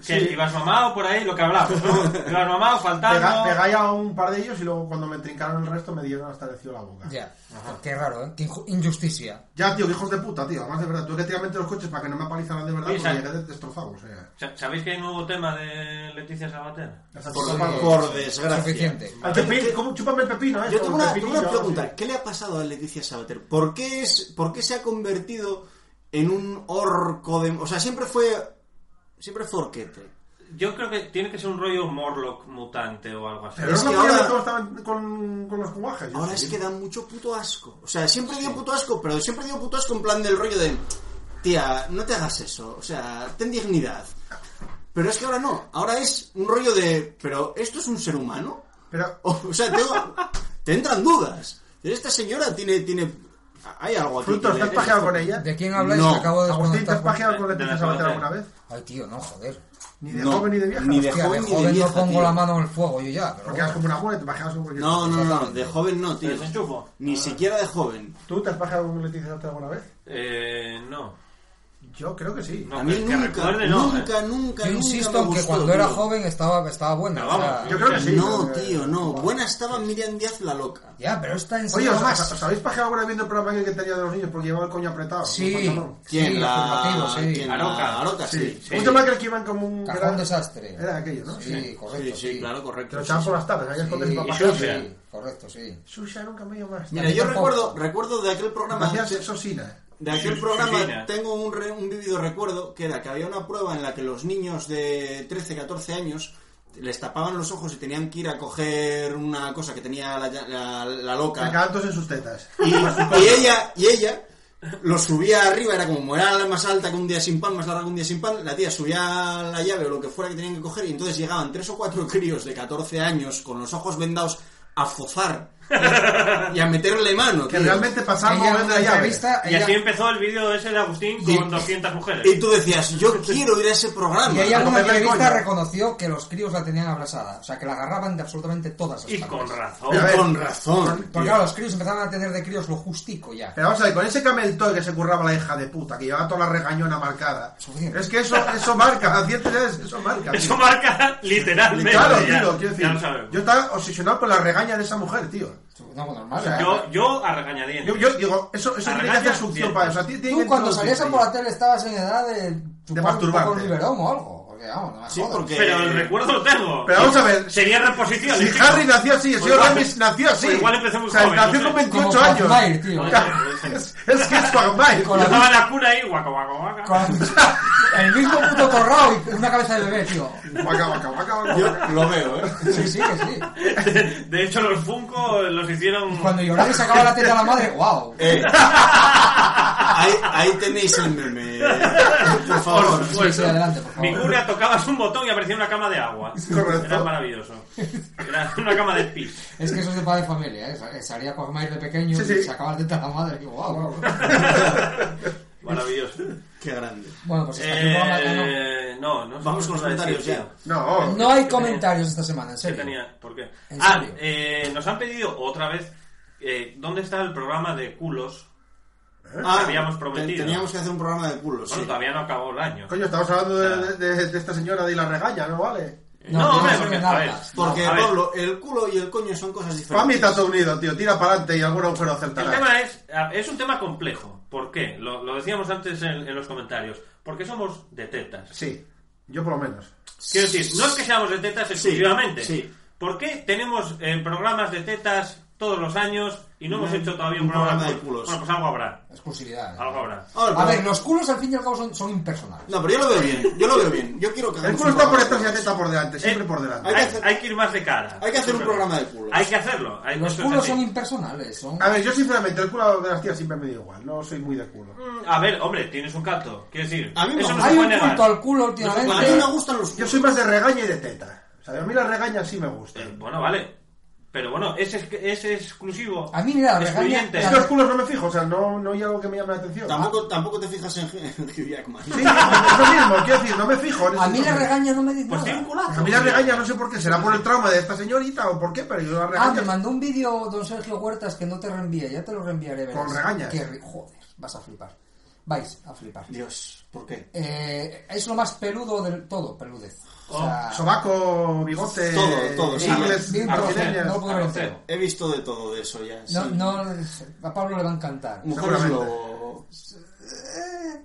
Speaker 4: Que ibas mamado por ahí, lo que hablábamos, ¿no? ibas mamado,
Speaker 7: Pega-
Speaker 4: faltando.
Speaker 7: Pegáis a un par de ellos y luego cuando me trincaron el resto me dieron hasta el cielo la boca.
Speaker 6: Ya. Qué raro, ¿eh? Qué inju- injusticia.
Speaker 7: Ya, tío, que hijos de puta, tío. Además, de verdad, tuve que tirarme entre los coches para que no me apalizaran de verdad
Speaker 4: Oye,
Speaker 7: porque
Speaker 4: Sam.
Speaker 7: llegué destrozado. O sea,
Speaker 4: Sa- ¿Sabéis que hay nuevo tema de Leticia Sabater?
Speaker 7: hasta
Speaker 5: Por,
Speaker 7: chupando.
Speaker 5: por desgracia.
Speaker 6: Suficiente.
Speaker 7: Al pepino, ¿cómo chúpame el pepino? eh?
Speaker 5: Yo tengo
Speaker 7: Con el
Speaker 5: una, tengo una
Speaker 7: pepinillo,
Speaker 5: pregunta.
Speaker 7: así.
Speaker 5: ¿Qué le ha pasado a Leticia Sabater? ¿Por qué, es, ¿Por qué se ha convertido en un orco de... O sea, siempre fue... Siempre fue orquete.
Speaker 4: Yo creo que tiene que ser un rollo Morlock mutante o algo así.
Speaker 7: Pero
Speaker 5: Es
Speaker 7: no
Speaker 5: que
Speaker 7: me acuerdo
Speaker 5: ahora-
Speaker 7: cómo estaban con, con los cuajes.
Speaker 5: Ahora es que da mucho puto asco. O sea, siempre dio puto asco, pero siempre dio puto asco en plan del rollo de... Tía, no te hagas eso. O sea, ten dignidad. Pero es que ahora no. Ahora es un rollo de... Pero esto es un ser humano.
Speaker 7: Pero,
Speaker 5: O, o sea, tengo- te entran dudas. Esta señora tiene... tiene hay algo aquí.
Speaker 7: Fruto,
Speaker 5: que le-
Speaker 7: ¿estás pajeado con ella?
Speaker 6: ¿De quién habláis?
Speaker 5: No.
Speaker 6: Que acabo de
Speaker 7: Agustín, ¿te
Speaker 6: desconectar
Speaker 7: has
Speaker 6: con-
Speaker 7: pajeado con
Speaker 4: de
Speaker 7: Leticia
Speaker 4: la
Speaker 7: Sabater
Speaker 4: Sabater.
Speaker 7: alguna vez?
Speaker 6: Ay, tío, no, joder.
Speaker 7: Ni de
Speaker 5: No,
Speaker 7: joven ni de vieja.
Speaker 5: ni de
Speaker 6: Hostia, de
Speaker 5: joven ni de
Speaker 6: joven
Speaker 5: vieja,
Speaker 6: no pongo
Speaker 5: tío.
Speaker 6: la mano en el fuego yo ya. Pero
Speaker 7: Porque
Speaker 6: bueno.
Speaker 7: eras como una mula y te pajeabas con cualquier
Speaker 5: No,
Speaker 7: cosa.
Speaker 5: no, no, de joven no, tío.
Speaker 4: ¿Pero desenchufo? Ah.
Speaker 5: Ni siquiera de joven.
Speaker 7: ¿Tú te has pajeado con Leticia Sabater alguna vez?
Speaker 4: Eh, no.
Speaker 7: Yo creo que sí.
Speaker 4: No,
Speaker 5: a mí
Speaker 4: que- que
Speaker 5: nunca,
Speaker 4: recuerde, no,
Speaker 5: nunca, nunca,
Speaker 6: Yo
Speaker 5: nunca
Speaker 6: insisto
Speaker 5: me
Speaker 6: en que
Speaker 5: gustó,
Speaker 6: cuando era
Speaker 5: tío.
Speaker 6: joven estaba, estaba buena.
Speaker 4: Pero
Speaker 6: o sea,
Speaker 4: vamos,
Speaker 7: Yo creo que sí.
Speaker 5: No,
Speaker 7: eh,
Speaker 5: tío, no. Buena estaba Miriam Díaz la loca.
Speaker 6: Ya, pero está en
Speaker 7: Oye,
Speaker 6: serio
Speaker 7: ¿os,
Speaker 6: más.
Speaker 7: os habéis pajeado alguna vez viendo el programa aquel que tenía de los niños porque llevaba el coño apretado?
Speaker 6: Sí.
Speaker 7: No, no, no.
Speaker 5: ¿Quién?
Speaker 6: Sí,
Speaker 5: la...
Speaker 6: afirmativo, sí.
Speaker 5: ¿quién? La-
Speaker 4: Aroca.
Speaker 5: Aroca, sí.
Speaker 7: Sí.
Speaker 5: Sí,
Speaker 7: ¿Cómo se llama aquel que iban como un...
Speaker 6: Cajón
Speaker 7: era-
Speaker 6: desastre.
Speaker 7: Era aquello, ¿no?
Speaker 6: Sí, correcto.
Speaker 5: sí, claro,
Speaker 7: Te
Speaker 5: correcto.
Speaker 7: lo
Speaker 5: sí,
Speaker 7: echaban
Speaker 5: sí.
Speaker 7: por las tardes, habías
Speaker 6: Sí,
Speaker 7: escondido para
Speaker 6: sí,
Speaker 7: pajear.
Speaker 4: Sucia.
Speaker 6: sí, correcto, sí.
Speaker 7: Sucia nunca me llamaste.
Speaker 5: Mira, yo
Speaker 6: Tampoco.
Speaker 5: recuerdo, recuerdo de aquel
Speaker 7: Me
Speaker 5: programa...
Speaker 7: hacías sosina.
Speaker 5: De aquel
Speaker 4: Sus-
Speaker 5: programa
Speaker 4: Susina.
Speaker 5: tengo un, re- un vívido recuerdo que era que había una prueba en la que los niños de 13, 14 años les tapaban los ojos y tenían que ir a coger una cosa que tenía la, la- la
Speaker 7: Te
Speaker 5: loca.
Speaker 7: acaban todos en sus tetas.
Speaker 5: Y, y ella, y ella lo subía arriba, era como era la más alta que un día sin pan, más larga que un día sin pan, la tía subía la llave o lo que fuera que tenían que coger y entonces llegaban tres o cuatro críos de 14 años con los ojos vendados a fozar y a meterle mano.
Speaker 7: Que
Speaker 5: tío.
Speaker 7: realmente pasaban
Speaker 6: Ella en una
Speaker 7: moviendo la llave.
Speaker 6: entrevista,
Speaker 4: Y
Speaker 6: ella,
Speaker 4: así empezó el vídeo ese de Agustín
Speaker 5: Y-
Speaker 4: con 200 mujeres.
Speaker 5: Y tú decías, yo quiero ir a ese programa.
Speaker 6: y ella en una
Speaker 7: comerle el
Speaker 6: entrevista
Speaker 7: coño.
Speaker 6: reconoció que los críos la tenían abrazada. O sea, que la agarraban de absolutamente todas las
Speaker 4: Y
Speaker 6: partes.
Speaker 4: con razón.
Speaker 7: Pero a ver,
Speaker 5: Con razón.
Speaker 6: Porque claro, los críos empezaban a tener de críos lo justico ya.
Speaker 7: Pero vamos a ver, con ese cameltoe que se curraba la hija de puta, que llevaba toda la regañona marcada.
Speaker 6: Suficiente.
Speaker 7: Es que eso, eso marca, a ciertas edades eso marca. tío.
Speaker 4: Eso marca literalmente.
Speaker 7: Claro,
Speaker 4: ya,
Speaker 7: tío, quiero
Speaker 4: ya lo
Speaker 7: decir.
Speaker 4: sabemos.
Speaker 7: yo estaba obsesionado con la regaña de esa mujer, tío.
Speaker 6: No, pues, normal. ¿eh?
Speaker 7: O sea,
Speaker 4: Yo, yo a regañadientes.
Speaker 7: Yo, yo digo, eso, eso tiene que
Speaker 4: Arregaña
Speaker 7: hacer succión
Speaker 4: dientes.
Speaker 7: para eso. A ti tiene
Speaker 6: Tú
Speaker 7: que
Speaker 6: cuando
Speaker 7: introducir
Speaker 6: salías a
Speaker 7: ahí.
Speaker 6: por la tele estabas en edad de chupar un poco
Speaker 7: masturbarte.
Speaker 6: el biberón o algo. porque vamos, no me
Speaker 5: Sí,
Speaker 6: jodas.
Speaker 5: porque.
Speaker 4: Pero el recuerdo lo tengo.
Speaker 7: Pero vamos a ver.
Speaker 4: Sería reposición.
Speaker 7: Si
Speaker 4: chico.
Speaker 7: Harry nació así, el
Speaker 4: Pues
Speaker 7: señor
Speaker 4: igual-
Speaker 7: Ramis nació así.
Speaker 4: pues igual empezó muy
Speaker 7: o sea,
Speaker 4: joven,
Speaker 7: nació
Speaker 4: no
Speaker 7: con
Speaker 4: sé.
Speaker 7: 28
Speaker 6: Como
Speaker 7: años.
Speaker 6: Quagmire, tío.
Speaker 7: es, es que es Quagmire.
Speaker 6: Con
Speaker 4: Estaba en la cuna ahí, guaca, guaca, guaca.
Speaker 6: Con el mismo puto torrao y una cabeza de bebé, tío.
Speaker 7: Guaca, guaca, guaca, guaca.
Speaker 5: Yo lo veo, ¿eh?
Speaker 6: Sí, sí, que sí.
Speaker 4: De, de hecho, los Funko los hicieron.
Speaker 6: Cuando Yorami sacaba la teta a la madre, wow.
Speaker 5: Eh, ahí, ahí tenéis el meme. eh. Por favor.
Speaker 4: Por
Speaker 6: Sí, sí,
Speaker 4: supuesto.
Speaker 6: adelante, por favor.
Speaker 4: Pues Ninguna tocabas un botón y aparecía una cama de agua.
Speaker 7: Correcto.
Speaker 4: Era maravilloso. Era una cama de pis.
Speaker 6: Es que eso es de padre de familia, ¿eh? Salía Quagmire de pequeño
Speaker 7: Sí, sí.
Speaker 6: y sacaba la teta a la madre, digo, wow.
Speaker 4: Maravilloso.
Speaker 5: Qué grande.
Speaker 6: Bueno, pues hasta aquí el programa, ¿no?
Speaker 4: Eh, no, no sé
Speaker 5: Vamos
Speaker 4: qué
Speaker 5: con los
Speaker 4: iba a decir,
Speaker 5: comentarios ya.
Speaker 4: tío.
Speaker 7: No,
Speaker 6: No hay
Speaker 4: tenía-
Speaker 6: comentarios esta semana, en
Speaker 4: ¿Qué
Speaker 6: serio.
Speaker 4: tenía? ¿Por qué?
Speaker 6: ¿En
Speaker 4: Ah,
Speaker 6: serio?
Speaker 4: eh, nos han pedido otra vez eh, dónde está el programa de culos.
Speaker 5: Ah,
Speaker 4: Habíamos
Speaker 5: te-
Speaker 4: prometido.
Speaker 5: Teníamos que hacer un programa de culos.
Speaker 4: Bueno,
Speaker 5: sí.
Speaker 4: todavía no acabó el año.
Speaker 7: coño, estamos hablando de, de- de esta señora de la regaña, ¿no vale?
Speaker 4: No,
Speaker 6: no,
Speaker 4: hombre,
Speaker 6: no,
Speaker 4: porque,
Speaker 6: no,
Speaker 4: a ver,
Speaker 6: no.
Speaker 5: Porque,
Speaker 4: a ver,
Speaker 5: Pablo, el culo y el coño son cosas
Speaker 7: Para mí
Speaker 5: diferentes.
Speaker 7: está todo unido, tío. Tira para adelante y algún agujero
Speaker 4: El
Speaker 7: acertará.
Speaker 4: tema es, es un tema complejo. ¿Por qué? Lo, lo decíamos antes en, en los comentarios. Porque somos de tetas.
Speaker 7: Sí, yo por lo menos.
Speaker 4: Quiero decir, no es que seamos de tetas exclusivamente.
Speaker 5: sí.
Speaker 4: ¿Por qué tenemos eh, programas de tetas todos los años y no hemos hecho todavía un,
Speaker 5: un
Speaker 4: programa,
Speaker 5: programa de
Speaker 4: culos?
Speaker 5: culos.
Speaker 4: Bueno, pues algo habrá.
Speaker 6: Exclusividad. ¿eh?
Speaker 4: Algo habrá.
Speaker 5: Ahora,
Speaker 6: A
Speaker 5: pero-
Speaker 6: ver, los culos al fin y al cabo son, son impersonales.
Speaker 5: No, pero yo lo veo bien. Yo lo veo bien. Yo quiero que
Speaker 7: El
Speaker 5: hagamos
Speaker 7: culo
Speaker 5: un
Speaker 7: está por
Speaker 5: programa
Speaker 7: detrás y
Speaker 5: de
Speaker 7: la teta por delante, siempre
Speaker 4: Eh,
Speaker 7: por delante.
Speaker 4: Hay,
Speaker 5: que hacer-
Speaker 4: hay que ir más de cara.
Speaker 5: Hay que hacer un
Speaker 4: Siempre.
Speaker 5: programa de culos.
Speaker 4: Hay que hacerlo. Hay-
Speaker 6: Los
Speaker 4: eso es
Speaker 6: culos
Speaker 4: así.
Speaker 6: son impersonales, son...
Speaker 4: Ah,
Speaker 7: A ver, yo sinceramente, el culo de las tías siempre me dio igual. No soy muy de culo.
Speaker 4: Mm, A ver, hombre, tienes un canto. Quiero decir,
Speaker 5: A mí me
Speaker 4: eso no se
Speaker 5: gusta.
Speaker 6: Hay
Speaker 4: puede
Speaker 6: un
Speaker 4: negar.
Speaker 6: culto al culo
Speaker 5: culos. A mí me
Speaker 6: últimamente.
Speaker 5: gustan los
Speaker 7: Yo
Speaker 5: culos.
Speaker 7: soy más de regaña y de teta. O sea, a mí la regaña sí me gusta.
Speaker 4: Eh, bueno, vale. Pero bueno, es, ex- es exclusivo.
Speaker 6: A mí, mira,
Speaker 4: Excluyente.
Speaker 6: regaña-
Speaker 7: Es que los culos no me fijo, o sea, no, no hay algo que me llame la atención.
Speaker 5: Tampoco, tampoco te fijas en en Hugh Jackman.
Speaker 7: Sí, es lo mismo, quiero decir, no me fijo en eso.
Speaker 6: A mí la regaña no me dice
Speaker 4: Pues tiene un
Speaker 6: nada.
Speaker 4: culazo.
Speaker 7: A mí la regaña no sé por qué, será por el trauma de esta señorita o por qué, pero yo la
Speaker 6: Ah, me
Speaker 7: regaña.
Speaker 6: mandó un vídeo don Sergio Huertas que no te reenvía, ya te lo reenviaré. verás.
Speaker 7: Con regañas.
Speaker 6: Que ri- joder, vas a flipar. Vais a flipar.
Speaker 5: Dios, ¿por qué?
Speaker 6: Eh, es lo más peludo del todo, peludez.
Speaker 4: Oh,
Speaker 6: O sea,
Speaker 7: Sobaco, bigote,
Speaker 5: Todo, todo, sí.
Speaker 7: ingles,
Speaker 6: bien
Speaker 4: Arroz,
Speaker 6: grosero,
Speaker 7: brasileñas.
Speaker 6: no lo puedo ver
Speaker 4: arroz.
Speaker 6: entero.
Speaker 5: He visto de todo de eso ya.
Speaker 6: No,
Speaker 5: sí.
Speaker 6: no, a Pablo le va a encantar.
Speaker 5: Mujeres
Speaker 7: Seguramente.
Speaker 5: lobo.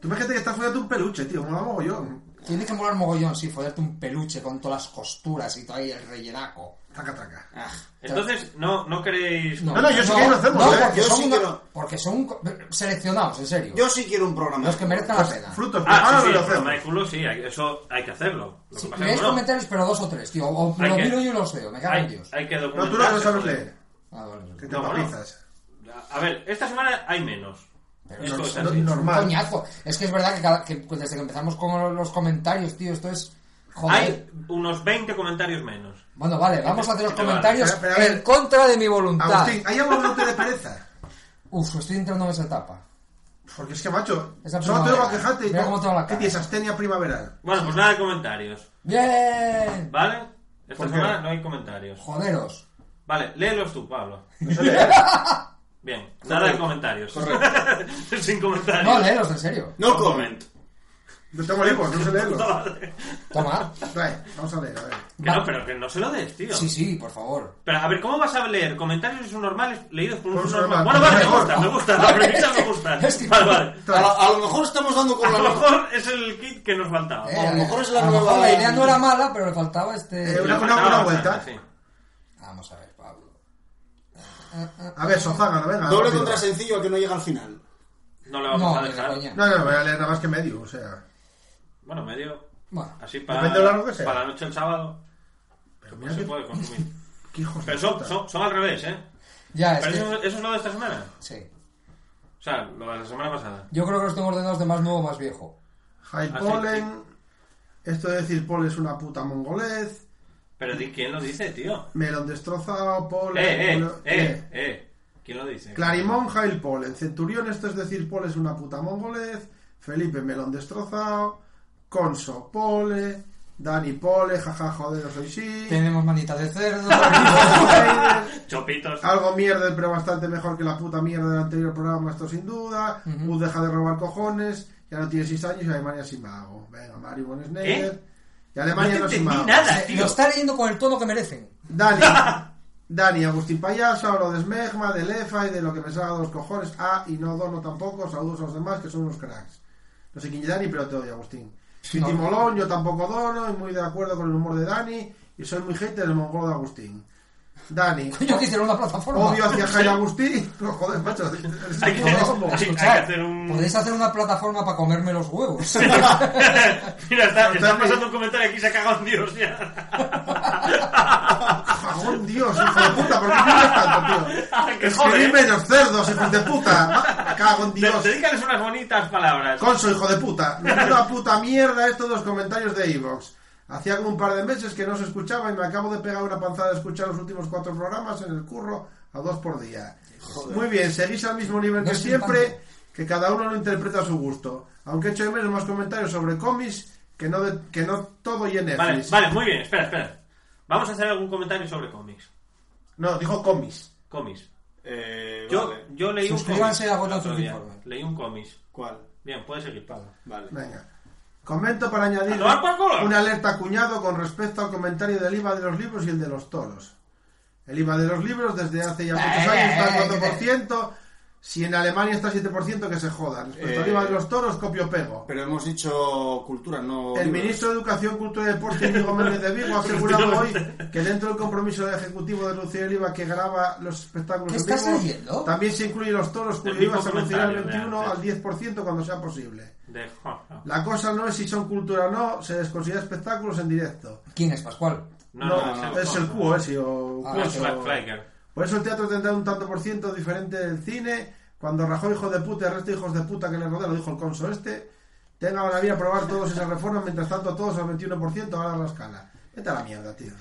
Speaker 7: Tú imagínate que estás follando un peluche, tío, mola mogollón.
Speaker 6: Tiene que molar mogollón, sí, follarte un peluche con todas las costuras y todo ahí el rellenaco.
Speaker 7: Traca, traca.
Speaker 5: Ah,
Speaker 4: Entonces, no, no queréis.
Speaker 7: No, no, yo sí que lo hacemos, ¿eh?
Speaker 6: porque
Speaker 5: Yo
Speaker 6: son
Speaker 5: sí
Speaker 6: una-
Speaker 5: quiero-
Speaker 6: porque son co- seleccionados, en serio.
Speaker 5: Yo sí quiero un programa.
Speaker 6: Los que merezcan
Speaker 7: Pues,
Speaker 6: la pena.
Speaker 7: Frutos,
Speaker 4: Ah,
Speaker 7: prepáralo
Speaker 4: sí,
Speaker 7: y
Speaker 4: sí,
Speaker 7: lo
Speaker 4: el programa de
Speaker 7: hacemos.
Speaker 4: culo, sí, hay- eso hay que hacerlo. Lo que
Speaker 7: pues,
Speaker 6: Sí,
Speaker 4: pasa es
Speaker 6: leéis
Speaker 4: que no.
Speaker 6: comentarios, pero dos o tres, tío. O
Speaker 4: Hay
Speaker 6: lo
Speaker 4: que-
Speaker 6: miro yo y los veo, me cago en
Speaker 4: Hay,
Speaker 6: Dios.
Speaker 4: hay que
Speaker 7: No,
Speaker 4: documentar.
Speaker 7: tú no que no sabes leer,
Speaker 6: Ah, vale.
Speaker 7: que te
Speaker 4: No, bueno.
Speaker 7: papizas.
Speaker 4: A ver, esta semana hay menos.
Speaker 6: Pero
Speaker 4: Esto
Speaker 7: no-
Speaker 4: es
Speaker 7: no-
Speaker 4: así.
Speaker 7: no- Normal.
Speaker 6: Coñazo. Es que es verdad que, cada- que desde que empezamos con los comentarios, tío, esto es. Joder.
Speaker 4: Hay unos 20 comentarios menos.
Speaker 6: Bueno, vale, vamos a hacer los
Speaker 4: Pero,
Speaker 6: comentarios
Speaker 7: pero, pero, a ver.
Speaker 6: en contra de mi voluntad.
Speaker 7: Agustín, ¿hay algo que no te dé pereza?
Speaker 6: Uf, estoy entrando en esa etapa.
Speaker 7: Porque es que, macho,
Speaker 6: Es la
Speaker 7: solo tengo
Speaker 6: primavera.
Speaker 7: a quejarte y
Speaker 6: Mira cómo tengo la
Speaker 7: todo. ¿Qué
Speaker 6: cara.
Speaker 7: tienes? Astenia primaveral.
Speaker 4: Bueno, pues nada de comentarios.
Speaker 6: ¡Bien!
Speaker 4: ¿Vale? Esta
Speaker 7: ¿Por qué?
Speaker 4: semana no hay comentarios.
Speaker 6: Joderos.
Speaker 4: Vale, léelos tú, Pablo. Bien, nada de comentarios. Sin comentarios.
Speaker 6: No, léelos, en serio.
Speaker 5: No comment.
Speaker 7: No tengo libros, no sé leerlo.
Speaker 4: Vale.
Speaker 6: Toma.
Speaker 7: Trae, vamos a leer, a ver.
Speaker 4: Que no, pero que no se lo des, tío.
Speaker 6: Sí, sí, por favor.
Speaker 4: Pero a ver, ¿cómo vas a leer comentarios subnormales leídos por un
Speaker 7: Por un
Speaker 4: subnormal? Bueno,
Speaker 7: subnormal.
Speaker 4: vale, me
Speaker 7: Mejor.
Speaker 4: gusta, me gusta. La premisa me gusta.
Speaker 6: Es que-
Speaker 4: Vale, vale.
Speaker 5: A, lo- a lo mejor estamos dando
Speaker 4: A
Speaker 5: con la
Speaker 4: lo mejor es el kit que nos faltaba.
Speaker 6: Eh,
Speaker 5: a lo mejor es la
Speaker 6: a lo mejor
Speaker 5: nueva-
Speaker 6: la idea no era mala, pero le faltaba
Speaker 7: Eh,
Speaker 6: este.
Speaker 7: una-
Speaker 4: Le faltaba
Speaker 7: una
Speaker 4: bastante,
Speaker 7: vuelta.
Speaker 4: sí.
Speaker 6: Vamos a ver, Pablo.
Speaker 7: A ver, Sozágano, venga.
Speaker 5: Doble
Speaker 7: rápido.
Speaker 5: contra sencillo que no llega al final.
Speaker 4: No le vamos
Speaker 6: No,
Speaker 4: a
Speaker 6: ni de
Speaker 4: dejar.
Speaker 6: coña.
Speaker 7: No, no, voy a leer nada más que medio, o sea.
Speaker 4: Bueno, medio.
Speaker 6: Bueno,
Speaker 4: Así para,
Speaker 7: Depende de lo largo que sea.
Speaker 4: para la noche el sábado.
Speaker 7: Pero
Speaker 4: No
Speaker 7: mira
Speaker 4: se
Speaker 7: que,
Speaker 4: puede consumir.
Speaker 7: qué hijos de
Speaker 4: Pero son,
Speaker 7: puta.
Speaker 4: son, son al revés, ¿eh?
Speaker 6: ya es
Speaker 4: Pero
Speaker 6: que.
Speaker 4: eso, eso es lo de esta semana.
Speaker 6: Sí.
Speaker 4: O sea, lo de la semana pasada.
Speaker 6: Yo creo que los tengo ordenados de más nuevo, más viejo.
Speaker 7: High
Speaker 4: Ah, sí,
Speaker 7: Pollen. Esto de decir Paul es una puta mongolez.
Speaker 4: Pero di quién lo dice, tío.
Speaker 7: Melón destrozado, Paul.
Speaker 4: Eh, eh,
Speaker 7: Polo-
Speaker 4: eh, eh. ¿Quién lo dice?
Speaker 7: Clarimón, High Pollen. Centurión, esto es decir Paul es una puta mongolez. Felipe, melón destrozado. Conso, Pole. Dani, Pole. Jaja, joder, soy sí.
Speaker 6: Tenemos manita de cerdo. Ah,
Speaker 4: Chopitos.
Speaker 7: Algo mierda, pero bastante mejor que la puta mierda del anterior programa, esto sin duda. Bud deja de robar cojones, ya no tiene 6 años y Alemania sin mago. Venga, Mario von Schneider.
Speaker 4: ¿Eh?
Speaker 7: Y Alemania
Speaker 4: No te
Speaker 7: no, sin
Speaker 4: entendí
Speaker 7: mago.
Speaker 4: nada.
Speaker 6: Eh,
Speaker 4: tío.
Speaker 6: Lo está leyendo con el tono que merecen.
Speaker 7: Dani, Dani, Agustín Payaso, hablo de Smegma, de Lefa y de lo que me salga de los cojones. Ah, y no dono tampoco, saludos a los demás que son unos cracks. No sé quién es Dani, pero te odio, Agustín. City Molón, yo tampoco dono, y muy de acuerdo con el humor de Dani, y soy muy gente del mongolo de Agustín. Dani,
Speaker 6: Yo quisiera una plataforma.
Speaker 7: odio hacia Jai Agustín. No, joder, macho. es
Speaker 4: Hay que,
Speaker 7: un combo.
Speaker 4: hay que
Speaker 6: Escuchad,
Speaker 4: hacer un.
Speaker 6: Podéis hacer una plataforma para comerme los huevos.
Speaker 4: Mira, está, está pasando un comentario aquí, se ha cagado en Dios ya.
Speaker 7: Jajón, Dios, hijo de puta, ¿por qué escribes tanto, tío?
Speaker 4: Que joder.
Speaker 7: Escribí menos cerdos, hijo de puta. Ma- Me cago en
Speaker 4: De-
Speaker 7: Dios.
Speaker 4: Dedícales unas bonitas palabras.
Speaker 7: Conso, hijo de puta. Me una puta mierda esto de los comentarios de Evox. Hacía como un par de meses que no se escuchaba y me acabo de pegar una panzada de escuchar los últimos cuatro programas en el curro a dos por día. Muy bien, seguís al mismo nivel
Speaker 6: No
Speaker 7: que
Speaker 6: es un
Speaker 7: siempre,
Speaker 6: tanto.
Speaker 7: que cada uno lo interpreta a su gusto. Aunque he hecho de menos más comentarios sobre cómics que no, de- que no todo y en
Speaker 4: Vale,
Speaker 7: Netflix.
Speaker 4: vale, muy bien, espera, espera. Vamos a hacer algún comentario sobre cómics.
Speaker 7: No, dijo cómics.
Speaker 4: Cómics.
Speaker 5: Eh,
Speaker 4: Yo,
Speaker 5: vale.
Speaker 4: yo leí un cómic.
Speaker 6: Suscríbanse a Gotham
Speaker 4: otro día.
Speaker 6: Informe.
Speaker 4: Leí un cómics.
Speaker 5: ¿Cuál?
Speaker 4: Bien, puedes seguir, Pablo.
Speaker 5: Vale.
Speaker 7: Venga. Comento para
Speaker 4: ¿A
Speaker 7: añadir
Speaker 4: tomar por culo?
Speaker 7: una alerta a cuñado con respecto al comentario del IVA de los libros y el de los toros. El IVA de los libros desde hace ya muchos
Speaker 6: Eh,
Speaker 7: años está
Speaker 6: eh,
Speaker 7: al 4%, si en Alemania está al 7% que se joda. Respecto al
Speaker 5: Eh,
Speaker 7: IVA de los toros, copio pego.
Speaker 5: Pero hemos dicho cultura, no.
Speaker 7: El
Speaker 5: libros.
Speaker 7: ministro de Educación, Cultura y Deporte, Diego Méndez de Vigo, ha asegurado hoy que dentro del compromiso del Ejecutivo de reducir el IVA que graba los espectáculos
Speaker 6: ¿Qué
Speaker 7: en
Speaker 6: estás
Speaker 7: vivo,
Speaker 6: leyendo?
Speaker 7: también se incluyen los toros cuyo
Speaker 4: mismo
Speaker 7: IVA se reducirá del
Speaker 4: comentario,
Speaker 7: 21 al
Speaker 4: realmente.
Speaker 7: 10% cuando sea posible.
Speaker 4: De...
Speaker 7: La cosa no es si son cultura o no, se les considera espectáculos en directo.
Speaker 6: ¿Quién es Pascual?
Speaker 4: No, no,
Speaker 7: No,
Speaker 4: no,
Speaker 7: es el cubo eh. ese o
Speaker 6: Ah,
Speaker 4: No, es
Speaker 7: cuoso.
Speaker 4: Fla- Flaker.
Speaker 7: Por eso el teatro tendrá un tanto por ciento diferente del cine. Cuando Rajoy, hijo de puta, y el resto de hijos de puta que le rodea, lo dijo el conso este, tengan la vida a probar todos esas reformas, mientras tanto todos al 21% ahora la escala. Vete a la mierda, tío.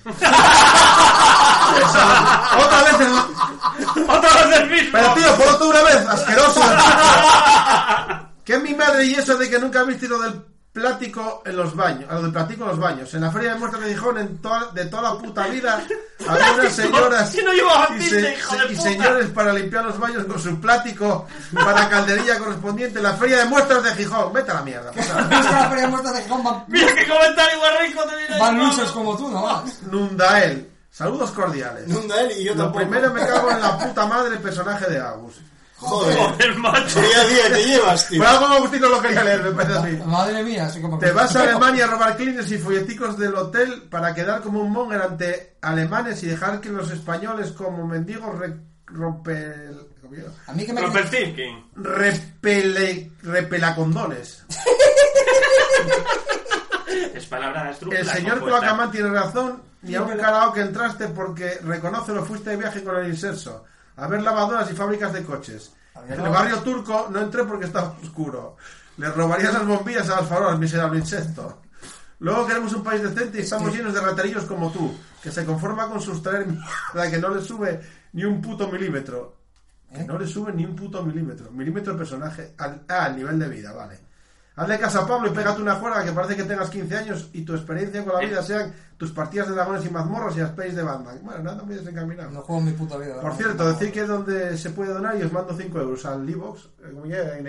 Speaker 7: Otra vez el...
Speaker 4: ¡Otra vez el mismo!
Speaker 7: Pero tío, por tú una vez, asqueroso. que es mi madre y eso de que nunca habéis tirado del plático en los baños, a lo del platico en los baños. En la feria de muestras de Gijón, en toda, de toda la puta vida, había unas señoras
Speaker 4: Si no llevaba
Speaker 7: y,
Speaker 4: pinta, hijo de
Speaker 7: y
Speaker 4: puta.
Speaker 7: señores para limpiar los baños con su plático para calderilla correspondiente. En la feria de muestras de Gijón, vete a la mierda. por favor.
Speaker 6: ¿Viste la feria muerta de Gijón? Van,
Speaker 4: Mira qué comentario guarrico te viene
Speaker 6: van
Speaker 4: ahí,
Speaker 6: luchos
Speaker 4: Pablo.
Speaker 6: como tú, ¿no? vas?
Speaker 7: Nundael, saludos cordiales.
Speaker 5: Inunda él y yo
Speaker 7: Lo
Speaker 5: tampoco.
Speaker 7: primero me cago en la puta madre personaje de Agus.
Speaker 5: Joder.
Speaker 4: Joder, macho.
Speaker 5: Día a día que llevas, tío.
Speaker 7: Por algo Agustín no lo quería leer, me parece a mí.
Speaker 6: Madre mía, así como... que-
Speaker 7: Te vas a Alemania a robar clines y folleticos del hotel para quedar como un monger ante alemanes y dejar que los españoles como mendigos re- rompe- ¿cómo digo?
Speaker 6: A mí que me...
Speaker 4: Robert King.
Speaker 7: repele repelacondones.
Speaker 4: Es palabra de
Speaker 7: El señor Cloacamán tiene razón, ni a un karaoke entraste porque reconoce lo fuiste de viaje con el inserso. A ver lavadoras y fábricas de coches. En el barrio turco no entré porque estaba oscuro. Le robarías las bombillas a las farolas, miserable insecto. Luego queremos un país decente y estamos llenos de raterillos como tú, que se conforma con sustraer mierda que no le sube ni un puto milímetro. Que no le sube ni un puto milímetro. Milímetro de personaje. Al, ah, al nivel de vida, vale. Hazle caso a Pablo y pégate una juerga que parece que tengas 15 años y tu experiencia con la vida sean tus partidas de dragones y mazmorras y las plays de Batman. Bueno, nada muy desencaminado.
Speaker 6: No juego en mi puta vida.
Speaker 7: Por cierto, decir que es donde se puede donar y os mando 5 euros al eh, Libox.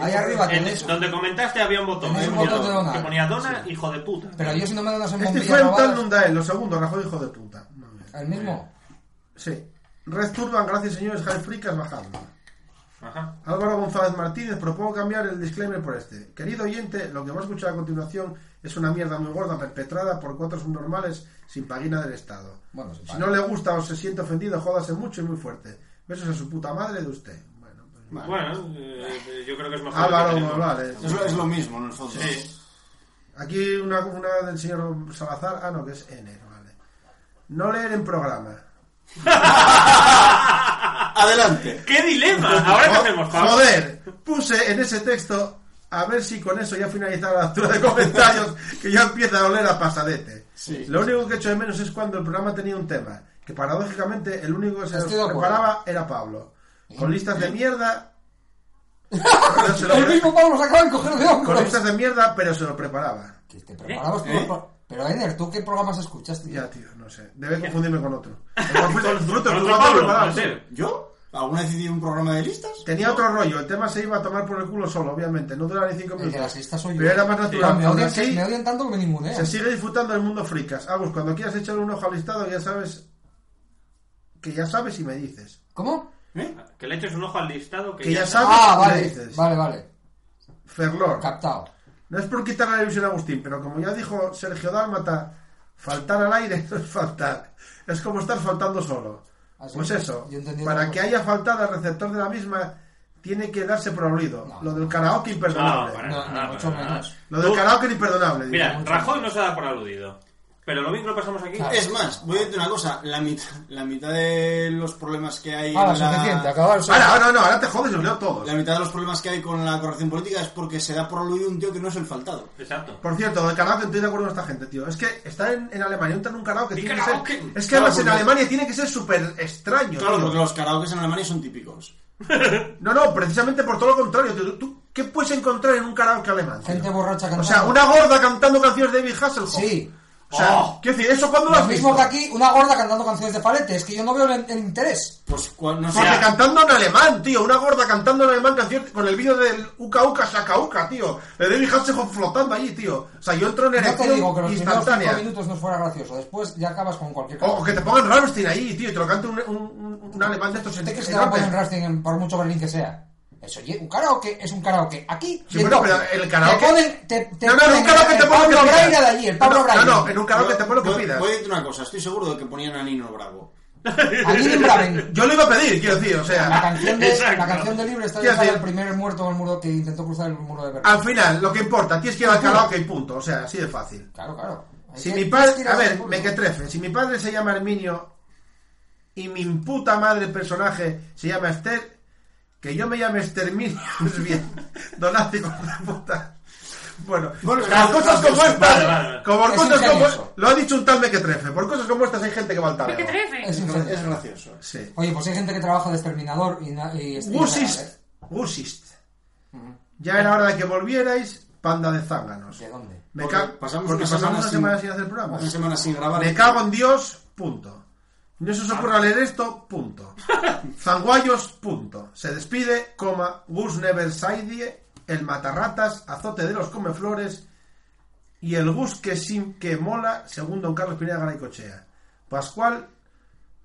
Speaker 6: Ahí arriba
Speaker 4: En
Speaker 6: tenés...
Speaker 4: donde comentaste había un botón.
Speaker 6: Hay
Speaker 4: que
Speaker 6: un
Speaker 4: ponía-
Speaker 6: botón de donar.
Speaker 4: Que ponía dona, hijo de puta.
Speaker 6: Pero yo si no me dan las
Speaker 7: Este
Speaker 6: bombillas
Speaker 7: fue un tal
Speaker 6: robadas...
Speaker 7: Nundael, lo segundo, Rajoy hijo de puta. Madre mía.
Speaker 6: ¿El mismo?
Speaker 7: Sí. Red Turban, gracias señores, High Fricas bajando.
Speaker 4: Ajá.
Speaker 7: Álvaro González Martínez, propongo cambiar el disclaimer por este. Querido oyente, lo que va a escuchar a continuación es una mierda muy gorda perpetrada por cuatro subnormales sin paguina del Estado.
Speaker 6: Bueno, sin
Speaker 7: si no le gusta o se siente ofendido, jódase mucho y muy fuerte. Besos a su puta madre de usted. Bueno, pues-
Speaker 4: Bueno, eh, yo creo que es mejor.
Speaker 7: Álvaro,
Speaker 4: que tenemos.
Speaker 7: Ah, vale.
Speaker 5: Es, lo- es lo mismo, en el fondo.
Speaker 4: Sí.
Speaker 7: Aquí una, una del señor Salazar, ah no, que es N, vale. No leer en programa.
Speaker 5: Adelante.
Speaker 4: ¡Qué dilema! Ahora qué
Speaker 7: Jo-
Speaker 4: hacemos, Pablo.
Speaker 7: Joder, puse en ese texto a ver si con eso ya finalizaba la lectura de comentarios que ya empieza a oler a pasadete.
Speaker 5: Sí.
Speaker 7: Lo único que echo de menos es cuando el programa tenía un tema, que paradójicamente el único que se
Speaker 6: Estoy de
Speaker 7: nos
Speaker 6: acuerdo.
Speaker 7: preparaba era Pablo. Con listas de mierda. pero se lo
Speaker 6: El
Speaker 7: pre-
Speaker 6: mismo Pablo se acaba de coger de
Speaker 7: con
Speaker 6: hombros.
Speaker 7: listas de mierda, pero se lo preparaba.
Speaker 6: Que te preparabas tú los pro- Pero, Eder, ¿tú qué programas escuchaste?
Speaker 7: Ya, tío, no sé. Debe confundirme con otro. Pero fuiste- fruto,
Speaker 4: Con
Speaker 7: tú
Speaker 4: otro
Speaker 7: vas
Speaker 4: Pablo,
Speaker 7: preparado.
Speaker 4: puede ser.
Speaker 5: ¿Yo? ¿Alguna vez hice un programa de listas?
Speaker 7: Tenía otro rollo, el tema se iba a tomar por el culo solo, obviamente, no duraba ni cinco
Speaker 6: El de
Speaker 7: minutos.
Speaker 6: las listas soy yo.
Speaker 7: Pero era más
Speaker 6: Pero
Speaker 7: natural.
Speaker 6: Me
Speaker 7: Aún
Speaker 6: odian,
Speaker 7: así,
Speaker 6: me odian tanto que me ningunean.
Speaker 7: Se sigue disfrutando el mundo fricas. Agus, cuando quieras echarle un ojo al listado, ya sabes. Que ya sabes y me dices.
Speaker 6: ¿Cómo?
Speaker 5: ¿Eh?
Speaker 4: Que le eches un ojo al listado que,
Speaker 7: Que ya
Speaker 4: está.
Speaker 7: sabes
Speaker 6: Ah,
Speaker 7: y me
Speaker 6: vale.
Speaker 7: dices.
Speaker 6: Vale, vale.
Speaker 7: Ferlor.
Speaker 6: Captado.
Speaker 7: No es por quitar la ilusión a Agustín, pero como ya dijo Sergio Dálmata, faltar al aire no es faltar. Es como estar faltando solo.
Speaker 6: Ah, sí.
Speaker 7: Pues eso,
Speaker 6: Yo he entendido
Speaker 7: para
Speaker 6: algo.
Speaker 7: que haya faltado al receptor de la misma, tiene que darse por aludido. Lo del karaoke imperdonable.
Speaker 4: para
Speaker 6: No,
Speaker 4: nada,
Speaker 6: no, mucho
Speaker 4: para nada.
Speaker 6: menos.
Speaker 7: Lo del
Speaker 4: Tú-
Speaker 7: karaoke era imperdonable. digo.
Speaker 4: Mira, Rajoy no se da por aludido. Pero lo bien que lo pasamos aquí.
Speaker 5: Es más, voy a decirte una cosa, la mitad, la mitad de los problemas que hay
Speaker 7: Ah,
Speaker 6: Ahora,
Speaker 5: en la-
Speaker 6: suficiente, acabar.
Speaker 7: Ahora, ahora no, ahora te jodes y os leo todos.
Speaker 5: la mitad de los problemas que hay con la corrección política es porque se da por aludido un tío que no es el faltado.
Speaker 4: Exacto.
Speaker 7: Por cierto, lo del karaoke estoy de acuerdo con esta gente, tío. Es que estar en, en Alemania, entrar en un karaoke
Speaker 4: ¡Y
Speaker 7: tiene que
Speaker 4: karaoke!
Speaker 7: ser. Es que
Speaker 5: Claro,
Speaker 7: además en
Speaker 5: porque-
Speaker 7: Alemania tiene que ser súper extraño,
Speaker 5: Claro,
Speaker 7: tío.
Speaker 5: porque los karaokes en Alemania son típicos.
Speaker 7: No, no, precisamente por todo lo contrario. tío. ¿Tú, tú qué puedes encontrar en un karaoke alemán? tío?
Speaker 6: Gente borracha cantando.
Speaker 7: O sea, una gorda cantando canciones de David Hasselhoff.
Speaker 6: Sí.
Speaker 7: O sea,
Speaker 5: Oh.
Speaker 7: quiero decir, ¿eso cuándo lo
Speaker 6: Lo
Speaker 7: has
Speaker 6: mismo
Speaker 7: visto?
Speaker 6: que aquí, una gorda cantando canciones de palete. Es que yo no veo el, el interés.
Speaker 5: Pues cual- no sé.
Speaker 7: Porque cantando en alemán, tío. Una gorda cantando en alemán canciones con el vídeo del Uka Uka Shaka Uka, tío. De David Hasselhoff flotando allí, tío. O sea, yo entro en
Speaker 6: No
Speaker 7: erección
Speaker 6: te digo que los primeros cinco
Speaker 7: instantánea.
Speaker 6: minutos no fuera gracioso. Después ya acabas con cualquier
Speaker 7: O,
Speaker 6: cosa.
Speaker 7: o que te pongan Rammstein ahí, tío, y te lo cante un, un, un- un alemán de estos
Speaker 6: Usted que se te va a
Speaker 7: enormes.
Speaker 6: poner Rammstein en- por mucho Berlín que sea. Eso, oye, un karaoke es un karaoke. Aquí,
Speaker 7: Sí,
Speaker 6: y en
Speaker 7: bueno, pero
Speaker 6: Tokio.
Speaker 7: el karaoke-
Speaker 6: Te ponen, te, te
Speaker 7: No, no, en
Speaker 6: ponen
Speaker 7: un karaoke
Speaker 6: el
Speaker 7: te ponen lo
Speaker 6: Pablo
Speaker 7: que
Speaker 6: Braira
Speaker 7: pidas.
Speaker 6: de allí, el
Speaker 7: No,
Speaker 6: Pablo
Speaker 7: no,
Speaker 6: Braira.
Speaker 7: no, en un karaoke
Speaker 5: Yo-
Speaker 7: te ponen lo
Speaker 5: yo-
Speaker 7: que pidas.
Speaker 5: Voy a decirte una cosa, estoy seguro de que ponían a Nino Bravo.
Speaker 6: Allí en Braven.
Speaker 7: Yo lo iba a pedir, quiero decir, o
Speaker 6: La
Speaker 7: sea...
Speaker 6: canción de,
Speaker 4: Exacto.
Speaker 6: la canción de Libre está
Speaker 7: Quiero
Speaker 6: dedicada al
Speaker 7: decir-
Speaker 6: primer muerto en el muro que intentó cruzar el muro de Berlín.
Speaker 7: Al final, lo que importa, tienes que ir al karaoke y punto, o sea, así de fácil.
Speaker 6: Claro, claro. Hay
Speaker 7: Si
Speaker 6: que-
Speaker 7: mi
Speaker 6: hay que
Speaker 7: padre...
Speaker 6: tirar
Speaker 7: A ver,
Speaker 6: del público.
Speaker 7: me que trefe. Si mi padre se llama Herminio y mi puta madre personaje se llama Esther, que yo me llame Esterminio, es bien. Donate con la puta... Bueno,
Speaker 5: Bueno,
Speaker 7: las
Speaker 5: claro,
Speaker 7: cosas
Speaker 5: claro,
Speaker 7: como
Speaker 4: vale, vale,
Speaker 7: estas,
Speaker 4: vale.
Speaker 7: como
Speaker 6: Es
Speaker 7: cosas como
Speaker 6: ingenioso.
Speaker 7: lo ha dicho un tal Mequetrefe, por cosas como estas hay gente que va al talego.
Speaker 6: Es ingenioso.
Speaker 5: Es gracioso.
Speaker 7: Sí.
Speaker 6: Oye, pues hay gente que trabaja de exterminador y... na- y es-
Speaker 7: Gusist. Gusist. Ya era hora de que volvierais, panda de zánganos.
Speaker 6: ¿De dónde?
Speaker 7: Me
Speaker 5: Porque
Speaker 7: ca-
Speaker 5: pasamos
Speaker 7: porque
Speaker 5: una
Speaker 7: pasamos
Speaker 5: semana
Speaker 7: una
Speaker 5: sin-
Speaker 7: semana sin hacer programa.
Speaker 5: Una semana sin grabar.
Speaker 7: Me cago en Dios, punto. No se os ocurra leer esto, punto. Zanguayos, punto. Se despide, coma, Gus Neversaidie, el matarratas, azote de los comeflores y el Gus que sin que mola, según don Carlos Pineda Garaycochea. Pascual,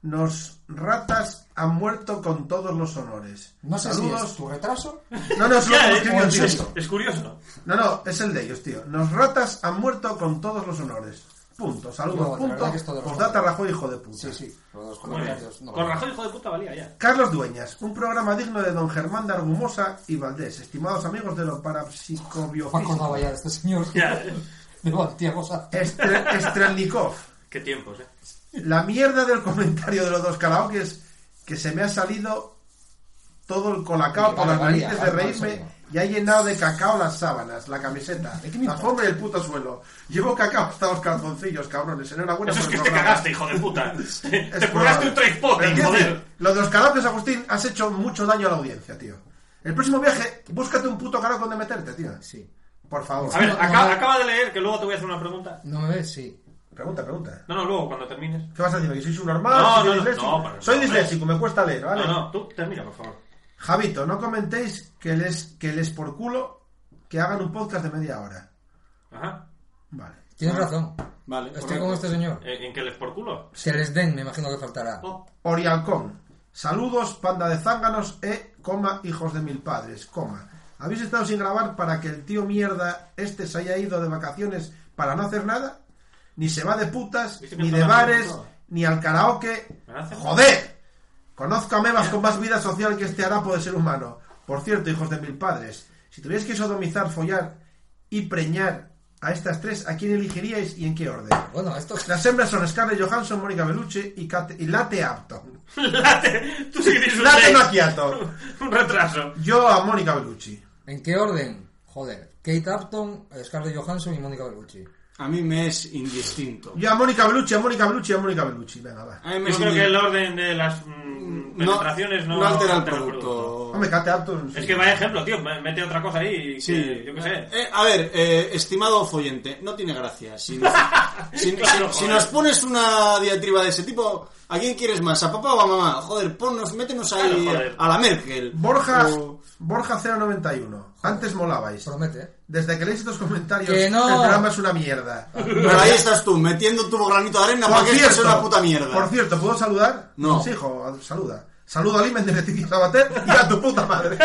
Speaker 7: nos ratas han muerto con todos los honores.
Speaker 6: No sé si
Speaker 7: Saludos.
Speaker 6: es tu retraso
Speaker 7: No, no, es lo
Speaker 4: Ya,
Speaker 7: que
Speaker 4: eh,
Speaker 7: escribió el tío.
Speaker 6: sexto.
Speaker 4: Es curioso.
Speaker 7: No, no, es el de ellos, tío. Los ratas han muerto con todos los honores. Punto,
Speaker 6: No,
Speaker 7: saludos,
Speaker 6: de verdad que esto de
Speaker 7: punto.
Speaker 6: los
Speaker 7: Postdata Rajoy, hijo de puta.
Speaker 6: Sí, sí, lo de los
Speaker 4: Muy bien.
Speaker 6: comentarios. no.
Speaker 4: Con Rajoy, hijo de puta, valía ya.
Speaker 7: Carlos Dueñas, un programa digno de don Germán de Argumosa y Valdés, estimados amigos de lo
Speaker 6: Me acordaba ya
Speaker 7: parapsicobiofísico.
Speaker 6: de este señor.
Speaker 4: Ya.
Speaker 6: De Santiago Sá.
Speaker 7: Estre- Estrelnikov,
Speaker 4: Qué tiempos, eh.
Speaker 7: la mierda del comentario de los dos karaokes que se me ha salido todo el colacao por las
Speaker 6: Vale, vale,
Speaker 7: narices de
Speaker 6: vale, vale,
Speaker 7: reírme
Speaker 6: vale.
Speaker 7: y ha llenado de cacao las sábanas, la camiseta,
Speaker 6: ¿De qué me
Speaker 7: la
Speaker 6: importa?
Speaker 7: forma y el puto suelo. Llevo cacao hasta los calzoncillos, cabrones. Enhorabuena
Speaker 4: Eso es
Speaker 7: por
Speaker 4: que
Speaker 7: el
Speaker 4: te
Speaker 7: programa.
Speaker 4: cagaste, hijo de puta. Te,
Speaker 7: pues Es
Speaker 4: te curraste
Speaker 7: probable.
Speaker 4: un
Speaker 7: Pero
Speaker 4: trainspotting,
Speaker 7: quiero decir,
Speaker 4: joder.
Speaker 7: Lo de los karaokes, Agustín, has hecho mucho daño a la audiencia, tío. El próximo viaje, búscate un puto karaoke donde meterte, tío.
Speaker 6: Sí.
Speaker 7: Por favor.
Speaker 4: A ver,
Speaker 6: No, no,
Speaker 4: acaba,
Speaker 6: no.
Speaker 4: acaba de leer que luego te voy a hacer una pregunta.
Speaker 6: ¿No me ves? Sí.
Speaker 7: Pregunta, pregunta.
Speaker 4: No, no, luego cuando termines.
Speaker 7: ¿Qué vas a decir? ¿Que soy subnormal?
Speaker 4: No,
Speaker 7: ¿Que soy
Speaker 4: no, no,
Speaker 7: disléxico?
Speaker 4: no, pero no,
Speaker 7: soy
Speaker 4: hombre.
Speaker 7: disléxico, me cuesta leer, ¿vale?
Speaker 4: No, no, tú termina, por favor.
Speaker 7: Javito, no comentéis que les, que les por culo que hagan un podcast de media hora.
Speaker 4: Ajá.
Speaker 7: Vale.
Speaker 6: Tienes razón.
Speaker 5: Vale,
Speaker 6: Estoy
Speaker 5: correcto.
Speaker 6: con este señor.
Speaker 4: Eh, ¿En, en qué les por culo?
Speaker 6: Que les den, me imagino que faltará.
Speaker 4: Oh,
Speaker 7: Orialcón. Saludos, panda de zánganos e, coma, hijos de mil padres, coma. ¿Habéis estado sin grabar para que el tío mierda este se haya ido de vacaciones para no hacer nada? Ni se va de putas,
Speaker 4: Dice que
Speaker 7: ni
Speaker 4: no
Speaker 7: de
Speaker 4: me
Speaker 7: bares,
Speaker 4: acuerdo.
Speaker 7: ni al karaoke.
Speaker 4: Me hace-
Speaker 7: ¡Joder! Conozco a Mebas con más vida social que este harapo de ser humano. Por cierto, hijos de mil padres, si tuvierais que sodomizar, follar y preñar a estas tres, ¿a quién elegiríais y en qué orden?
Speaker 6: Bueno, esto...
Speaker 7: Las hembras son Scarlett Johansson, Mónica Bellucci y, Kate- y Late Apton.
Speaker 4: Late, tú sí que tienes un
Speaker 7: Late
Speaker 4: late.
Speaker 7: Macchiato.
Speaker 4: Un retraso.
Speaker 7: Yo a Mónica Bellucci.
Speaker 6: ¿En qué orden? Joder. Kate Upton, Scarlett Johansson y Mónica Bellucci.
Speaker 5: A mí me es indistinto.
Speaker 7: Yo a Mónica Bellucci, a Mónica Bellucci, a Mónica Bellucci. Venga, va.
Speaker 5: A mí me
Speaker 4: Yo
Speaker 5: es
Speaker 4: creo
Speaker 5: indi-
Speaker 4: que el orden de las mm, penetraciones no,
Speaker 5: no altera el
Speaker 4: el
Speaker 5: producto.
Speaker 7: Hombre, Kate Upton.
Speaker 4: Es que vaya ejemplo, tío. me- Mete otra cosa ahí. y
Speaker 5: Sí.
Speaker 4: que- yo qué sé.
Speaker 5: Eh, a ver, eh, estimado follente, no tiene gracia. Si, si-
Speaker 4: Claro,
Speaker 5: si
Speaker 4: joder.
Speaker 5: nos pones una diatriba de ese tipo, ¿a quién quieres más? ¿A papá o a mamá? Joder, ponnos, métenos ahí
Speaker 4: Claro, joder.
Speaker 5: a la Merkel.
Speaker 7: Borja,
Speaker 5: O-
Speaker 7: Borja 091. Antes molabais.
Speaker 6: Promete. ¿eh?
Speaker 7: Desde que leéis estos comentarios,
Speaker 6: Que no.
Speaker 7: el programa es una mierda.
Speaker 5: Pero ahí estás tú, metiendo tu granito de arena para que esto sea una puta mierda.
Speaker 7: Por cierto, ¿puedo saludar?
Speaker 5: No.
Speaker 7: Sí, hijo, saluda. Saludo al Imen de Leticia Sabater y a tu puta madre.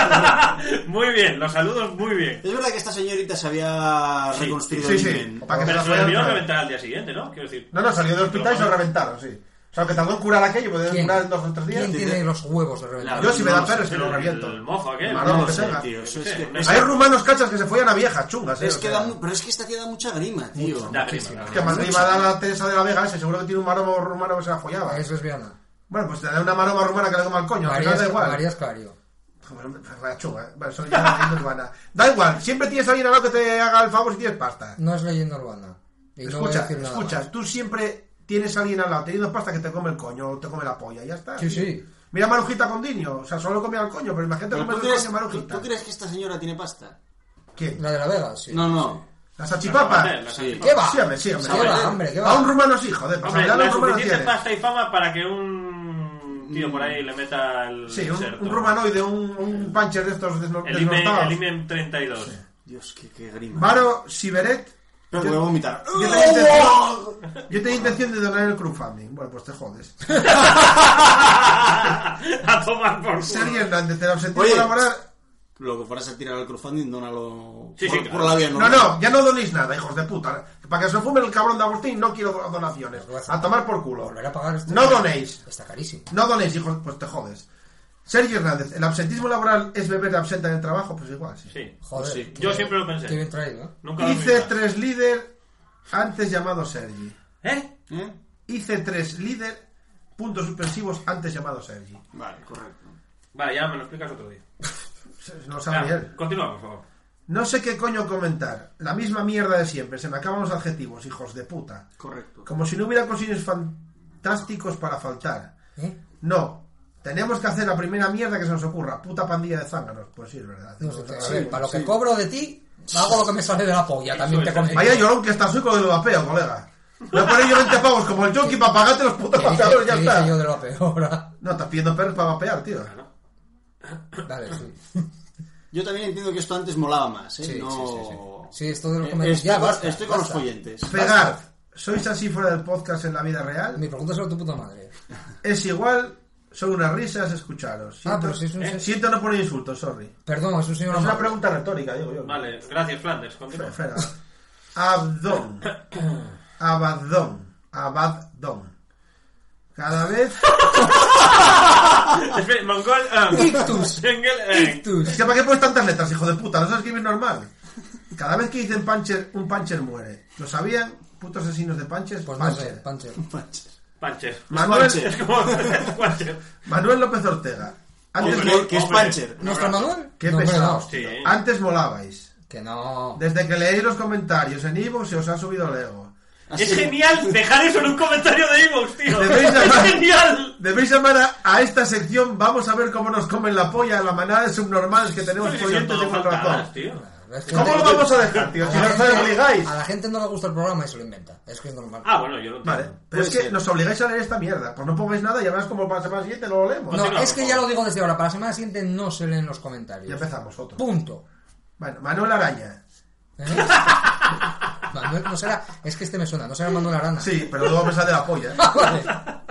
Speaker 4: Muy bien, los saludos muy bien.
Speaker 5: Es verdad que esta señorita se había
Speaker 4: Sí,
Speaker 5: reconstruido
Speaker 7: sí,
Speaker 5: el
Speaker 7: sí.
Speaker 5: imen.
Speaker 7: Pa' que se
Speaker 4: Pero
Speaker 7: la
Speaker 4: se lo debieron
Speaker 7: vayan a-
Speaker 4: reventar al día siguiente, ¿no? Quiero decir.
Speaker 7: No, no, salió del hospital y se lo reventaron, sí. O sea, que tardó en curar aquello, pudieron
Speaker 6: ¿Quién?
Speaker 7: curar en dos o tres días.
Speaker 6: ¿Quién tiene los huevos de reventar?
Speaker 7: Yo, si me da
Speaker 5: No,
Speaker 7: perro, se lo
Speaker 4: el-
Speaker 7: reviento.
Speaker 4: El mozo aquel.
Speaker 7: Marrón
Speaker 5: No
Speaker 7: que
Speaker 5: sé,
Speaker 7: tenga.
Speaker 5: tío, eso
Speaker 4: Yo qué
Speaker 5: es
Speaker 4: sé,
Speaker 5: que-
Speaker 4: una
Speaker 7: Hay rumanos cachas que se follan a viejas chungas, eh.
Speaker 5: Es
Speaker 7: o
Speaker 5: que
Speaker 7: sea.
Speaker 5: da mu- pero es que esta tía da mucha grima, tío.
Speaker 4: Da grima,
Speaker 7: Que más iba a dar la Teresa de la Vega ese, seguro que tiene un maromo rumano que se la follaba.
Speaker 6: Es lesbiana.
Speaker 7: Bueno, pues te da una maroma rumana que le coma el coño, al
Speaker 6: María,
Speaker 7: final da igual.
Speaker 6: María Escario.
Speaker 7: Joder, La chunga, eh. Bueno, eso ya es urbana. Da igual, siempre tienes a alguien al lado que te haga el favor si tienes pasta.
Speaker 6: No es leyenda urbana. Y no voy a
Speaker 7: escucha,
Speaker 6: decir nada
Speaker 7: escucha, tú siempre tienes a alguien al lado teniendo pasta que te come el coño o te come la polla, ya está.
Speaker 6: Sí,
Speaker 7: tío.
Speaker 6: sí.
Speaker 7: Mira Marujita con Diño, o sea, solo comía el coño, pero imagínate
Speaker 5: Pero
Speaker 7: comer
Speaker 5: ¿tú,
Speaker 7: el
Speaker 5: crees,
Speaker 7: coño
Speaker 5: tú-
Speaker 7: Marujita.
Speaker 5: tú crees que esta señora tiene pasta?
Speaker 6: más.
Speaker 7: ¿Quién?
Speaker 6: La de la Vega, sí.
Speaker 5: No, no.
Speaker 7: ¿La salchipapa?
Speaker 4: La salchipapa.
Speaker 6: ¿Qué va?
Speaker 7: Sí, hombre, sí, hombre.
Speaker 6: ¿Qué va, hombre? ¿Qué va?
Speaker 7: A un rumano sí, joder, pues
Speaker 4: Hombre,
Speaker 7: hablar a
Speaker 4: la
Speaker 7: un rumano
Speaker 4: suficiente
Speaker 7: tienes.
Speaker 4: pasta y fama para que un tío por ahí le meta el.
Speaker 7: Sí, un,
Speaker 4: inserto.
Speaker 7: un rumanoide, un, un puncher de estos desno-
Speaker 4: El IMEN,
Speaker 7: desnortados.
Speaker 4: el IMEN 32.
Speaker 5: Dios, qué, qué grima.
Speaker 7: Varo Siberet.
Speaker 5: Pero que voy a vomitar.
Speaker 7: Yo tenía, intención, yo tenía intención de donar el crowdfunding. Bueno, pues te jodes.
Speaker 4: a tomar por culo.
Speaker 7: Sergio Hernández, te sentido
Speaker 5: Oye.
Speaker 7: colaborar.
Speaker 5: Lo que fueras a tirar al crowdfunding, dónalo
Speaker 4: Sí, sí,
Speaker 5: por,
Speaker 4: claro.
Speaker 5: por la vía
Speaker 7: No,
Speaker 5: normal.
Speaker 7: no, ya no donéis nada, hijos de puta. Para que se fume el cabrón de Agustín, no quiero do- donaciones. A tomar por culo.
Speaker 6: Volver a pagar este esto.
Speaker 7: No donéis.
Speaker 6: Está carísimo.
Speaker 7: No donéis, hijos, pues te jodes. Sergio Hernández, ¿el absentismo laboral es beber absenta en el trabajo? Pues igual, sí.
Speaker 4: Sí.
Speaker 6: Joder.
Speaker 5: Pues sí.
Speaker 6: qué-
Speaker 4: Yo siempre lo pensé.
Speaker 6: Qué bien traído, ¿eh?
Speaker 4: Nunca lo olvidaré.
Speaker 7: IC3 líder, antes llamado Sergi.
Speaker 4: ¿Eh?
Speaker 5: ¿Eh?
Speaker 7: IC3 líder, puntos suspensivos, antes llamado Sergi.
Speaker 5: Vale, correcto.
Speaker 4: Vale, ya me lo explicas otro día.
Speaker 7: Se- No lo
Speaker 4: Ah,
Speaker 7: sabe él.
Speaker 4: Continúa, por favor.
Speaker 7: No sé qué coño comentar. La misma mierda de siempre. Se me acaban los adjetivos, hijos de puta.
Speaker 5: Correcto.
Speaker 7: Como si no hubiera consiguientes fantásticos para faltar.
Speaker 6: ¿Eh?
Speaker 7: No. Tenemos que hacer la primera mierda que se nos ocurra. Puta pandilla de zánganos. Pues sí, es verdad.
Speaker 6: No sé,
Speaker 7: Tenemos que
Speaker 6: sí,
Speaker 7: hacer-
Speaker 6: para lo que cobro de ti, hago lo que me sale de la polla. También
Speaker 4: Eso
Speaker 6: te
Speaker 4: es,
Speaker 6: concedo.
Speaker 7: Vaya llorón que estás hoy con el vapeo, colega. Voy a poner yo 20 pavos como el jockey para pagarte los putos
Speaker 6: ¿Qué dije-
Speaker 7: vapeadores, ya
Speaker 6: qué dije yo
Speaker 7: está.
Speaker 6: de lo peor? ah?
Speaker 7: No, estás pidiendo perros para vapear, tío.
Speaker 6: Dale, sí.
Speaker 5: Yo también entiendo que esto antes molaba más, ¿eh?
Speaker 6: Sí,
Speaker 5: no... Eh,
Speaker 6: sí, sí, sí. Sí, esto de los comentarios-
Speaker 5: Estoy,
Speaker 6: ya,
Speaker 5: con-
Speaker 6: basta,
Speaker 5: estoy con
Speaker 6: basta.
Speaker 5: los oyentes.
Speaker 7: Pegad. ¿Sois así fuera del podcast en la vida real?
Speaker 6: Mi pregunta es a tu puta madre.
Speaker 7: Es igual. Son unas risas escucharos.
Speaker 6: Ah,
Speaker 7: Siento,
Speaker 6: pero si es un... se-
Speaker 7: siento no poner insultos, sorry.
Speaker 6: Perdón, es un señor
Speaker 7: Es una
Speaker 6: amable.
Speaker 7: pregunta retórica, digo yo.
Speaker 4: Vale, gracias, Flanders. Continúa.
Speaker 7: Espera. Abdón. Abadón. Abadón. Cada vez.
Speaker 4: Espera, Mongol. eh,
Speaker 6: Ictus.
Speaker 4: Engel, eh,
Speaker 7: Es
Speaker 6: Ictus.
Speaker 7: que ¿para qué pones tantas letras, hijo de puta? No sabes escribir normal. Cada vez que dicen puncher, un puncher muere. ¿Lo sabían? Putos asesinos de punches.
Speaker 6: Pues no sé,
Speaker 7: puncher.
Speaker 6: Pancher.
Speaker 4: Pancher.
Speaker 7: Manuel,
Speaker 4: Es como. es Pancher.
Speaker 7: Manuel López Ortega. Antes,
Speaker 5: Hombre,
Speaker 7: mol-
Speaker 5: que es
Speaker 4: hombre.
Speaker 5: Pancher.
Speaker 6: ¿Nuestro Manuel?
Speaker 7: Qué
Speaker 6: no, hombre,
Speaker 7: pesado.
Speaker 6: no.
Speaker 4: Sí.
Speaker 7: Antes molabais.
Speaker 6: Que no.
Speaker 7: Desde que leéis los comentarios en Ivo se os ha subido el ego.
Speaker 4: Es genial dejar eso en un comentario de Evox, tío.
Speaker 7: Debéis
Speaker 4: Es
Speaker 7: llamar-
Speaker 4: genial.
Speaker 7: Debéis llamar a, a esta sección. Vamos a ver cómo nos comen la polla la manada de subnormales que tenemos
Speaker 4: Pero si son
Speaker 7: oyentes de
Speaker 4: todo
Speaker 7: Guadalajara.
Speaker 4: faltadas, tío.
Speaker 6: Es que-
Speaker 7: ¿Cómo lo vamos a dejar, tío? Si
Speaker 6: A la
Speaker 7: nos
Speaker 6: gente-
Speaker 7: obligáis.
Speaker 6: A la gente no le gusta el programa y se lo inventa. Es que es normal.
Speaker 4: Ah, bueno, yo lo entiendo.
Speaker 7: Vale, pero es que nos obligáis a leer esta mierda. Pues no pongáis nada y además como para la semana siguiente no lo leemos.
Speaker 4: Pues
Speaker 6: no,
Speaker 4: sí, claro,
Speaker 6: es que
Speaker 4: por
Speaker 6: ya
Speaker 4: favor.
Speaker 6: lo digo desde ahora. Para la semana siguiente no se leen los
Speaker 7: Y
Speaker 6: comentarios.
Speaker 7: empezamos otro.
Speaker 6: Punto.
Speaker 7: Bueno, Manuel Araña.
Speaker 6: ¿Eh? Manuel, no será. Es que este me suena. No será Manuel Arana.
Speaker 7: Sí, pero luego me sale la polla.
Speaker 6: Vale.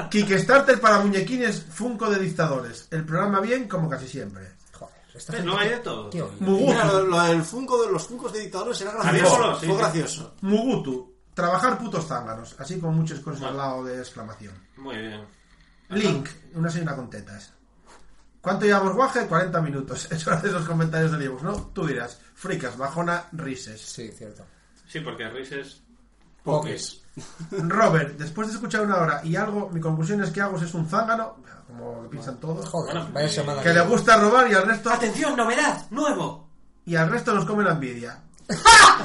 Speaker 7: Kickstarter para muñequines Funko de dictadores. El programa bien como casi siempre.
Speaker 6: Joder, esta
Speaker 4: ¿Ves?
Speaker 6: gente-
Speaker 4: Luego Eh, hay de todo.
Speaker 6: Qué odio.
Speaker 7: Mugutu.
Speaker 5: Mira, lo, lo del Funko de los Funcos de dictadores era
Speaker 4: Había
Speaker 5: gracioso.
Speaker 4: sí,
Speaker 5: Fue
Speaker 4: sí.
Speaker 5: gracioso.
Speaker 7: Mugutu. Trabajar putos zánganos. Así con muchos cosas al lado de exclamación.
Speaker 4: Muy bien.
Speaker 7: Link, una señora con tetas. ¿Cuánto llevamos guaje? 40 minutos. Eso lo haces los comentarios del Ivox, ¿no? Tú dirás, fricas, bajona, rises.
Speaker 6: Sí, cierto.
Speaker 4: Sí, porque Rises.
Speaker 6: Pokés.
Speaker 7: Robert, después de escuchar una hora y algo, mi conclusión es que Agus es un zángano, como lo piensan todos,
Speaker 6: Joder, vaya semana.
Speaker 7: que le gusta robar y al resto
Speaker 4: ¡Atención, novedad! ¡Nuevo!
Speaker 7: y al resto nos come la envidia.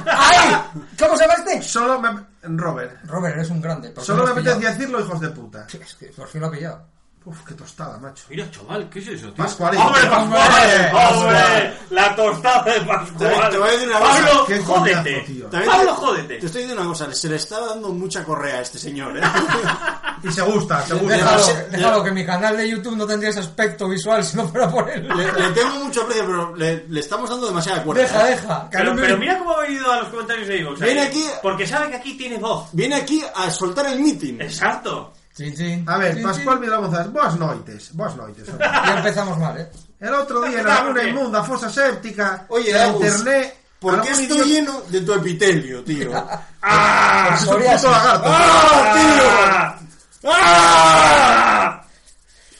Speaker 6: ¡Ay! ¿Cómo se llama este?
Speaker 7: Solo me... Robert,
Speaker 6: Robert, eres un grande. por fin
Speaker 7: solo
Speaker 6: lo
Speaker 7: me
Speaker 6: has pillado.
Speaker 7: apetecía decirlo, hijos de puta.
Speaker 6: Es que por fin lo ha pillado.
Speaker 7: Uf, qué tostada, macho.
Speaker 4: Mira, chaval, ¿qué es eso, tío?
Speaker 7: Pascualín.
Speaker 4: ¡Hombre, Pascual!
Speaker 7: Pascual.
Speaker 4: ¡Hombre! ¡La tostada de Pascual!
Speaker 5: Te- te voy a decir una cosa.
Speaker 4: ¡Pablo,
Speaker 7: Qué
Speaker 4: jódete!
Speaker 7: coñazo, tío.
Speaker 5: También
Speaker 4: ¡Pablo,
Speaker 5: te-
Speaker 4: jódete!
Speaker 5: Te estoy diciendo una cosa, se le está dando mucha correa a este señor, ¿eh?
Speaker 7: Y se gusta, se
Speaker 6: Déjalo,
Speaker 7: gusta.
Speaker 5: demasiado-
Speaker 6: déjalo, que mi canal de YouTube no tendría ese aspecto visual si no fuera por él.
Speaker 5: le, le tengo mucho aprecio, pero le, le estamos dando demasiada cuerda.
Speaker 6: Deja,
Speaker 5: ¿eh?
Speaker 6: deja.
Speaker 4: Pero,
Speaker 6: Calumbe-
Speaker 4: pero mira cómo ha venido a los comentarios de Evox.
Speaker 5: Viene aquí-
Speaker 4: Porque sabe que aquí tiene voz.
Speaker 5: Viene aquí a soltar el meeting.
Speaker 4: Exacto.
Speaker 6: Chin, chin.
Speaker 7: A ver,
Speaker 6: Chin,
Speaker 7: Pascual
Speaker 6: chin.
Speaker 7: Vila González, boas noites, boas noites. hombre.
Speaker 6: Ya empezamos mal, ¿eh?
Speaker 7: El otro día en la laguna inmunda, fosa séptica,
Speaker 5: Oye,
Speaker 7: la
Speaker 5: Agus,
Speaker 7: internet...
Speaker 5: ¿Por qué
Speaker 7: algún
Speaker 5: estoy
Speaker 7: idiota-
Speaker 5: lleno de tu epitelio, tío?
Speaker 7: Es Ah, un
Speaker 6: Psoriasis.
Speaker 7: puto lagarto.
Speaker 5: ¡Ah, tío! ¡Ah!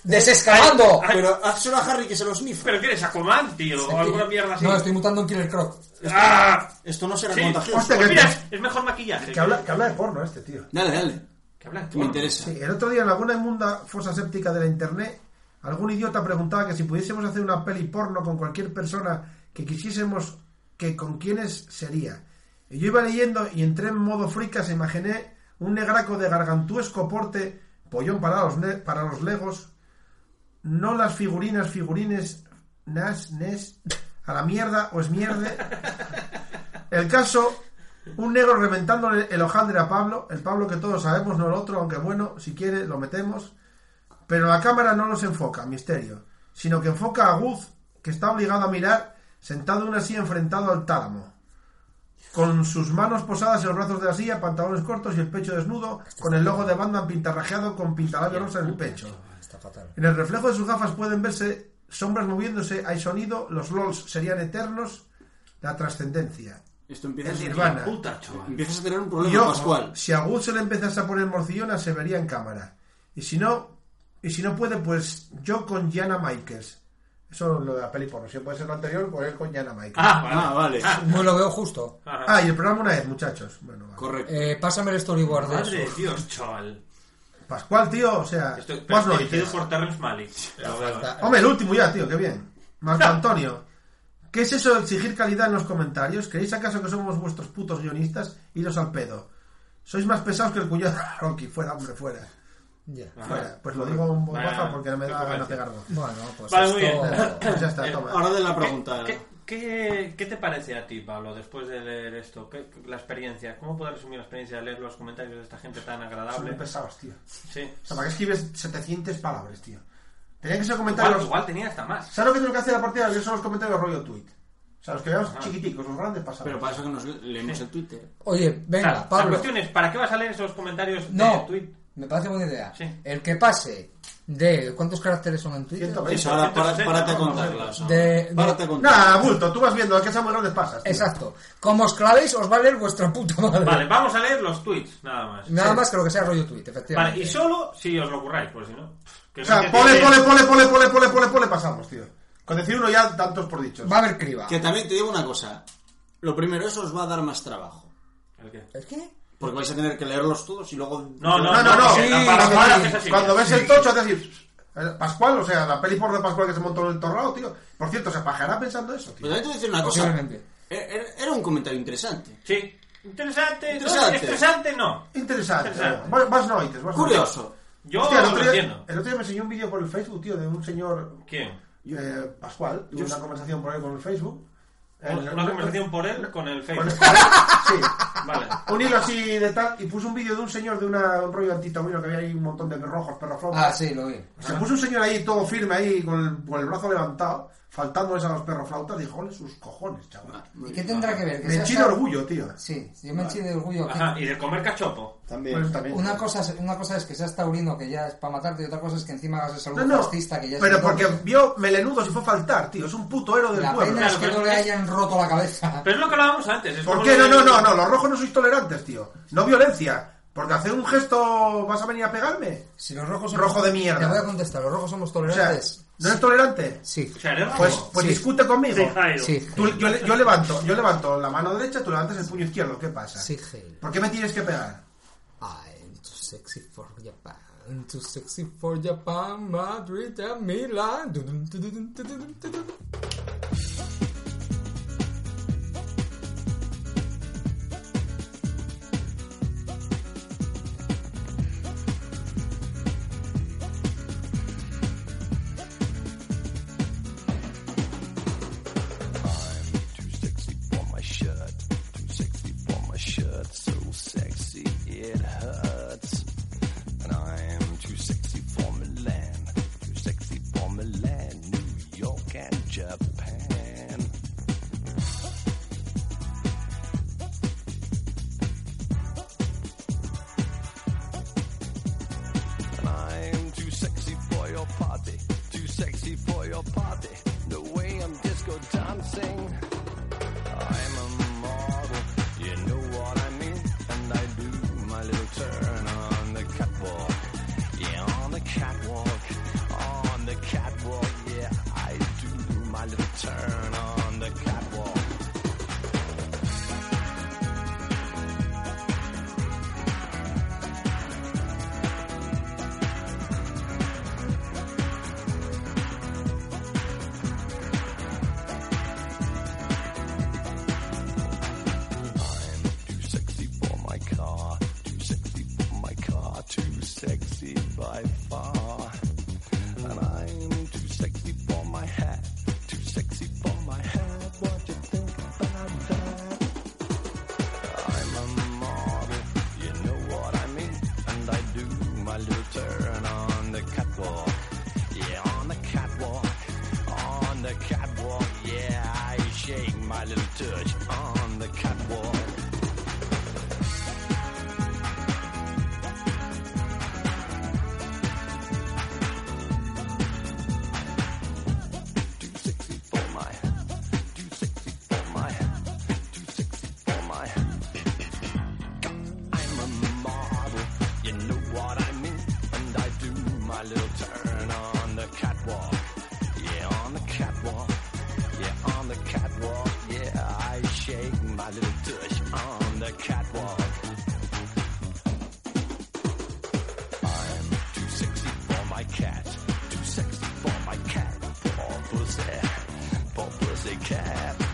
Speaker 6: ¡Desescalando!
Speaker 7: Ah,
Speaker 4: Ay,
Speaker 5: Pero haz solo a Harry que se los nifa.
Speaker 4: ¿Pero qué eres? ¿Aquaman, tío? ¿O alguna mierda así?
Speaker 6: No, estoy mutando en Killer Croc.
Speaker 4: ¡Ah!
Speaker 5: Esto no será
Speaker 4: Sí.
Speaker 5: contagioso.
Speaker 7: Hostia,
Speaker 4: Pues
Speaker 7: que-
Speaker 4: mira, es mejor maquillaje.
Speaker 7: Que habla, que habla de porno este, tío.
Speaker 5: Dale, dale.
Speaker 4: Que habla de
Speaker 5: Que
Speaker 4: porno.
Speaker 5: me interesa.
Speaker 7: Sí, el otro día en alguna inmunda fosa séptica de la internet, algún idiota preguntaba que si pudiésemos hacer una peli porno con cualquier persona que quisiésemos, que con quiénes sería. Y yo iba leyendo y entré en modo fricas e imaginé un negraco de gargantuesco porte, pollón para los, ne- para los legos, no las figurinas, figurines, nas, nes, a la mierda o es mierde. El caso, un negro reventándole el hojaldre a Pablo, el Pablo que todos sabemos, no el otro, aunque bueno, si quiere lo metemos. Pero la cámara no los enfoca, misterio, sino que enfoca a Guz, que está obligado a mirar, sentado en una silla enfrentado al tálamo. Con sus manos posadas en los brazos de la silla, pantalones cortos y el pecho desnudo, con el logo de Batman pintarrajeado con pintalabio rosa en el pecho.
Speaker 6: Está fatal.
Speaker 7: En el reflejo de sus gafas pueden verse sombras moviéndose, hay sonido, los LOLs serían eternos, la trascendencia.
Speaker 5: Esto empieza a
Speaker 7: El
Speaker 5: ser-
Speaker 7: Nirvana.
Speaker 4: Puta, chaval.
Speaker 5: Empiezas a tener un
Speaker 7: Y
Speaker 5: problema,
Speaker 7: ojo,
Speaker 5: Pascual.
Speaker 7: si a Wood se le empezase a poner morcillona, se vería en cámara. Y si no, y si no puede, pues yo con Jana Mikers. Eso es lo de la peli porno. Si puede ser lo anterior, pues él con Jana Mikers. Ah,
Speaker 4: Ah, vale.
Speaker 5: Ah, vale.
Speaker 6: No lo veo justo.
Speaker 4: Ajá.
Speaker 7: y el programa una vez, muchachos. Bueno, vale.
Speaker 5: Correcto.
Speaker 6: Eh, pásame el storyboard de
Speaker 4: Madre de
Speaker 6: eso.
Speaker 4: Dios, chaval.
Speaker 7: Pascual, tío, o sea,
Speaker 4: Estoy
Speaker 7: vos no
Speaker 4: dirigido
Speaker 7: dices.
Speaker 4: por Terrence Malick. Pero bueno.
Speaker 6: falta.
Speaker 7: Hombre, el último ya, tío, qué bien. Marco Antonio. ¿Qué es eso de exigir calidad en los comentarios? ¿Creéis acaso que somos vuestros putos guionistas? Iros al pedo. Sois más pesados que el cuñado de Rocky. Fuera, hombre, fuera.
Speaker 6: Ya.
Speaker 7: fuera. Pues lo digo en voz
Speaker 4: Vale,
Speaker 7: baja
Speaker 4: vale,
Speaker 7: porque no me
Speaker 4: te
Speaker 7: da ganas
Speaker 4: convencí.
Speaker 7: de garbo.
Speaker 6: Bueno, pues
Speaker 4: Vale, muy
Speaker 6: esto...
Speaker 4: bien.
Speaker 7: Pues ya está, toma.
Speaker 5: Ahora de la pregunta.
Speaker 4: ¿Qué, qué, qué te parece a ti, Pablo, después de leer esto? ¿Qué- la experiencia. ¿Cómo puedes resumir la experiencia de leer los comentarios de esta gente tan
Speaker 7: Son muy
Speaker 4: agradable?
Speaker 7: pesados, tío.
Speaker 4: Sí.
Speaker 7: O sea, ¿para qué escribes 700 palabras, tío? Tenía que ser
Speaker 4: Igual,
Speaker 7: comentarios...
Speaker 4: igual tenía hasta más.
Speaker 7: ¿Sabes lo que tengo que hacer a partir de ahora? Yo son los comentarios rollo tweet. O sea, los que veamos chiquiticos, los grandes pasados.
Speaker 5: Pero para eso que nos leemos el Twitter.
Speaker 6: Oye, venga,
Speaker 4: Claro, La
Speaker 6: Pablo.
Speaker 4: cuestión es, ¿para qué vas a leer esos comentarios de
Speaker 6: No,
Speaker 4: Twitter?
Speaker 6: me parece buena idea.
Speaker 4: Sí.
Speaker 6: El que pase de... ¿Cuántos caracteres son en Twitter?
Speaker 7: 120.
Speaker 5: Eso, ahora para,
Speaker 4: 160,
Speaker 5: párate a
Speaker 4: vamos a
Speaker 5: contarlas.
Speaker 6: ver.
Speaker 5: ahora.
Speaker 6: De-
Speaker 5: Párate a
Speaker 6: de-
Speaker 5: contarlas.
Speaker 7: Nah, bulto, tú vas viendo, el que sean muy grandes pasas. tío.
Speaker 6: Exacto. Como os clavéis, os va a leer vuestra puta madre.
Speaker 4: Vale, vamos a leer los tweets, nada más.
Speaker 6: Nada más que lo que sea rollo tweet, efectivamente.
Speaker 4: Vale, y solo si os lo curráis, pues si no. pff, que
Speaker 7: O sea,
Speaker 4: gente
Speaker 7: pole,
Speaker 4: tiene-
Speaker 7: pole, pole, pole, pole, pole, pole, pole, pasamos, tío. Con decir uno ya tantos por dichos.
Speaker 6: Va a haber criba.
Speaker 5: Que también te digo una cosa. Lo primero, eso os va a dar más trabajo.
Speaker 4: ¿El qué?
Speaker 6: ¿Es que?
Speaker 5: Porque vais a tener que leerlos todos y luego...
Speaker 4: No, no,
Speaker 7: No, no, no.
Speaker 4: porque
Speaker 6: sí,
Speaker 4: para
Speaker 6: sí.
Speaker 4: jugar haces así.
Speaker 7: Cuando ves el tocho, haces así. eh, Pascual, o sea, la peli porno de Pascual que se montó en el torrado, tío. Por cierto, se pajará pensando eso, tío.
Speaker 5: Pero también te voy a decir una cosa.
Speaker 6: Posiblemente.
Speaker 5: Era- Era era un comentario interesante.
Speaker 4: Sí. Interesante,
Speaker 5: Interesante.
Speaker 4: no, estresante no.
Speaker 7: Interesante.
Speaker 4: Interesante.
Speaker 7: Más, más noites, más
Speaker 5: Curioso.
Speaker 4: Yo
Speaker 7: Hostia, el
Speaker 4: lo
Speaker 7: otro, día,
Speaker 4: entiendo.
Speaker 7: el otro día me enseñó un vídeo por el Facebook, tío, de un señor
Speaker 4: ¿Quién?
Speaker 7: eh, Pascual. Tuve una conversación por ahí con el Facebook. Eh,
Speaker 4: Una conversación por él con el
Speaker 7: con el-
Speaker 4: Facebook.
Speaker 7: Sí.
Speaker 4: Vale.
Speaker 7: Un hilo así de tal, y puso un vídeo de un señor de una, un rollo antitaurino que había ahí un montón de rojos, perros flojos.
Speaker 6: Ah, sí, lo vi.
Speaker 7: Se puso un señor ahí todo firme, ahí con el, con el brazo levantado, faltándoles a los perros flautas, dijo, "Ole sus cojones, chaval.
Speaker 6: ¿Y qué tendrá que ver? Ah, Que
Speaker 7: Me
Speaker 6: sea
Speaker 7: enchina
Speaker 6: sa-
Speaker 7: orgullo, tío.
Speaker 6: Sí, yo me enchino de orgullo. que-
Speaker 4: Ajá, y de comer cachopo.
Speaker 5: También.
Speaker 7: Bueno, también.
Speaker 6: Una cosa, es, una cosa es que seas taurino, que ya es para matarte, y otra cosa es que encima hagas el saludo
Speaker 7: No, no,
Speaker 6: fascista, que ya es
Speaker 7: pero
Speaker 6: enorme.
Speaker 7: porque vio melenudo se fue a faltar, tío. Es un puto héroe del
Speaker 6: La
Speaker 7: pueblo.
Speaker 6: pena es
Speaker 4: Claro,
Speaker 6: que
Speaker 4: pero-
Speaker 6: no le hayan roto la cabeza.
Speaker 4: Pero es lo que hablábamos antes. es
Speaker 7: ¿Por
Speaker 4: como
Speaker 7: qué?
Speaker 4: lo
Speaker 7: No,
Speaker 4: de-
Speaker 7: no, no, no. Los rojos no sois tolerantes, tío. No violencia. Porque hacer un gesto vas a venir a pegarme.
Speaker 6: Si los rojos
Speaker 7: Rojo de mierda.
Speaker 6: Te voy a contestar, los rojos somos
Speaker 7: O sea,
Speaker 6: tolerantes.
Speaker 7: ¿no eres tolerante?
Speaker 6: Sí.
Speaker 4: O sea, eres
Speaker 7: Pues,
Speaker 4: rojo.
Speaker 7: pues
Speaker 6: Sí.
Speaker 7: discute conmigo.
Speaker 6: Sí.
Speaker 7: Tú- yo, le- yo levanto, yo levanto la mano derecha, tú levantas el puño izquierdo, ¿qué pasa?
Speaker 6: Sí, Gil.
Speaker 7: ¿Por qué me tienes que pegar?
Speaker 6: I'm too sexy for Japan. Too sexy for Japan, Madrid and Milan. Dun, dun, dun, dun, dun, dun, dun, dun.
Speaker 3: Too sexy for my shirt. Too sexy for my shirt. So sexy it hurts. And I'm too sexy for Milan. Too sexy for Milan, New York and Japan. empty for your party. The way I'm disco dancing, I'm a model. You know what I mean? And I do my little turn on the catwalk. Yeah, on the catwalk, on the catwalk. Yeah, I do my little turn on the catwalk. I'm too sexy for my car, too sexy for my car, too sexy by far. And I'm too sexy for my hat, too sexy for my hat. What you think about that? I'm a model, you know what I mean, and I do my little turn on the catwalk. Yeah, on the catwalk, on the catwalk, yeah, I shake my little touch on the catwalk. Too sexy for my, too sexy for my, too sexy for my. I'm a model, you know what I mean, and I do my little turn on the catwalk. Yeah, on the catwalk. Yeah, on the catwalk. Yeah, I shake my little tush on the catwalk. I'm too sexy for my cat. Too sexy for my cat. For pussy. For pussy cat.